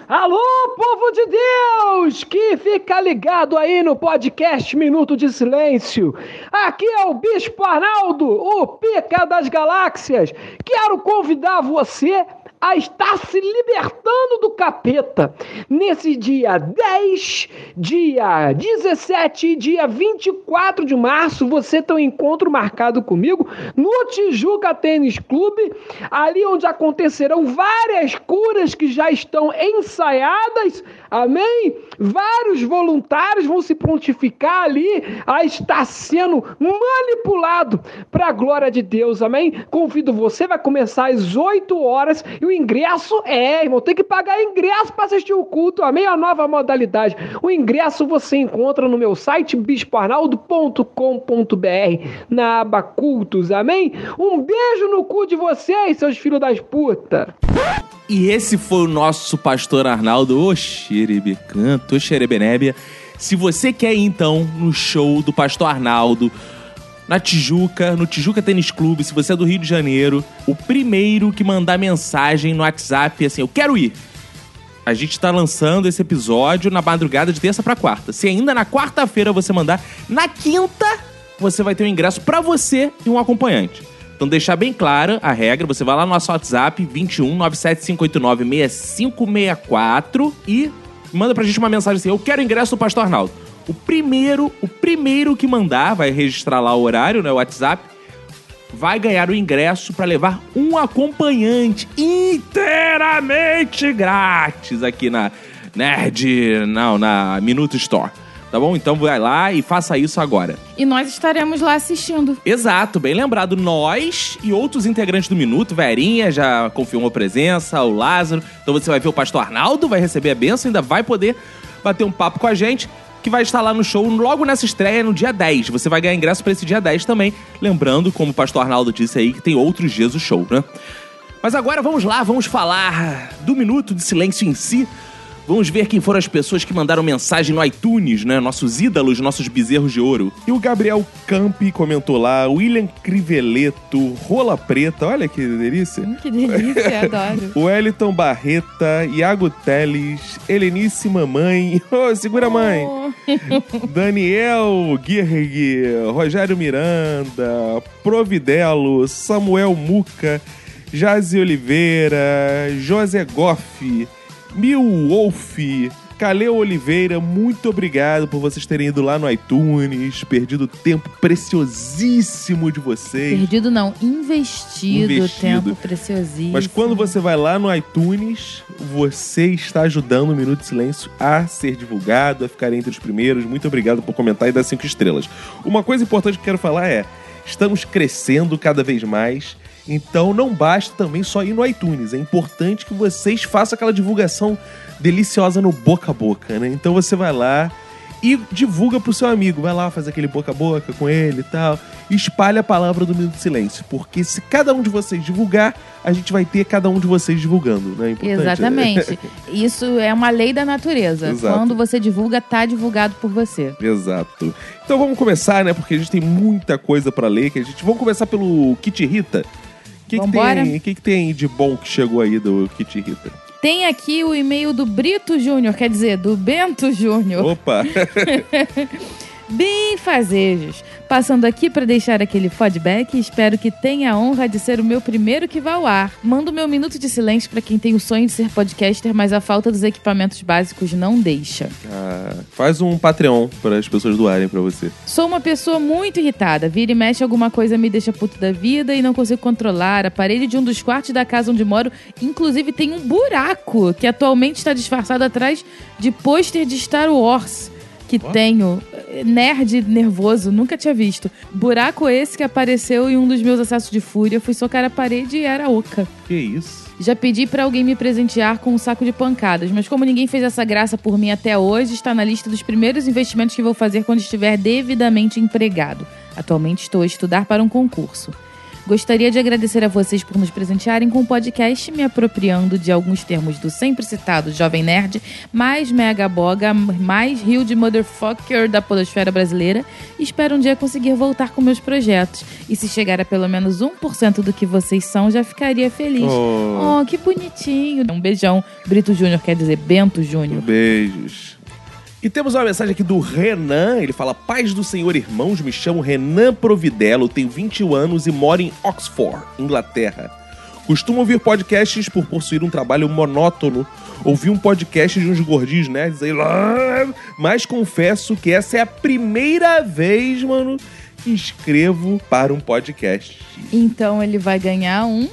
Alô, povo de Deus, que fica ligado aí no podcast Minuto de Silêncio. Aqui é o Bispo Arnaldo, o pica das galáxias. Quero convidar você a estar se libertando do capeta nesse dia 10, dia 17 e dia 24 de março. Você tem um encontro marcado comigo no Tijuca Tênis Clube, ali onde acontecerão várias curas que já estão ensaiadas, amém? Vários voluntários vão se pontificar ali a estar sendo manipulado para a glória de Deus, amém? Convido você, vai começar às 8 horas e o ingresso é, irmão, tem que pagar ingresso para assistir o culto, amém? A nova modalidade. O ingresso você encontra no meu site bispoarnaldo.com.br na aba cultos, amém? Um beijo no cu de vocês, seus filhos das putas. E esse foi o nosso pastor Arnaldo, o xerebecanto, o xerebenébia. Se você quer ir, então, no show do pastor Arnaldo, na Tijuca, no Tijuca Tênis Clube, se você é do Rio de Janeiro, o primeiro que mandar mensagem no WhatsApp, assim, eu quero ir. A gente tá lançando esse episódio na madrugada de terça pra quarta. Se ainda na quarta-feira você mandar, na quinta você vai ter um ingresso pra você e um acompanhante. Então deixar bem clara a regra, você vai lá no nosso WhatsApp 21 97589 6564 e manda pra gente uma mensagem assim: "Eu quero ingresso do Pastor Arnaldo". O primeiro, o primeiro que mandar, vai registrar lá o horário, né, o WhatsApp, vai ganhar o ingresso para levar um acompanhante inteiramente grátis aqui na Nerd, não, na Minuto Store. Tá bom? Então vai lá e faça isso agora. E nós estaremos lá assistindo. Exato, bem lembrado. Nós e outros integrantes do Minuto, Verinha já confirmou presença, o Lázaro. Então você vai ver o pastor Arnaldo, vai receber a benção, ainda vai poder bater um papo com a gente, que vai estar lá no show logo nessa estreia, no dia 10. Você vai ganhar ingresso para esse dia 10 também. Lembrando, como o pastor Arnaldo disse aí, que tem outros dias o show, né? Mas agora vamos lá, vamos falar do Minuto de Silêncio em si. Vamos ver quem foram as pessoas que mandaram mensagem no iTunes, né? Nossos ídolos, nossos bezerros de ouro. E o Gabriel Campi comentou lá, William Criveleto, Rola Preta, olha que delícia. Que delícia, adoro. Wellington Barreta, Iago Teles, Helenice Mamãe, ô, segura a mãe! Oh. Daniel Guirg, Rogério Miranda, Providelo, Samuel Muca, Jaze Oliveira, José Goff, Mil Wolf, Caleu Oliveira, muito obrigado por vocês terem ido lá no iTunes, perdido tempo preciosíssimo de vocês. Perdido não, investido, Investido. tempo preciosíssimo. Mas quando você vai lá no iTunes, você está ajudando o Minuto de Silêncio a ser divulgado, a ficar entre os primeiros. Muito obrigado por comentar e dar cinco estrelas. Uma coisa importante que eu quero falar é: estamos crescendo cada vez mais. Então não basta também só ir no iTunes. É importante que vocês façam aquela divulgação deliciosa no boca a boca, né? Então você vai lá e divulga pro seu amigo. Vai lá, faz aquele boca a boca com ele e tal. E espalha a palavra do Minuto de Silêncio. Porque se cada um de vocês divulgar, a gente vai ter cada um de vocês divulgando, né? É importante, né? Exatamente. Isso é uma lei da natureza. Exato. Quando você divulga, tá divulgado por você. Exato. Então vamos começar, né? Porque a gente tem muita coisa pra ler. Que a gente... Vamos começar pelo Kit Rita. O que, que, Vambora. tem, o que, que tem de bom que chegou aí do Kit Rita? Tem aqui o e-mail do Brito Júnior, quer dizer, do Bento Júnior. Opa! Bem fazejos. Passando aqui para deixar aquele feedback, espero que tenha a honra de ser o meu primeiro que vá ao ar. Mando meu minuto de silêncio para quem tem o sonho de ser podcaster, mas a falta dos equipamentos básicos não deixa. Ah, faz um Patreon para as pessoas doarem pra você. Sou uma pessoa muito irritada. Vira e mexe alguma coisa me deixa puto da vida e não consigo controlar. A parede de um dos quartos da casa onde moro, inclusive, tem um buraco que atualmente está disfarçado atrás de pôster de Star Wars. Que tenho. Nerd nervoso, nunca tinha visto. Buraco esse que apareceu em um dos meus acessos de fúria. Fui socar a parede e era oca. Que isso? Já pedi pra alguém me presentear com um saco de pancadas, mas como ninguém fez essa graça por mim até hoje, está na lista dos primeiros investimentos que vou fazer quando estiver devidamente empregado. Atualmente estou a estudar para um concurso. Gostaria de agradecer a vocês por nos presentearem com o podcast, me apropriando de alguns termos do sempre citado Jovem Nerd, mais Mega Boga, mais Rio de Motherfucker da Podosfera Brasileira. Espero um dia conseguir voltar com meus projetos. E se chegar a pelo menos 1% do que vocês são, já ficaria feliz. Oh. oh que bonitinho. Um beijão. Brito Júnior quer dizer Bento Júnior. Beijos. E temos uma mensagem aqui do Renan. Ele fala: Paz do Senhor, irmãos, me chamo Renan Providelo, tenho 21 anos e moro em Oxford, Inglaterra. Costumo ouvir podcasts por possuir um trabalho monótono. Ouvi um podcast de uns gordinhos nerds aí, lá, mas confesso que essa é a primeira vez, mano, que escrevo para um podcast. Então ele vai ganhar um.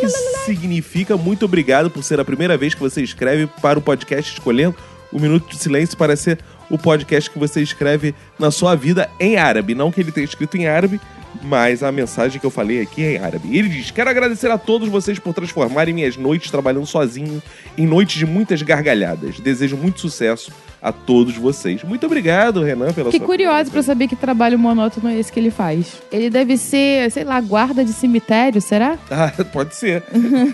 que significa muito obrigado por ser a primeira vez que você escreve para o podcast escolhendo o Minuto de Silêncio para ser o podcast que você escreve na sua vida em árabe. Não que ele tenha escrito em árabe, mas a mensagem que eu falei aqui é em árabe. Ele diz: Quero agradecer a todos vocês por transformarem minhas noites trabalhando sozinho em noites de muitas gargalhadas. Desejo muito sucesso a todos vocês. Muito obrigado, Renan, pela Fiquei sua. curioso pra saber que trabalho monótono é esse que ele faz. Ele deve ser, sei lá, guarda de cemitério, será? Ah, pode ser. Uhum.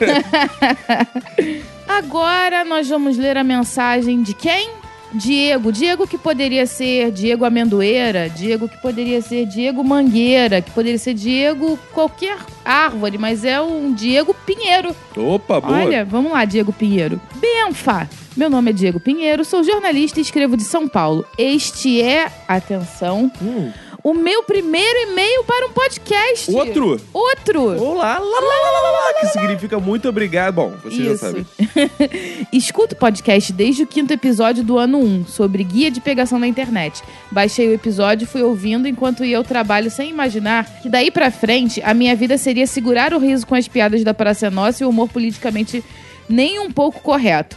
Agora nós vamos ler a mensagem de quem? Diego. Diego que poderia ser Diego Amendoeira, Diego que poderia ser Diego Mangueira, que poderia ser Diego qualquer árvore, mas é um Diego Pinheiro. Opa, boa. Olha, vamos lá, Diego Pinheiro. Benfa! Meu nome é Diego Pinheiro, sou jornalista e escrevo de São Paulo. Este é, atenção, Hum. o meu primeiro e-mail para um podcast. Outro? Outro! Olá, lá, lá, lá, lá, lá, lá, que significa muito obrigado. Bom, você já Isso. sabe. Escuto o podcast desde o quinto episódio do ano 1, sobre guia de pegação na internet. Baixei o episódio e fui ouvindo enquanto ia ao trabalho sem imaginar que daí pra frente a minha vida seria segurar o riso com as piadas da Praça é Nossa e o humor politicamente nem um pouco correto.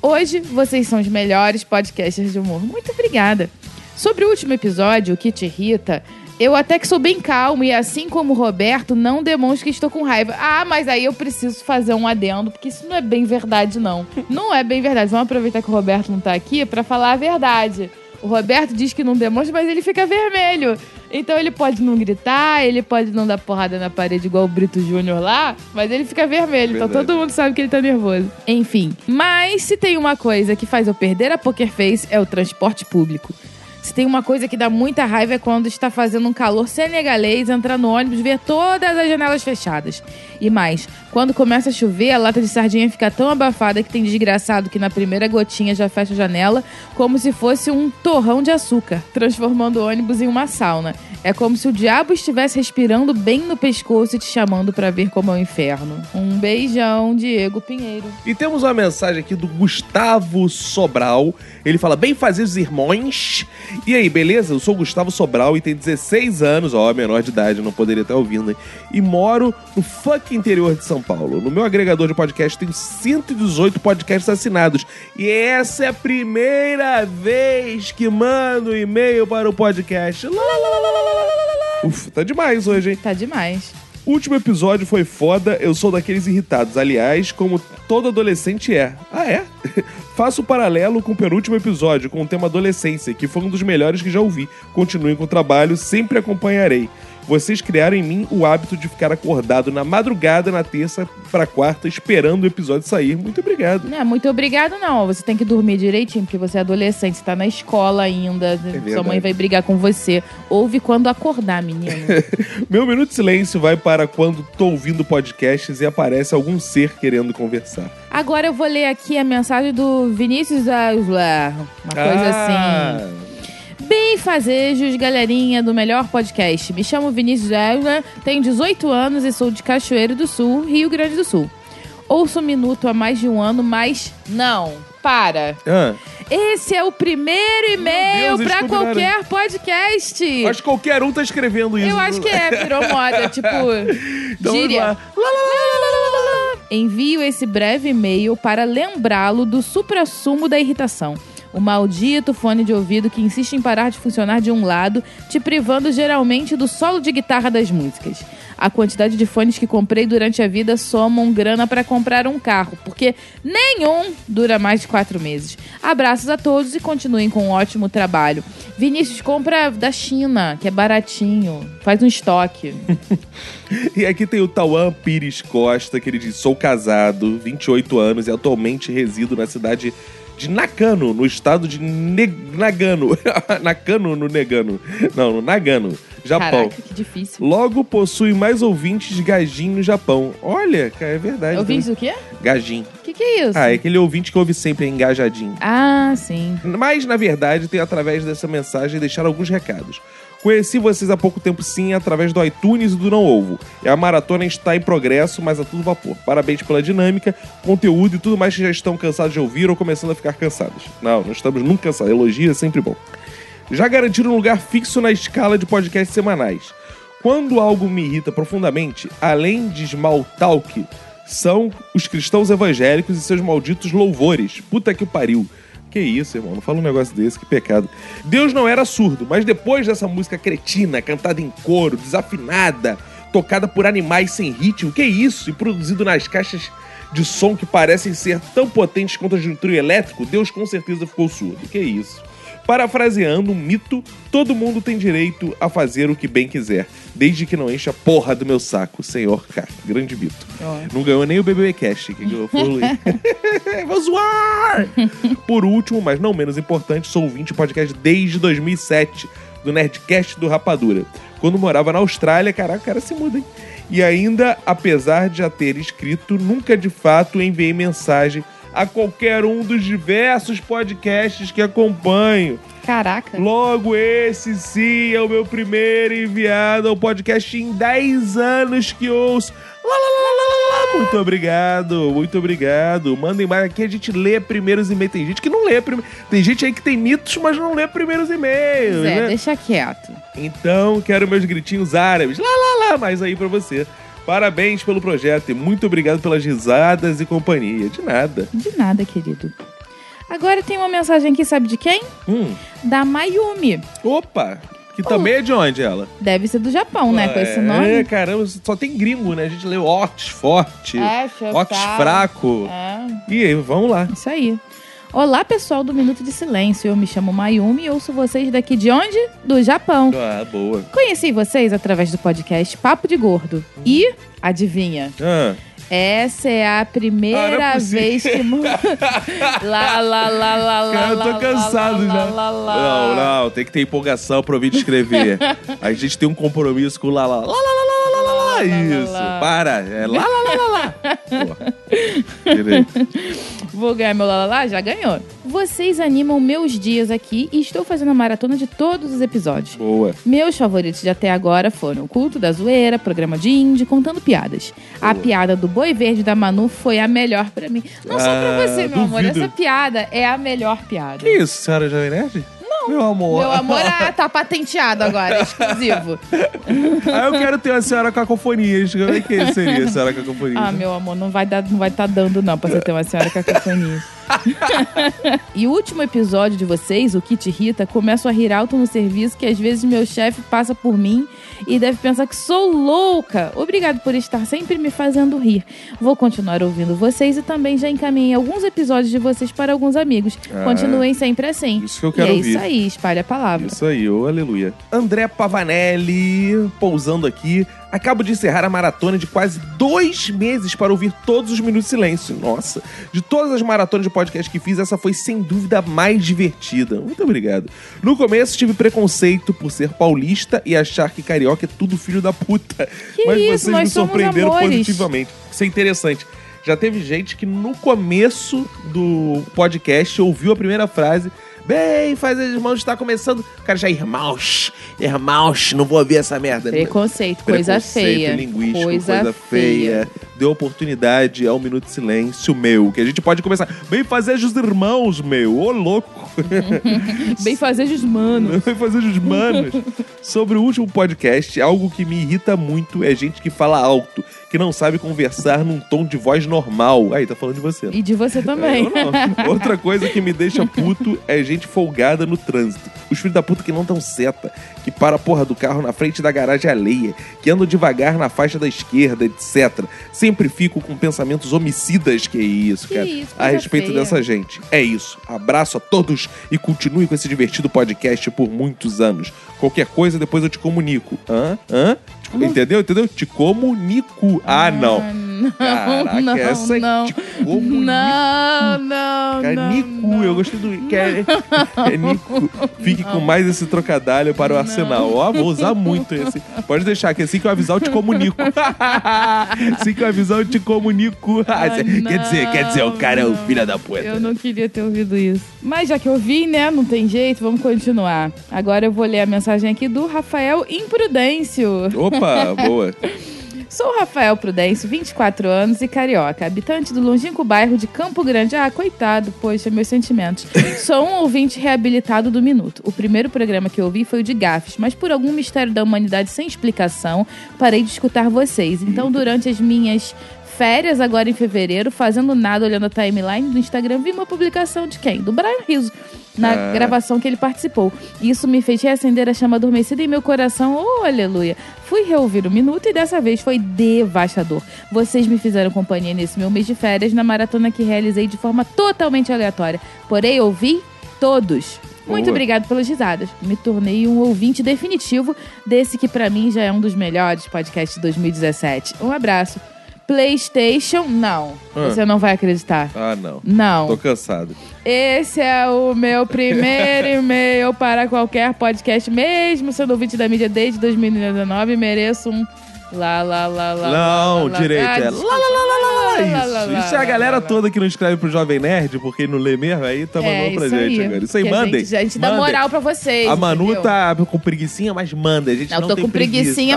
Hoje vocês são os melhores podcasters de humor. Muito obrigada. Sobre o último episódio, o que te irrita, eu até que sou bem calmo e assim como o Roberto, não demonstro que estou com raiva. Ah, mas aí eu preciso fazer um adendo, porque isso não é bem verdade, não. Não é bem verdade. Vamos aproveitar que o Roberto não tá aqui pra falar a verdade. O Roberto diz que não demonstra, mas ele fica vermelho. Então ele pode não gritar, ele pode não dar porrada na parede igual o Brito Júnior lá, mas ele fica vermelho. Então Verdade. todo mundo sabe que ele tá nervoso. Enfim, mas se tem uma coisa que faz eu perder a Poker Face é o transporte público. Se tem uma coisa que dá muita raiva é quando está fazendo um calor senegalês, entrar no ônibus, ver todas as janelas fechadas. E mais, quando começa a chover, a lata de sardinha fica tão abafada que tem desgraçado que na primeira gotinha já fecha a janela, como se fosse um torrão de açúcar, transformando o ônibus em uma sauna. É como se o diabo estivesse respirando bem no pescoço e te chamando pra vir como é o inferno. Um beijão, Diego Pinheiro. E temos uma mensagem aqui do Gustavo Sobral. Ele fala: Bem fazer os irmãos. E aí, beleza? Eu sou o Gustavo Sobral e tenho 16 anos, ó, menor de idade, não poderia estar ouvindo, hein? E moro no fuck interior de São Paulo. No meu agregador de podcast tenho 118 podcasts assinados. E essa é a primeira vez que mando um e-mail para o podcast. Lá, lá, lá, lá, lá, lá, lá, lá, lá. Uf, tá demais hoje, hein? Tá demais. Último episódio foi foda, eu sou daqueles irritados. Aliás, como todo adolescente é. Ah, é? Faço o paralelo com o penúltimo episódio, com o tema adolescência, que foi um dos melhores que já ouvi. Continuem com o trabalho, sempre acompanharei. Vocês criaram em mim o hábito de ficar acordado na madrugada, na terça pra quarta, esperando o episódio sair. Muito obrigado. Não, muito obrigado, não. Você tem que dormir direitinho, porque você é adolescente, você tá na escola ainda, sua É verdade. mãe vai brigar com você. Ouve quando acordar, menino. Meu minuto de silêncio vai para quando tô ouvindo podcasts e aparece algum ser querendo conversar. Agora eu vou ler aqui a mensagem do Vinícius Aslar. Uma Ah. coisa Ah. assim. Bem fazejos, galerinha do melhor podcast. Me chamo Vinícius Elga, tenho 18 anos e sou de Cachoeiro do Sul, Rio Grande do Sul. Ouço um minuto há mais de um ano, mas não, para. Ah. Esse é o primeiro e-mail Deus, eles pra combinaram, qualquer hein? podcast. Acho que qualquer um tá escrevendo isso. Eu acho que é, virou moda, tipo, Então, gíria. vamos lá. Envio esse breve e-mail para lembrá-lo do suprassumo da irritação. O maldito fone de ouvido que insiste em parar de funcionar de um lado, te privando geralmente do solo de guitarra das músicas. A quantidade de fones que comprei durante a vida somam grana para comprar um carro, porque nenhum dura mais de quatro meses. Abraços a todos e continuem com um ótimo trabalho. Vinícius, compra da China, que é baratinho. Faz um estoque. E aqui tem o Tauan Pires Costa, que ele diz: Sou casado, 28 anos e atualmente resido na cidade de Nakano, no estado de ne Nagano. Nakano no Negano. Não, no Nagano, Japão. Caraca, que difícil. Logo possui mais ouvintes de Gajin no Japão. Olha, cara, é verdade. Ouvintes né? do quê? Gajin. O que, que é isso? Ah, é aquele ouvinte que ouve sempre, é engajadinho. Ah, sim. Mas, na verdade, tem através dessa mensagem deixar alguns recados. Conheci vocês há pouco tempo, sim, através do iTunes e do Não Ovo. E a maratona está em progresso, mas a todo vapor. Parabéns pela dinâmica, conteúdo e tudo mais que já estão cansados de ouvir ou começando a ficar cansados. Não, não estamos nunca cansados. Elogio é sempre bom. Já garantiram um lugar fixo na escala de podcasts semanais. Quando algo me irrita profundamente, além de small talk, são os cristãos evangélicos e seus malditos louvores. Puta que pariu. Que isso, irmão? Não fala um negócio desse, que pecado. Deus não era surdo, mas depois dessa música cretina, cantada em coro, desafinada, tocada por animais sem ritmo, que isso? E produzido nas caixas de som que parecem ser tão potentes quanto de um trio elétrico, Deus com certeza ficou surdo. Que isso? Parafraseando um mito, todo mundo tem direito a fazer o que bem quiser, desde que não encha a porra do meu saco, senhor K. Grande mito. Não ganhou nem o BBB Cash, que ganhou foi o Luiz. Vou zoar! Por último, mas não menos importante, sou ouvinte de podcast desde 2007, do Nerdcast do Rapadura. Quando morava na Austrália, caraca, o cara se muda, hein? E ainda, apesar de já ter escrito, nunca de fato enviei mensagem a qualquer um dos diversos podcasts que acompanho. Caraca. Logo, esse sim é o meu primeiro enviado ao podcast em 10 anos que ouço. Lá, lá, lá, lá, lá, lá. Muito obrigado, muito obrigado. Mandem mais aqui, a gente lê primeiros e-mails. Tem gente que não lê primeiro. Tem gente aí que tem mitos, mas não lê primeiros e-mails. Pois é, né? deixa quieto. Então, quero meus gritinhos árabes. Lá, lá, lá, mais aí pra você. Parabéns pelo projeto e muito obrigado pelas risadas e companhia. De nada. De nada, querido. Agora tem uma mensagem aqui, sabe de quem? Hum. Da Mayumi. Opa! Que Oh. também é de onde ela? Deve ser do Japão, né? Com esse É, nome. caramba, só tem gringo, né? A gente leu Otis forte, É, chocado. Otis fraco. É, E aí, vamos lá. isso aí. Olá, pessoal do Minuto de Silêncio. Eu me chamo Mayumi e ouço vocês daqui de onde? Do Japão. Ah, boa. Conheci vocês através do podcast Papo de Gordo. E, adivinha, Ah. essa é a Ah, não é primeira possível. vez que... mu- lá, lá, lá, lá, lá, Cara, eu tô lá, lá, cansado lá, já. lá, lá, lá. Não, não, tem que ter empolgação pra ouvir escrever. a gente tem um compromisso com o lá, lá, lá, lá, lá, lá, lá, lá, lá, isso. Para, é lá, lá, lá, lá, lá. Pô, direito. Vou ganhar meu lá, lá, lá, já ganhou. Vocês animam meus dias aqui e estou fazendo a maratona de todos os episódios. Boa. Meus favoritos de até agora foram o Culto da Zoeira, Programa de Indie, Contando Piadas. A piada do Boi Verde da Manu foi a melhor pra mim. Não só pra Ah, você, meu amor. duvido. Essa piada é a melhor piada. Que isso, senhora Jovem Nerd? Não. Meu amor. Meu amor ah, tá patenteado agora, é exclusivo. Ah, eu quero ter a senhora cacofonias. Como é que seria a senhora cacofonias? Ah, meu amor, não vai dar, não vai tá dando não pra você ter uma senhora cacofonia. e o último episódio de vocês, o Kit Rita, começo a rir alto no serviço que às vezes meu chefe passa por mim e deve pensar que sou louca. Obrigado por estar sempre me fazendo rir. Vou continuar ouvindo vocês e também já encaminhei alguns episódios de vocês para alguns amigos. Ah, Continuem sempre assim. isso que eu quero e é ouvir. isso aí, espalha a palavra. Isso aí, ô aleluia. André Pavanelli, pousando aqui. Acabo de encerrar a maratona de quase dois meses para ouvir todos os Minutos de Silêncio. Nossa, de todas as maratonas de podcast que fiz, essa foi sem dúvida a mais divertida. Muito obrigado. No começo tive preconceito por ser paulista e achar que carioca é tudo filho da puta. Que Mas isso, vocês nós me somos surpreenderam amores. positivamente. Isso é interessante. Já teve gente que no começo do podcast ouviu a primeira frase. Bem, faz as mãos, está começando. O cara já, irmãos, irmãos, não vou ouvir essa merda. Preconceito, coisa Preconceito feia. linguístico, Coisa coisa, feia. Deu oportunidade ao Minuto de Silêncio, meu. Que a gente pode começar. Bem fazer os irmãos, meu. Ô, louco. Bem fazer os manos. Bem fazer os manos. Sobre o último podcast, algo que me irrita muito é gente que fala alto, que não sabe conversar num tom de voz normal. Aí, tá falando de você. né? E de você também. Eu não. Outra coisa que me deixa puto é gente folgada no trânsito. Os filhos da puta que não dão seta, que para a porra do carro na frente da garagem alheia, que andam devagar na faixa da esquerda, etc. Sempre fico com pensamentos homicidas, que é isso, Que cara. isso, a coisa respeito feia. dessa gente. É isso. Abraço a todos e continue com esse divertido podcast por muitos anos. Qualquer coisa, depois eu te comunico. Hã? Hã? Te- Entendeu? Entendeu? Te comunico. Ah, não. Caraca, não, essa é não. Não, não, É não. Nico, eu gostei do. Que é, é Nico. Fique com mais esse trocadilho para o arsenal. Ó, vou usar muito esse. Pode deixar que assim que eu avisar, eu te comunico. assim que eu avisar, eu te comunico. Ah, quer dizer, quer dizer, o cara é o filho da puta. Eu não queria ter ouvido isso. Mas já que eu vi, né? Não tem jeito, vamos continuar. Agora eu vou ler a mensagem aqui do Rafael Imprudêncio. Opa, boa. Sou o Rafael Prudêncio, 24 anos e carioca, habitante do longínquo bairro de Campo Grande. Ah, coitado, poxa, meus sentimentos. Sou um ouvinte reabilitado do Minuto. O primeiro programa que eu ouvi foi o de gafes, mas por algum mistério da humanidade sem explicação, parei de escutar vocês. Então, durante as minhas férias agora em fevereiro, fazendo nada, olhando a timeline do Instagram, vi uma publicação de quem? Do Brian Rizzo. Na Ah. gravação que ele participou. Isso me fez reacender a chama adormecida em meu coração. Oh, aleluia! Fui reouvir o minuto e dessa vez foi devastador. Vocês me fizeram companhia nesse meu mês de férias na maratona que realizei de forma totalmente aleatória. Porém, ouvi todos. Muito Boa. obrigado pelas risadas. Me tornei um ouvinte definitivo desse que pra mim já é um dos melhores podcasts de 2017. Um abraço. PlayStation, não. Ah. Você não vai acreditar. Ah, não. Não. Tô cansado. Esse é o meu primeiro e-mail para qualquer podcast, mesmo sendo ouvinte da mídia desde 2019, mereço um lá, lá, lá, lá. Não, direito, é lá, lá, lá, Isso, isso é a galera toda que não escreve pro Jovem Nerd, porque não lê mesmo, aí tá mandando É, pra isso gente aí. agora. Isso aí, Que a mandem. gente- a gente dá mandem. moral pra vocês, A Manu entendeu? tá com preguicinha, mas manda. A gente Eu não tô tem com preguicinha,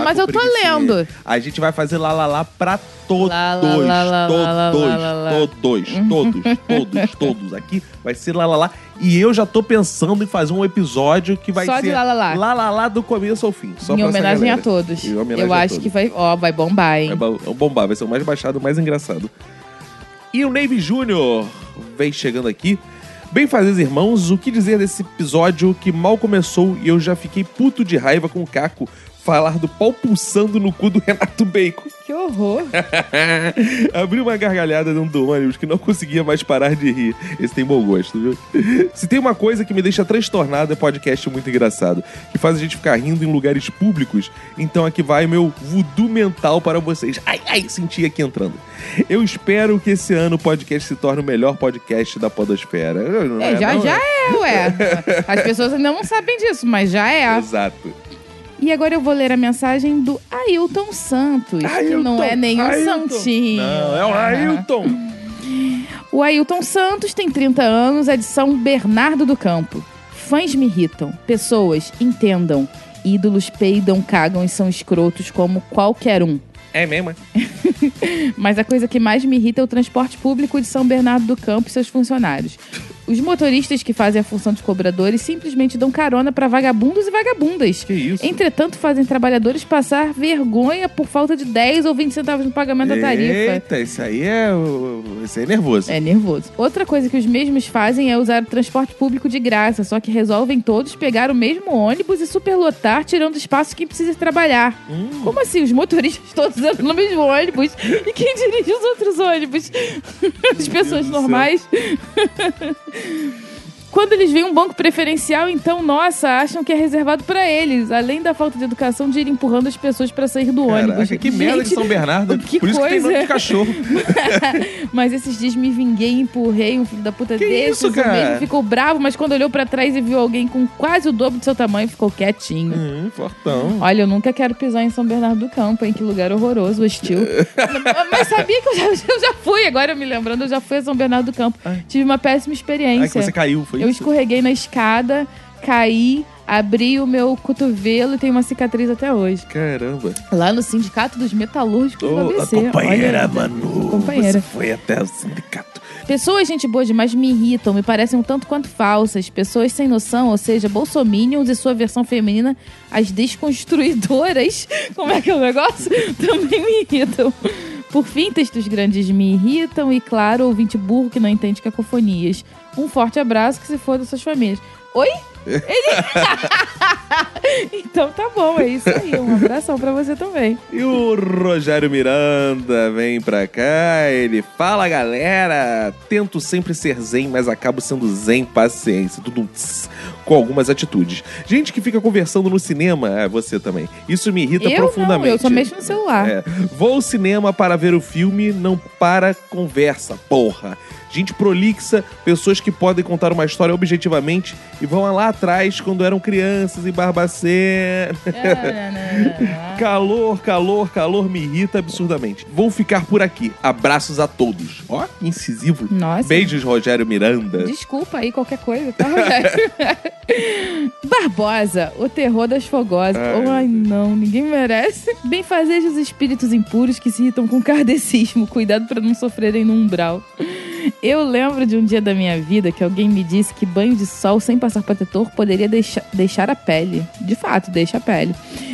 preguiça, tá mas com eu tô preguicinha. lendo. A gente vai fazer lá, lá, lá pra todos. Lá, lá, lá, lá, lá, lá, lá, lá. Uhum. todos, todos, todos, todos, todos. Aqui vai ser lá, lá, lá. E eu já tô pensando em fazer um episódio que vai Só de ser lá, lá, lá. lá, lá, lá, do começo ao fim. Só em pra essa homenagem a galera. todos. Em homenagem Eu a acho todos. que vai, ó, vai bombar, hein? É ba- é um bombar, vai ser o mais baixado, o mais engraçado. E o Navy Júnior vem chegando aqui. Bem fazer, irmãos, o que dizer desse episódio que mal começou e eu já fiquei puto de raiva com o Caco falar do pau pulsando no cu do Renato Bacon. Que horror. Abri uma gargalhada dentro do ônibus um que não conseguia mais parar de rir. Esse tem bom gosto, viu? Se tem uma coisa que me deixa transtornado é podcast muito engraçado, que faz a gente ficar rindo em lugares públicos. Então aqui vai meu voodoo mental para vocês. Ai, ai, senti aqui entrando. Eu espero que esse ano o podcast se torne o melhor podcast da podosfera. Não É, já, não já é, ué. As pessoas ainda não sabem disso, mas já é. Exato. E agora eu vou ler a mensagem do Ailton Santos, que não é nenhum Ah, Ailton. santinho. Não, é o Ailton. O O Ailton Santos tem 30 anos, é de São Bernardo do Campo. Fãs me irritam, pessoas entendam. Ídolos peidam, cagam e são escrotos como qualquer um. É mesmo, é? Mas a coisa que mais me irrita é o transporte público de São Bernardo do Campo e seus funcionários. Os motoristas que fazem a função de cobradores simplesmente dão carona para vagabundos e vagabundas. Que isso? Entretanto, fazem trabalhadores passar vergonha por falta de 10 ou 20 centavos no pagamento da tarifa. Eita, isso aí é. o- Isso aí é nervoso. É nervoso. Outra coisa que os mesmos fazem é usar o transporte público de graça, só que resolvem todos pegar o mesmo ônibus e superlotar, tirando espaço quem precisa trabalhar. Hum. Como assim? Os motoristas todos andam no mesmo ônibus e quem dirige os outros ônibus? As pessoas normais. Quando eles veem um banco preferencial, então, nossa, acham que é reservado pra eles. Além da falta de educação de ir empurrando as pessoas pra sair do ônibus. Caraca, que merda de Gente, São Bernardo. que Por isso que tem coisa. nome de cachorro. mas esses dias me vinguei, empurrei um filho da puta Que desses. isso, cara? O mesmo ficou bravo, mas quando olhou pra trás e viu alguém com quase o dobro do seu tamanho, ficou quietinho. Hum, fortão. Olha, eu nunca quero pisar em São Bernardo do Campo, hein? Que lugar horroroso, hostil. mas sabia que eu já, eu já fui, agora eu me lembrando, eu já fui a São Bernardo do Campo. Tive uma péssima experiência. Ai, que você caiu, foi Eu isso? escorreguei na escada, caí, abri o meu cotovelo e tenho uma cicatriz até hoje. Caramba. Lá no Sindicato dos Metalúrgicos do Ô, a ABC. companheira olha. Manu. Companheira. Você foi até o sindicato. Pessoas, gente boa demais, me irritam, me parecem um tanto quanto falsas. Pessoas sem noção, ou seja, bolsominions e sua versão feminina, as desconstruidoras. Como é que é o negócio? Também me irritam. Por fim, textos grandes me irritam e, claro, ouvinte burro que não entende cacofonias. Um forte abraço que se foda suas famílias. Oi? Ele- então tá bom, é isso aí. Um abração pra você também. E o Rogério Miranda vem pra cá, ele fala, galera, tento sempre ser zen, mas acabo sendo zen paciência, tudo um tss, com algumas atitudes. Gente que fica conversando no cinema, é você também. Isso me irrita eu não, profundamente. eu só mexo no celular. É. Vou ao cinema para ver o filme, não para conversa, porra. Gente prolixa, pessoas que podem contar uma história objetivamente e vão lá atrás quando eram crianças em Barbacena. calor, calor, calor me irrita absurdamente. Vou ficar por aqui. Abraços a todos. Ó, que incisivo. Nossa. Beijos, Rogério Miranda. Desculpa aí qualquer coisa, tá, Rogério? Barbosa, o terror das fogosas. Ai, Ai, não, ninguém merece. Bem fazer os espíritos impuros que se irritam com cardecismo. Cuidado pra não sofrerem no umbral. Eu lembro de um dia da minha vida que alguém me disse que banho de sol sem passar protetor poderia deixa- deixar a pele. De fato, deixa a pele.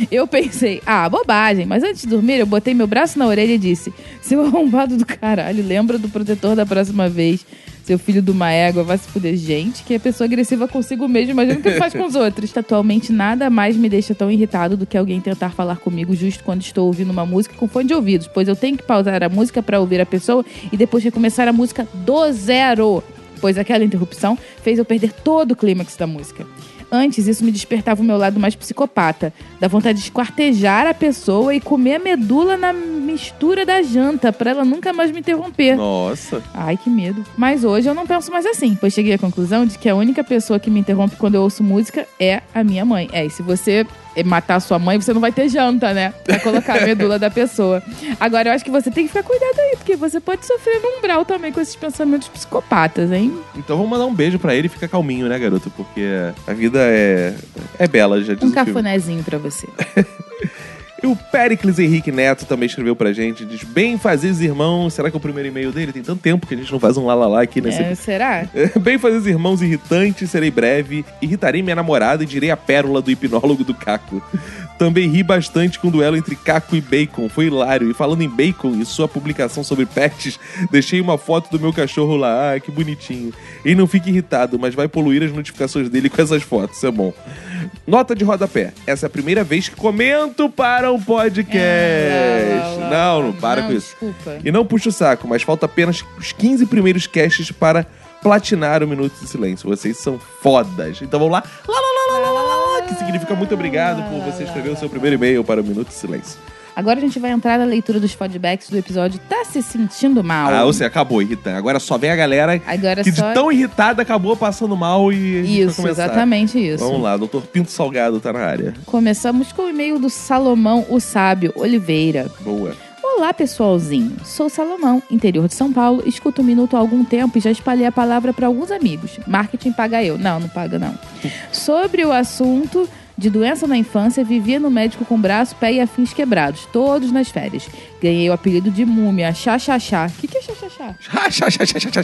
Eu pensei, ah, bobagem. Mas antes de dormir, eu botei meu braço na orelha e disse: Seu arrombado do caralho, lembra do protetor da próxima vez. Seu filho de uma égua vai se fuder. Gente, que é pessoa agressiva consigo mesmo, imagina o que faz com os outros. Atualmente, nada mais me deixa tão irritado do que alguém tentar falar comigo justo quando estou ouvindo uma música com fone de ouvidos, pois eu tenho que pausar a música pra ouvir a pessoa e depois recomeçar a música do zero, pois aquela interrupção fez eu perder todo o clímax da música. Antes, isso me despertava o meu lado mais psicopata, da vontade de esquartejar a pessoa e comer a medula na mistura da janta, pra ela nunca mais me interromper. Nossa. Ai, que medo. Mas hoje eu não penso mais assim, pois cheguei à conclusão de que a única pessoa que me interrompe quando eu ouço música é a minha mãe. É, e se você matar sua mãe, você não vai ter janta, né? Pra colocar a medula da pessoa. Agora, eu acho que você tem que ficar cuidado aí, porque você pode sofrer num umbral também com esses pensamentos psicopatas, hein? Então vamos mandar um beijo pra ele e fica calminho, né, garoto? Porque a vida é, é bela, já diz Um o filme. cafunézinho pra você. E o Pericles Henrique Neto também escreveu pra gente, diz, bem fazer os irmãos, será que é o primeiro e-mail dele? Tem tanto tempo que a gente não faz um lalala aqui nesse... É, será? Bem fazer os irmãos irritantes, serei breve, irritarei minha namorada e direi a pérola do hipnólogo do Caco. Também ri bastante com o duelo entre Caco e Bacon, foi hilário. E falando em Bacon e sua publicação sobre pets, deixei uma foto do meu cachorro lá, ah, que bonitinho. E não fique irritado, mas vai poluir as notificações dele com essas fotos, é bom. Nota de rodapé, essa é a primeira vez que comento para um podcast. É, não, não para Não, com isso. desculpa. E não puxa o saco, mas falta apenas os 15 primeiros casts para platinar o Minuto de Silêncio. Vocês são fodas. Então vamos lá. Lá, lá, lá, lá, lá, lá, lá, que significa muito obrigado por você escrever o seu primeiro e-mail para o Minuto de Silêncio. Agora a gente vai entrar na leitura dos feedbacks do episódio Tá Se Sentindo Mal. Ah, ou seja, acabou irritando. Agora só vem a galera Agora que só... de tão irritada acabou passando mal e a gente vai Isso, começar. exatamente isso. Vamos lá, doutor Pinto Salgado tá na área. Começamos com o e-mail do Salomão, o sábio, Oliveira. Boa. Olá, pessoalzinho. Sou Salomão, interior de São Paulo. Escuto o minuto há algum tempo e já espalhei a palavra para alguns amigos. Marketing paga eu. Não, não paga não. Sobre o assunto de doença na infância, vivia no médico com braço, pé e afins quebrados, todos nas férias. Ganhei o apelido de múmia, chá-chá-chá. O que, que é chá-chá-chá?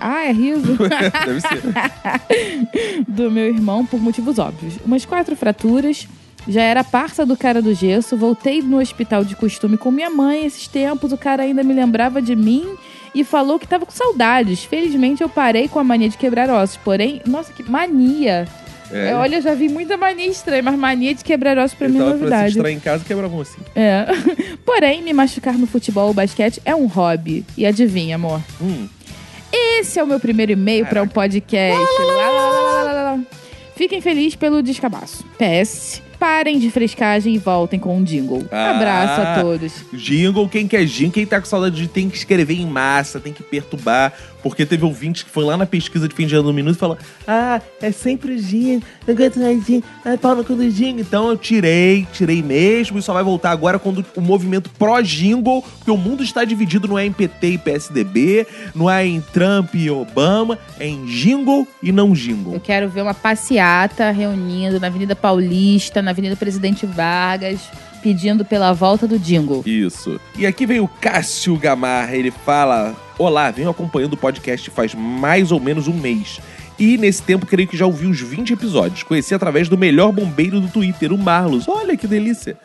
Ah, é riso? Deve ser. do meu irmão por motivos óbvios. Umas quatro fraturas. Já era parça do cara do gesso, voltei no hospital de costume com minha mãe. Esses tempos o cara ainda me lembrava de mim e falou que tava com saudades. Felizmente eu parei com a mania de quebrar ossos, porém, nossa, que mania! É. É, olha, eu já vi muita mania estranha, mas mania de quebrar ossos pra Ele mim é tava pra se novidade. distrair em casa e quebravam assim. É. Porém, me machucar no futebol ou basquete é um hobby. E adivinha, amor? Esse é o meu primeiro e-mail para um podcast. Lá, lá, lá, lá, lá, lá, lá. Fiquem felizes pelo descabaço. PS. Parem de frescagem e voltem com um jingle. Abraço a Ah, todos. Jingle, quem quer jingle, quem tá com saudade de tem que escrever em massa, tem que perturbar. Porque teve ouvinte que foi lá na pesquisa de fim de ano do minuto e falou: Ah, é sempre o Jingle, não aguento mais Jingle, ah, pau no cu do Jingle. Então eu tirei, tirei mesmo e só vai voltar agora quando o movimento pró-Jingle, porque o mundo está dividido, não é em PT e PSDB, não é em Trump e Obama, é em Jingle e não Jingle. Eu quero ver uma passeata reunindo na Avenida Paulista, na Avenida Presidente Vargas, pedindo pela volta do jingle. Isso. E aqui vem o Cássio Gamarra, ele fala: Olá, venho acompanhando o podcast faz mais ou menos um mês. E nesse tempo, creio que já ouvi os 20 episódios. Conheci através do melhor bombeiro do Twitter, o Marlos. Olha que delícia.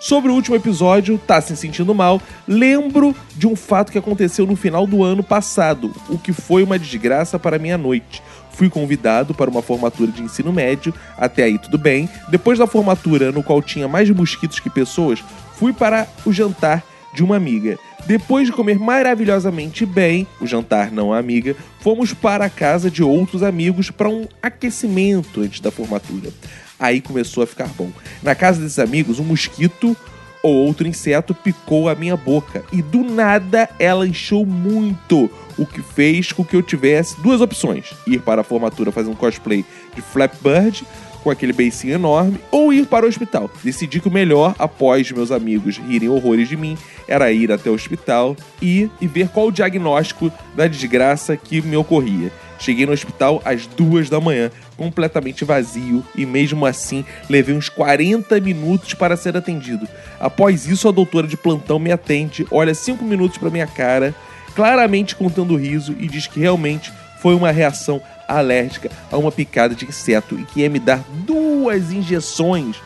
Sobre o último episódio, tá se sentindo mal, lembro de um fato que aconteceu no final do ano passado, o que foi uma desgraça para minha noite. Fui convidado para uma formatura de ensino médio, até aí tudo bem. Depois da formatura, no qual tinha mais mosquitos que pessoas, fui para o jantar de uma amiga. Depois de comer maravilhosamente bem, o jantar não a amiga, fomos para a casa de outros amigos para um aquecimento antes da formatura. Aí começou a ficar bom. Na casa desses amigos, um mosquito ou outro inseto picou a minha boca e do nada ela inchou muito, o que fez com que eu tivesse duas opções: ir para a formatura fazer um cosplay de Flapbird com aquele beicinho enorme ou ir para o hospital. Decidi que o melhor, após meus amigos rirem horrores de mim, era ir até o hospital e, e ver qual o diagnóstico da desgraça que me ocorria. Cheguei no hospital às duas da manhã, completamente vazio, e mesmo assim levei uns 40 minutos para ser atendido. Após isso, a doutora de plantão me atende, olha cinco minutos para minha cara, claramente contando riso, e diz que realmente foi uma reação alérgica a uma picada de inseto e que ia me dar duas injeções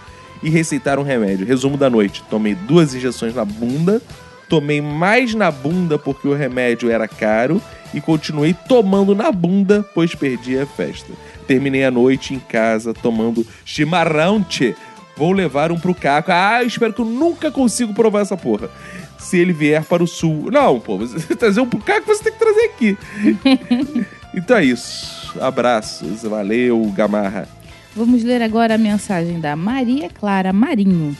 e receitar um remédio. Resumo da noite: tomei duas injeções na bunda, tomei mais na bunda porque o remédio era caro e continuei tomando na bunda, pois perdi a festa. Terminei a noite em casa tomando chimarrão. tchê. Vou levar um pro Caco. Ah, eu espero que eu nunca consigo provar essa porra. Se ele vier para o sul. Não, pô, você trazer um pro Caco, você tem que trazer aqui. Então é isso. Abraços. Valeu, Gamarra. Vamos ler agora a mensagem da Maria Clara Marinho.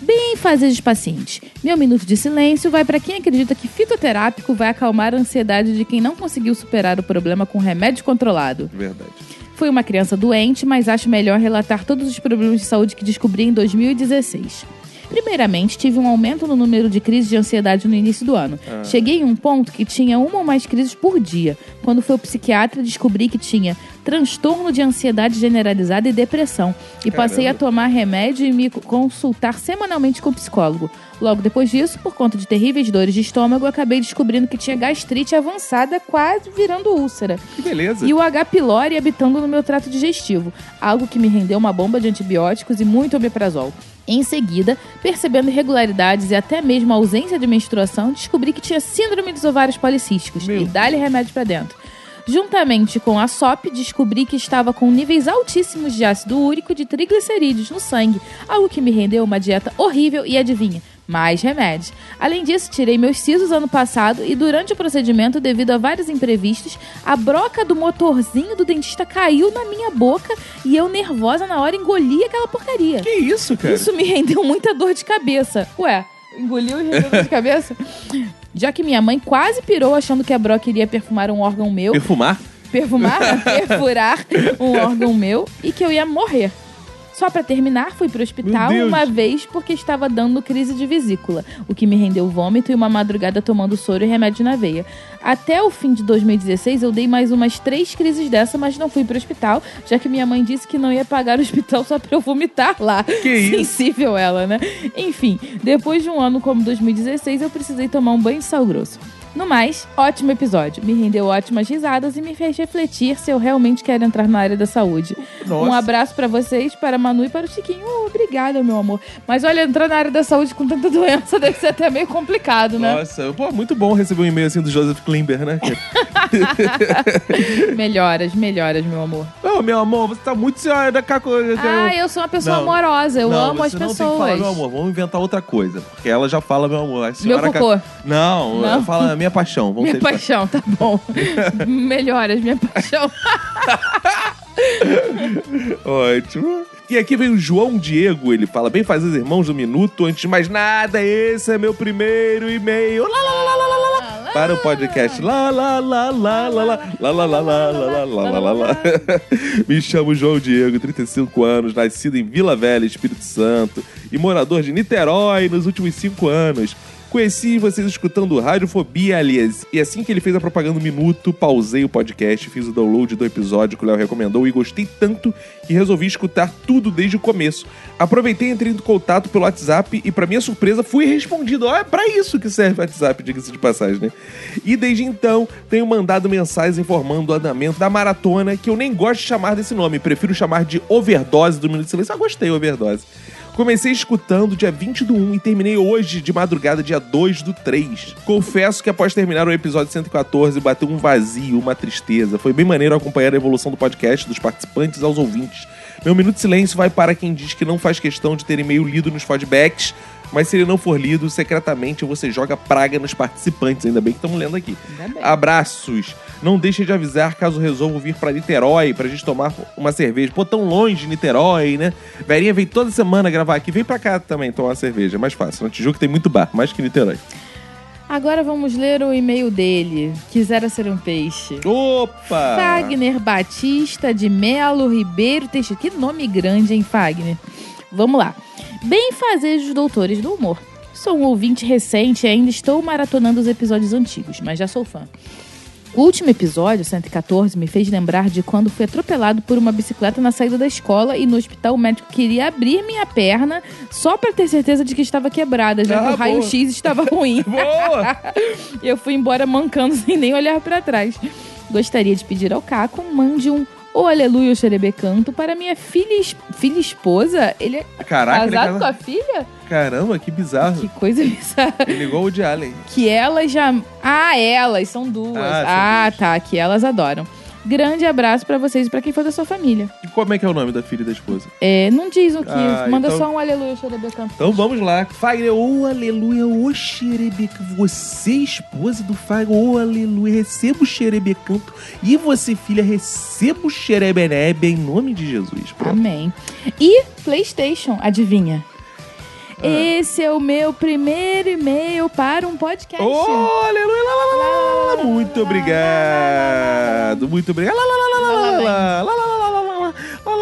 Bem fazer dos pacientes. Meu minuto de silêncio vai para quem acredita que fitoterápico vai acalmar a ansiedade de quem não conseguiu superar o problema com remédio controlado. Verdade. Fui uma criança doente, mas acho melhor relatar todos os problemas de saúde que descobri em 2016. Primeiramente, tive um aumento no número de crises de ansiedade no início do ano. Ah. Cheguei em um ponto que tinha uma ou mais crises por dia. Quando fui ao psiquiatra, descobri que tinha transtorno de ansiedade generalizada e depressão. E passei a Caramba. tomar remédio e me consultar semanalmente com o psicólogo. Logo depois disso, por conta de terríveis dores de estômago, acabei descobrindo que tinha gastrite avançada, quase virando úlcera. Que beleza. E o H. pylori habitando no meu trato digestivo, algo que me rendeu uma bomba de antibióticos e muito omeprazol. Em seguida, percebendo irregularidades e até mesmo a ausência de menstruação, descobri que tinha síndrome dos ovários policísticos e dá-lhe remédio pra dentro. Juntamente com a SOP, descobri que estava com níveis altíssimos de ácido úrico e de triglicerídeos no sangue, algo que me rendeu uma dieta horrível e adivinha, mais remédios. Além disso, tirei meus sisos ano passado e durante o procedimento, devido a vários imprevistos, a broca do motorzinho do dentista caiu na minha boca e eu, nervosa na hora, engoli aquela porcaria. Que isso, cara? Isso me rendeu muita dor de cabeça. Ué, engoliu e rendeu dor de cabeça? Já que minha mãe quase pirou achando que a broca iria perfumar um órgão meu né? Perfumar? perfumar, perfurar um órgão meu e que eu ia morrer. Só pra terminar, fui pro hospital Meu Deus. uma vez porque estava dando crise de vesícula, o que me rendeu vômito e uma madrugada tomando soro e remédio na veia. Até o fim de 2016, eu dei mais umas três crises dessa, mas não fui pro hospital, já que minha mãe disse que não ia pagar o hospital só pra eu vomitar lá. Que Sensível ela, né? Enfim, depois de um ano como 2016, eu precisei tomar um banho de sal grosso. No mais, ótimo episódio. Me rendeu ótimas risadas e me fez refletir se eu realmente quero entrar na área da saúde. Nossa. Um abraço pra vocês, para a Manu e para o Chiquinho. Oh, obrigada, meu amor. Mas olha, entrar na área da saúde com tanta doença deve ser até meio complicado, né? Nossa, pô, muito bom receber um e-mail assim do Joseph Klimber, né? cara? melhoras, melhoras, meu amor. Ô, meu amor, você tá muito é senhora da caco. né? Ah, eu sou uma pessoa Não. amorosa, eu Não, amo as você não tem que falar, pessoas. meu amor, vamos inventar outra coisa. Porque ela já fala, meu amor. A senhora Ca- cocô. Não, Não. ela fala minha paixão. Vamos Minha ter que falar. paixão, tá bom. melhoras, minha paixão. Ótimo. E aqui vem o João Diego, ele fala bem fazer os irmãos do minuto, antes de mais nada, esse é meu primeiro e-mail. Lá, lá, lá, lá, lá, lá, lá, lá. Para o podcast. Lá, lá, lá, lá, lá, lá, lá, lá, lá, lá, lá, lá, lá, lá, lá, lá. Me chamo João Diego, 35 anos, nascido em Vila Velha, Espírito Santo, e morador de Niterói nos últimos cinco anos. Conheci vocês escutando Radiofobia, aliás. E assim que ele fez a propaganda um minuto, pausei o podcast, fiz o download do episódio que o Léo recomendou e gostei tanto que resolvi escutar tudo desde o começo. Aproveitei e entrei em contato pelo WhatsApp e, pra minha surpresa, fui respondido. Ah, é pra isso que serve o WhatsApp, diga-se de passagem, né? E desde então, tenho mandado mensagens informando o andamento da maratona, que eu nem gosto de chamar desse nome, prefiro chamar de overdose do Minuto de Silêncio. Ah, gostei, overdose. Comecei escutando dia 20 do 1 e terminei hoje de madrugada, dia 2 do 3. Confesso que após terminar o episódio 114, bateu um vazio, uma tristeza. Foi bem maneiro acompanhar a evolução do podcast, dos participantes aos ouvintes. Meu minuto de silêncio vai para quem diz que não faz questão de ter e-mail lido nos feedbacks, mas se ele não for lido, secretamente você joga praga nos participantes. Ainda bem que estamos lendo aqui. Abraços. Não deixem de avisar caso resolvam vir pra Niterói pra gente tomar uma cerveja. Pô, tão longe de Niterói, né? Verinha vem toda semana gravar aqui. Vem pra cá também tomar uma cerveja. É mais fácil. Na Tijuca tem muito bar, mais que Niterói. Agora vamos ler o e-mail dele. Quisera ser um peixe. Opa! Fagner Batista de Melo Ribeiro Teixeira. Que nome grande, hein, Fagner? Vamos lá. Bem fazer dos doutores do humor. Sou um ouvinte recente e ainda estou maratonando os episódios antigos, mas já sou fã. O último episódio, 114, me fez lembrar de quando fui atropelado por uma bicicleta na saída da escola e no hospital o médico queria abrir minha perna só pra ter certeza de que estava quebrada, já Ah, que o boa. raio-x estava ruim. Boa! E eu fui embora mancando sem nem olhar pra trás. Gostaria de pedir ao Caco, mande um ou aleluia ou xerebe canto para minha filha, es- filha esposa. Ele é Caraca, ele é casa- casado com a filha? Caramba, que bizarro. Que coisa bizarra. Ele é igual o de Allen. Que elas já. Ah, elas, são duas. Ah, são Ah, tá, que elas adoram. Grande abraço pra vocês e pra quem for da sua família. E como é que é o nome da filha e da esposa? É, não diz o que. Ah, manda então- só um aleluia ou xerebe canto. Então vamos lá. Fagner, ô aleluia, ô xerebecanto. Você, esposa do Fagner, ô aleluia, receba o xerebecanto. E você, filha, receba o xerebenebe em nome de Jesus. Pronto. Amém. E PlayStation, adivinha? Ah. Esse é o meu primeiro e-mail para um podcast. Oh, aleluia! lá, lá, lá, lá, lá, lá. Muito obrigado. Muito obrigado. Lá, lá, lá, lá, lá, lá, lá, lá, lá, lá, lá, lá, Lá,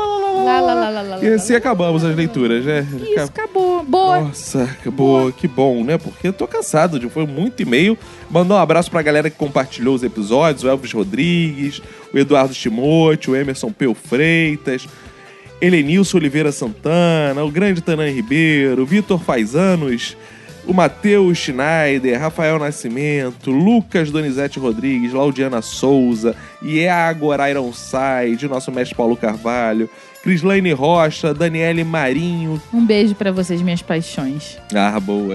lá, lá, lá, lá, lá. E assim acabamos as leituras, né? Isso, acabou. Boa. Nossa, que boa, que bom, né? Porque eu tô cansado, de- foi muito e-mail. Mandar um abraço pra galera que compartilhou os episódios, o Elvis Rodrigues, o Eduardo Timote, o Emerson Peu Freitas, Helenilson Oliveira Santana, o grande Tanan Ribeiro, o Vitor Faizanos, o Matheus Schneider, Rafael Nascimento, Lucas Donizete Rodrigues, Laudiana Souza, Iago Ironside, o nosso mestre Paulo Carvalho, Crislaine Rocha, Daniele Marinho, Um beijo pra vocês, minhas paixões. ah, boa.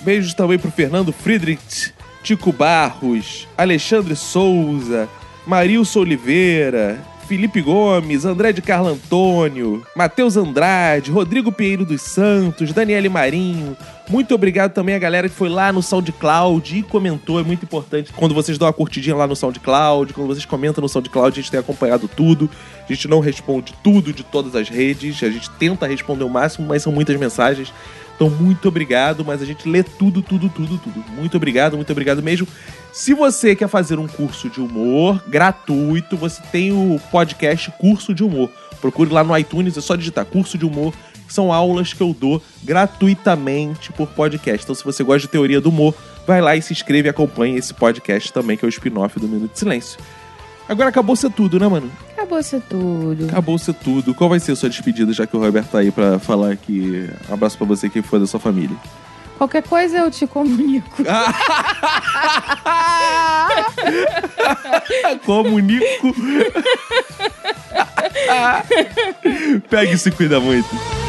Beijos também pro Fernando Friedrich, Tico Barros, Alexandre Souza, Marilson Oliveira, Felipe Gomes, André de Carlo Antônio, Matheus Andrade, Rodrigo Pinheiro dos Santos, Daniele Marinho. Muito obrigado também a galera que foi lá no SoundCloud e comentou. É muito importante quando vocês dão uma curtidinha lá no SoundCloud, quando vocês comentam no SoundCloud, a gente tem acompanhado tudo. A gente não responde tudo de todas as redes, a gente tenta responder o máximo, mas são muitas mensagens. Então, muito obrigado, mas a gente lê tudo, tudo, tudo, tudo. Muito obrigado, muito obrigado mesmo. Se você quer fazer um curso de humor gratuito, você tem o podcast Curso de Humor. Procure lá no iTunes, é só digitar curso de humor. que São aulas que eu dou gratuitamente por podcast. Então, se você gosta de teoria do humor, vai lá e se inscreve e acompanha esse podcast também, que é o spin-off do Minuto de Silêncio. Agora acabou ser tudo, né, mano? Acabou ser tudo. Acabou ser tudo. Qual vai ser a sua despedida, já que o Roberto tá aí pra falar que. Um abraço pra você e quem for da sua família. Qualquer coisa eu te comunico. Comunico. Pega e se cuida muito.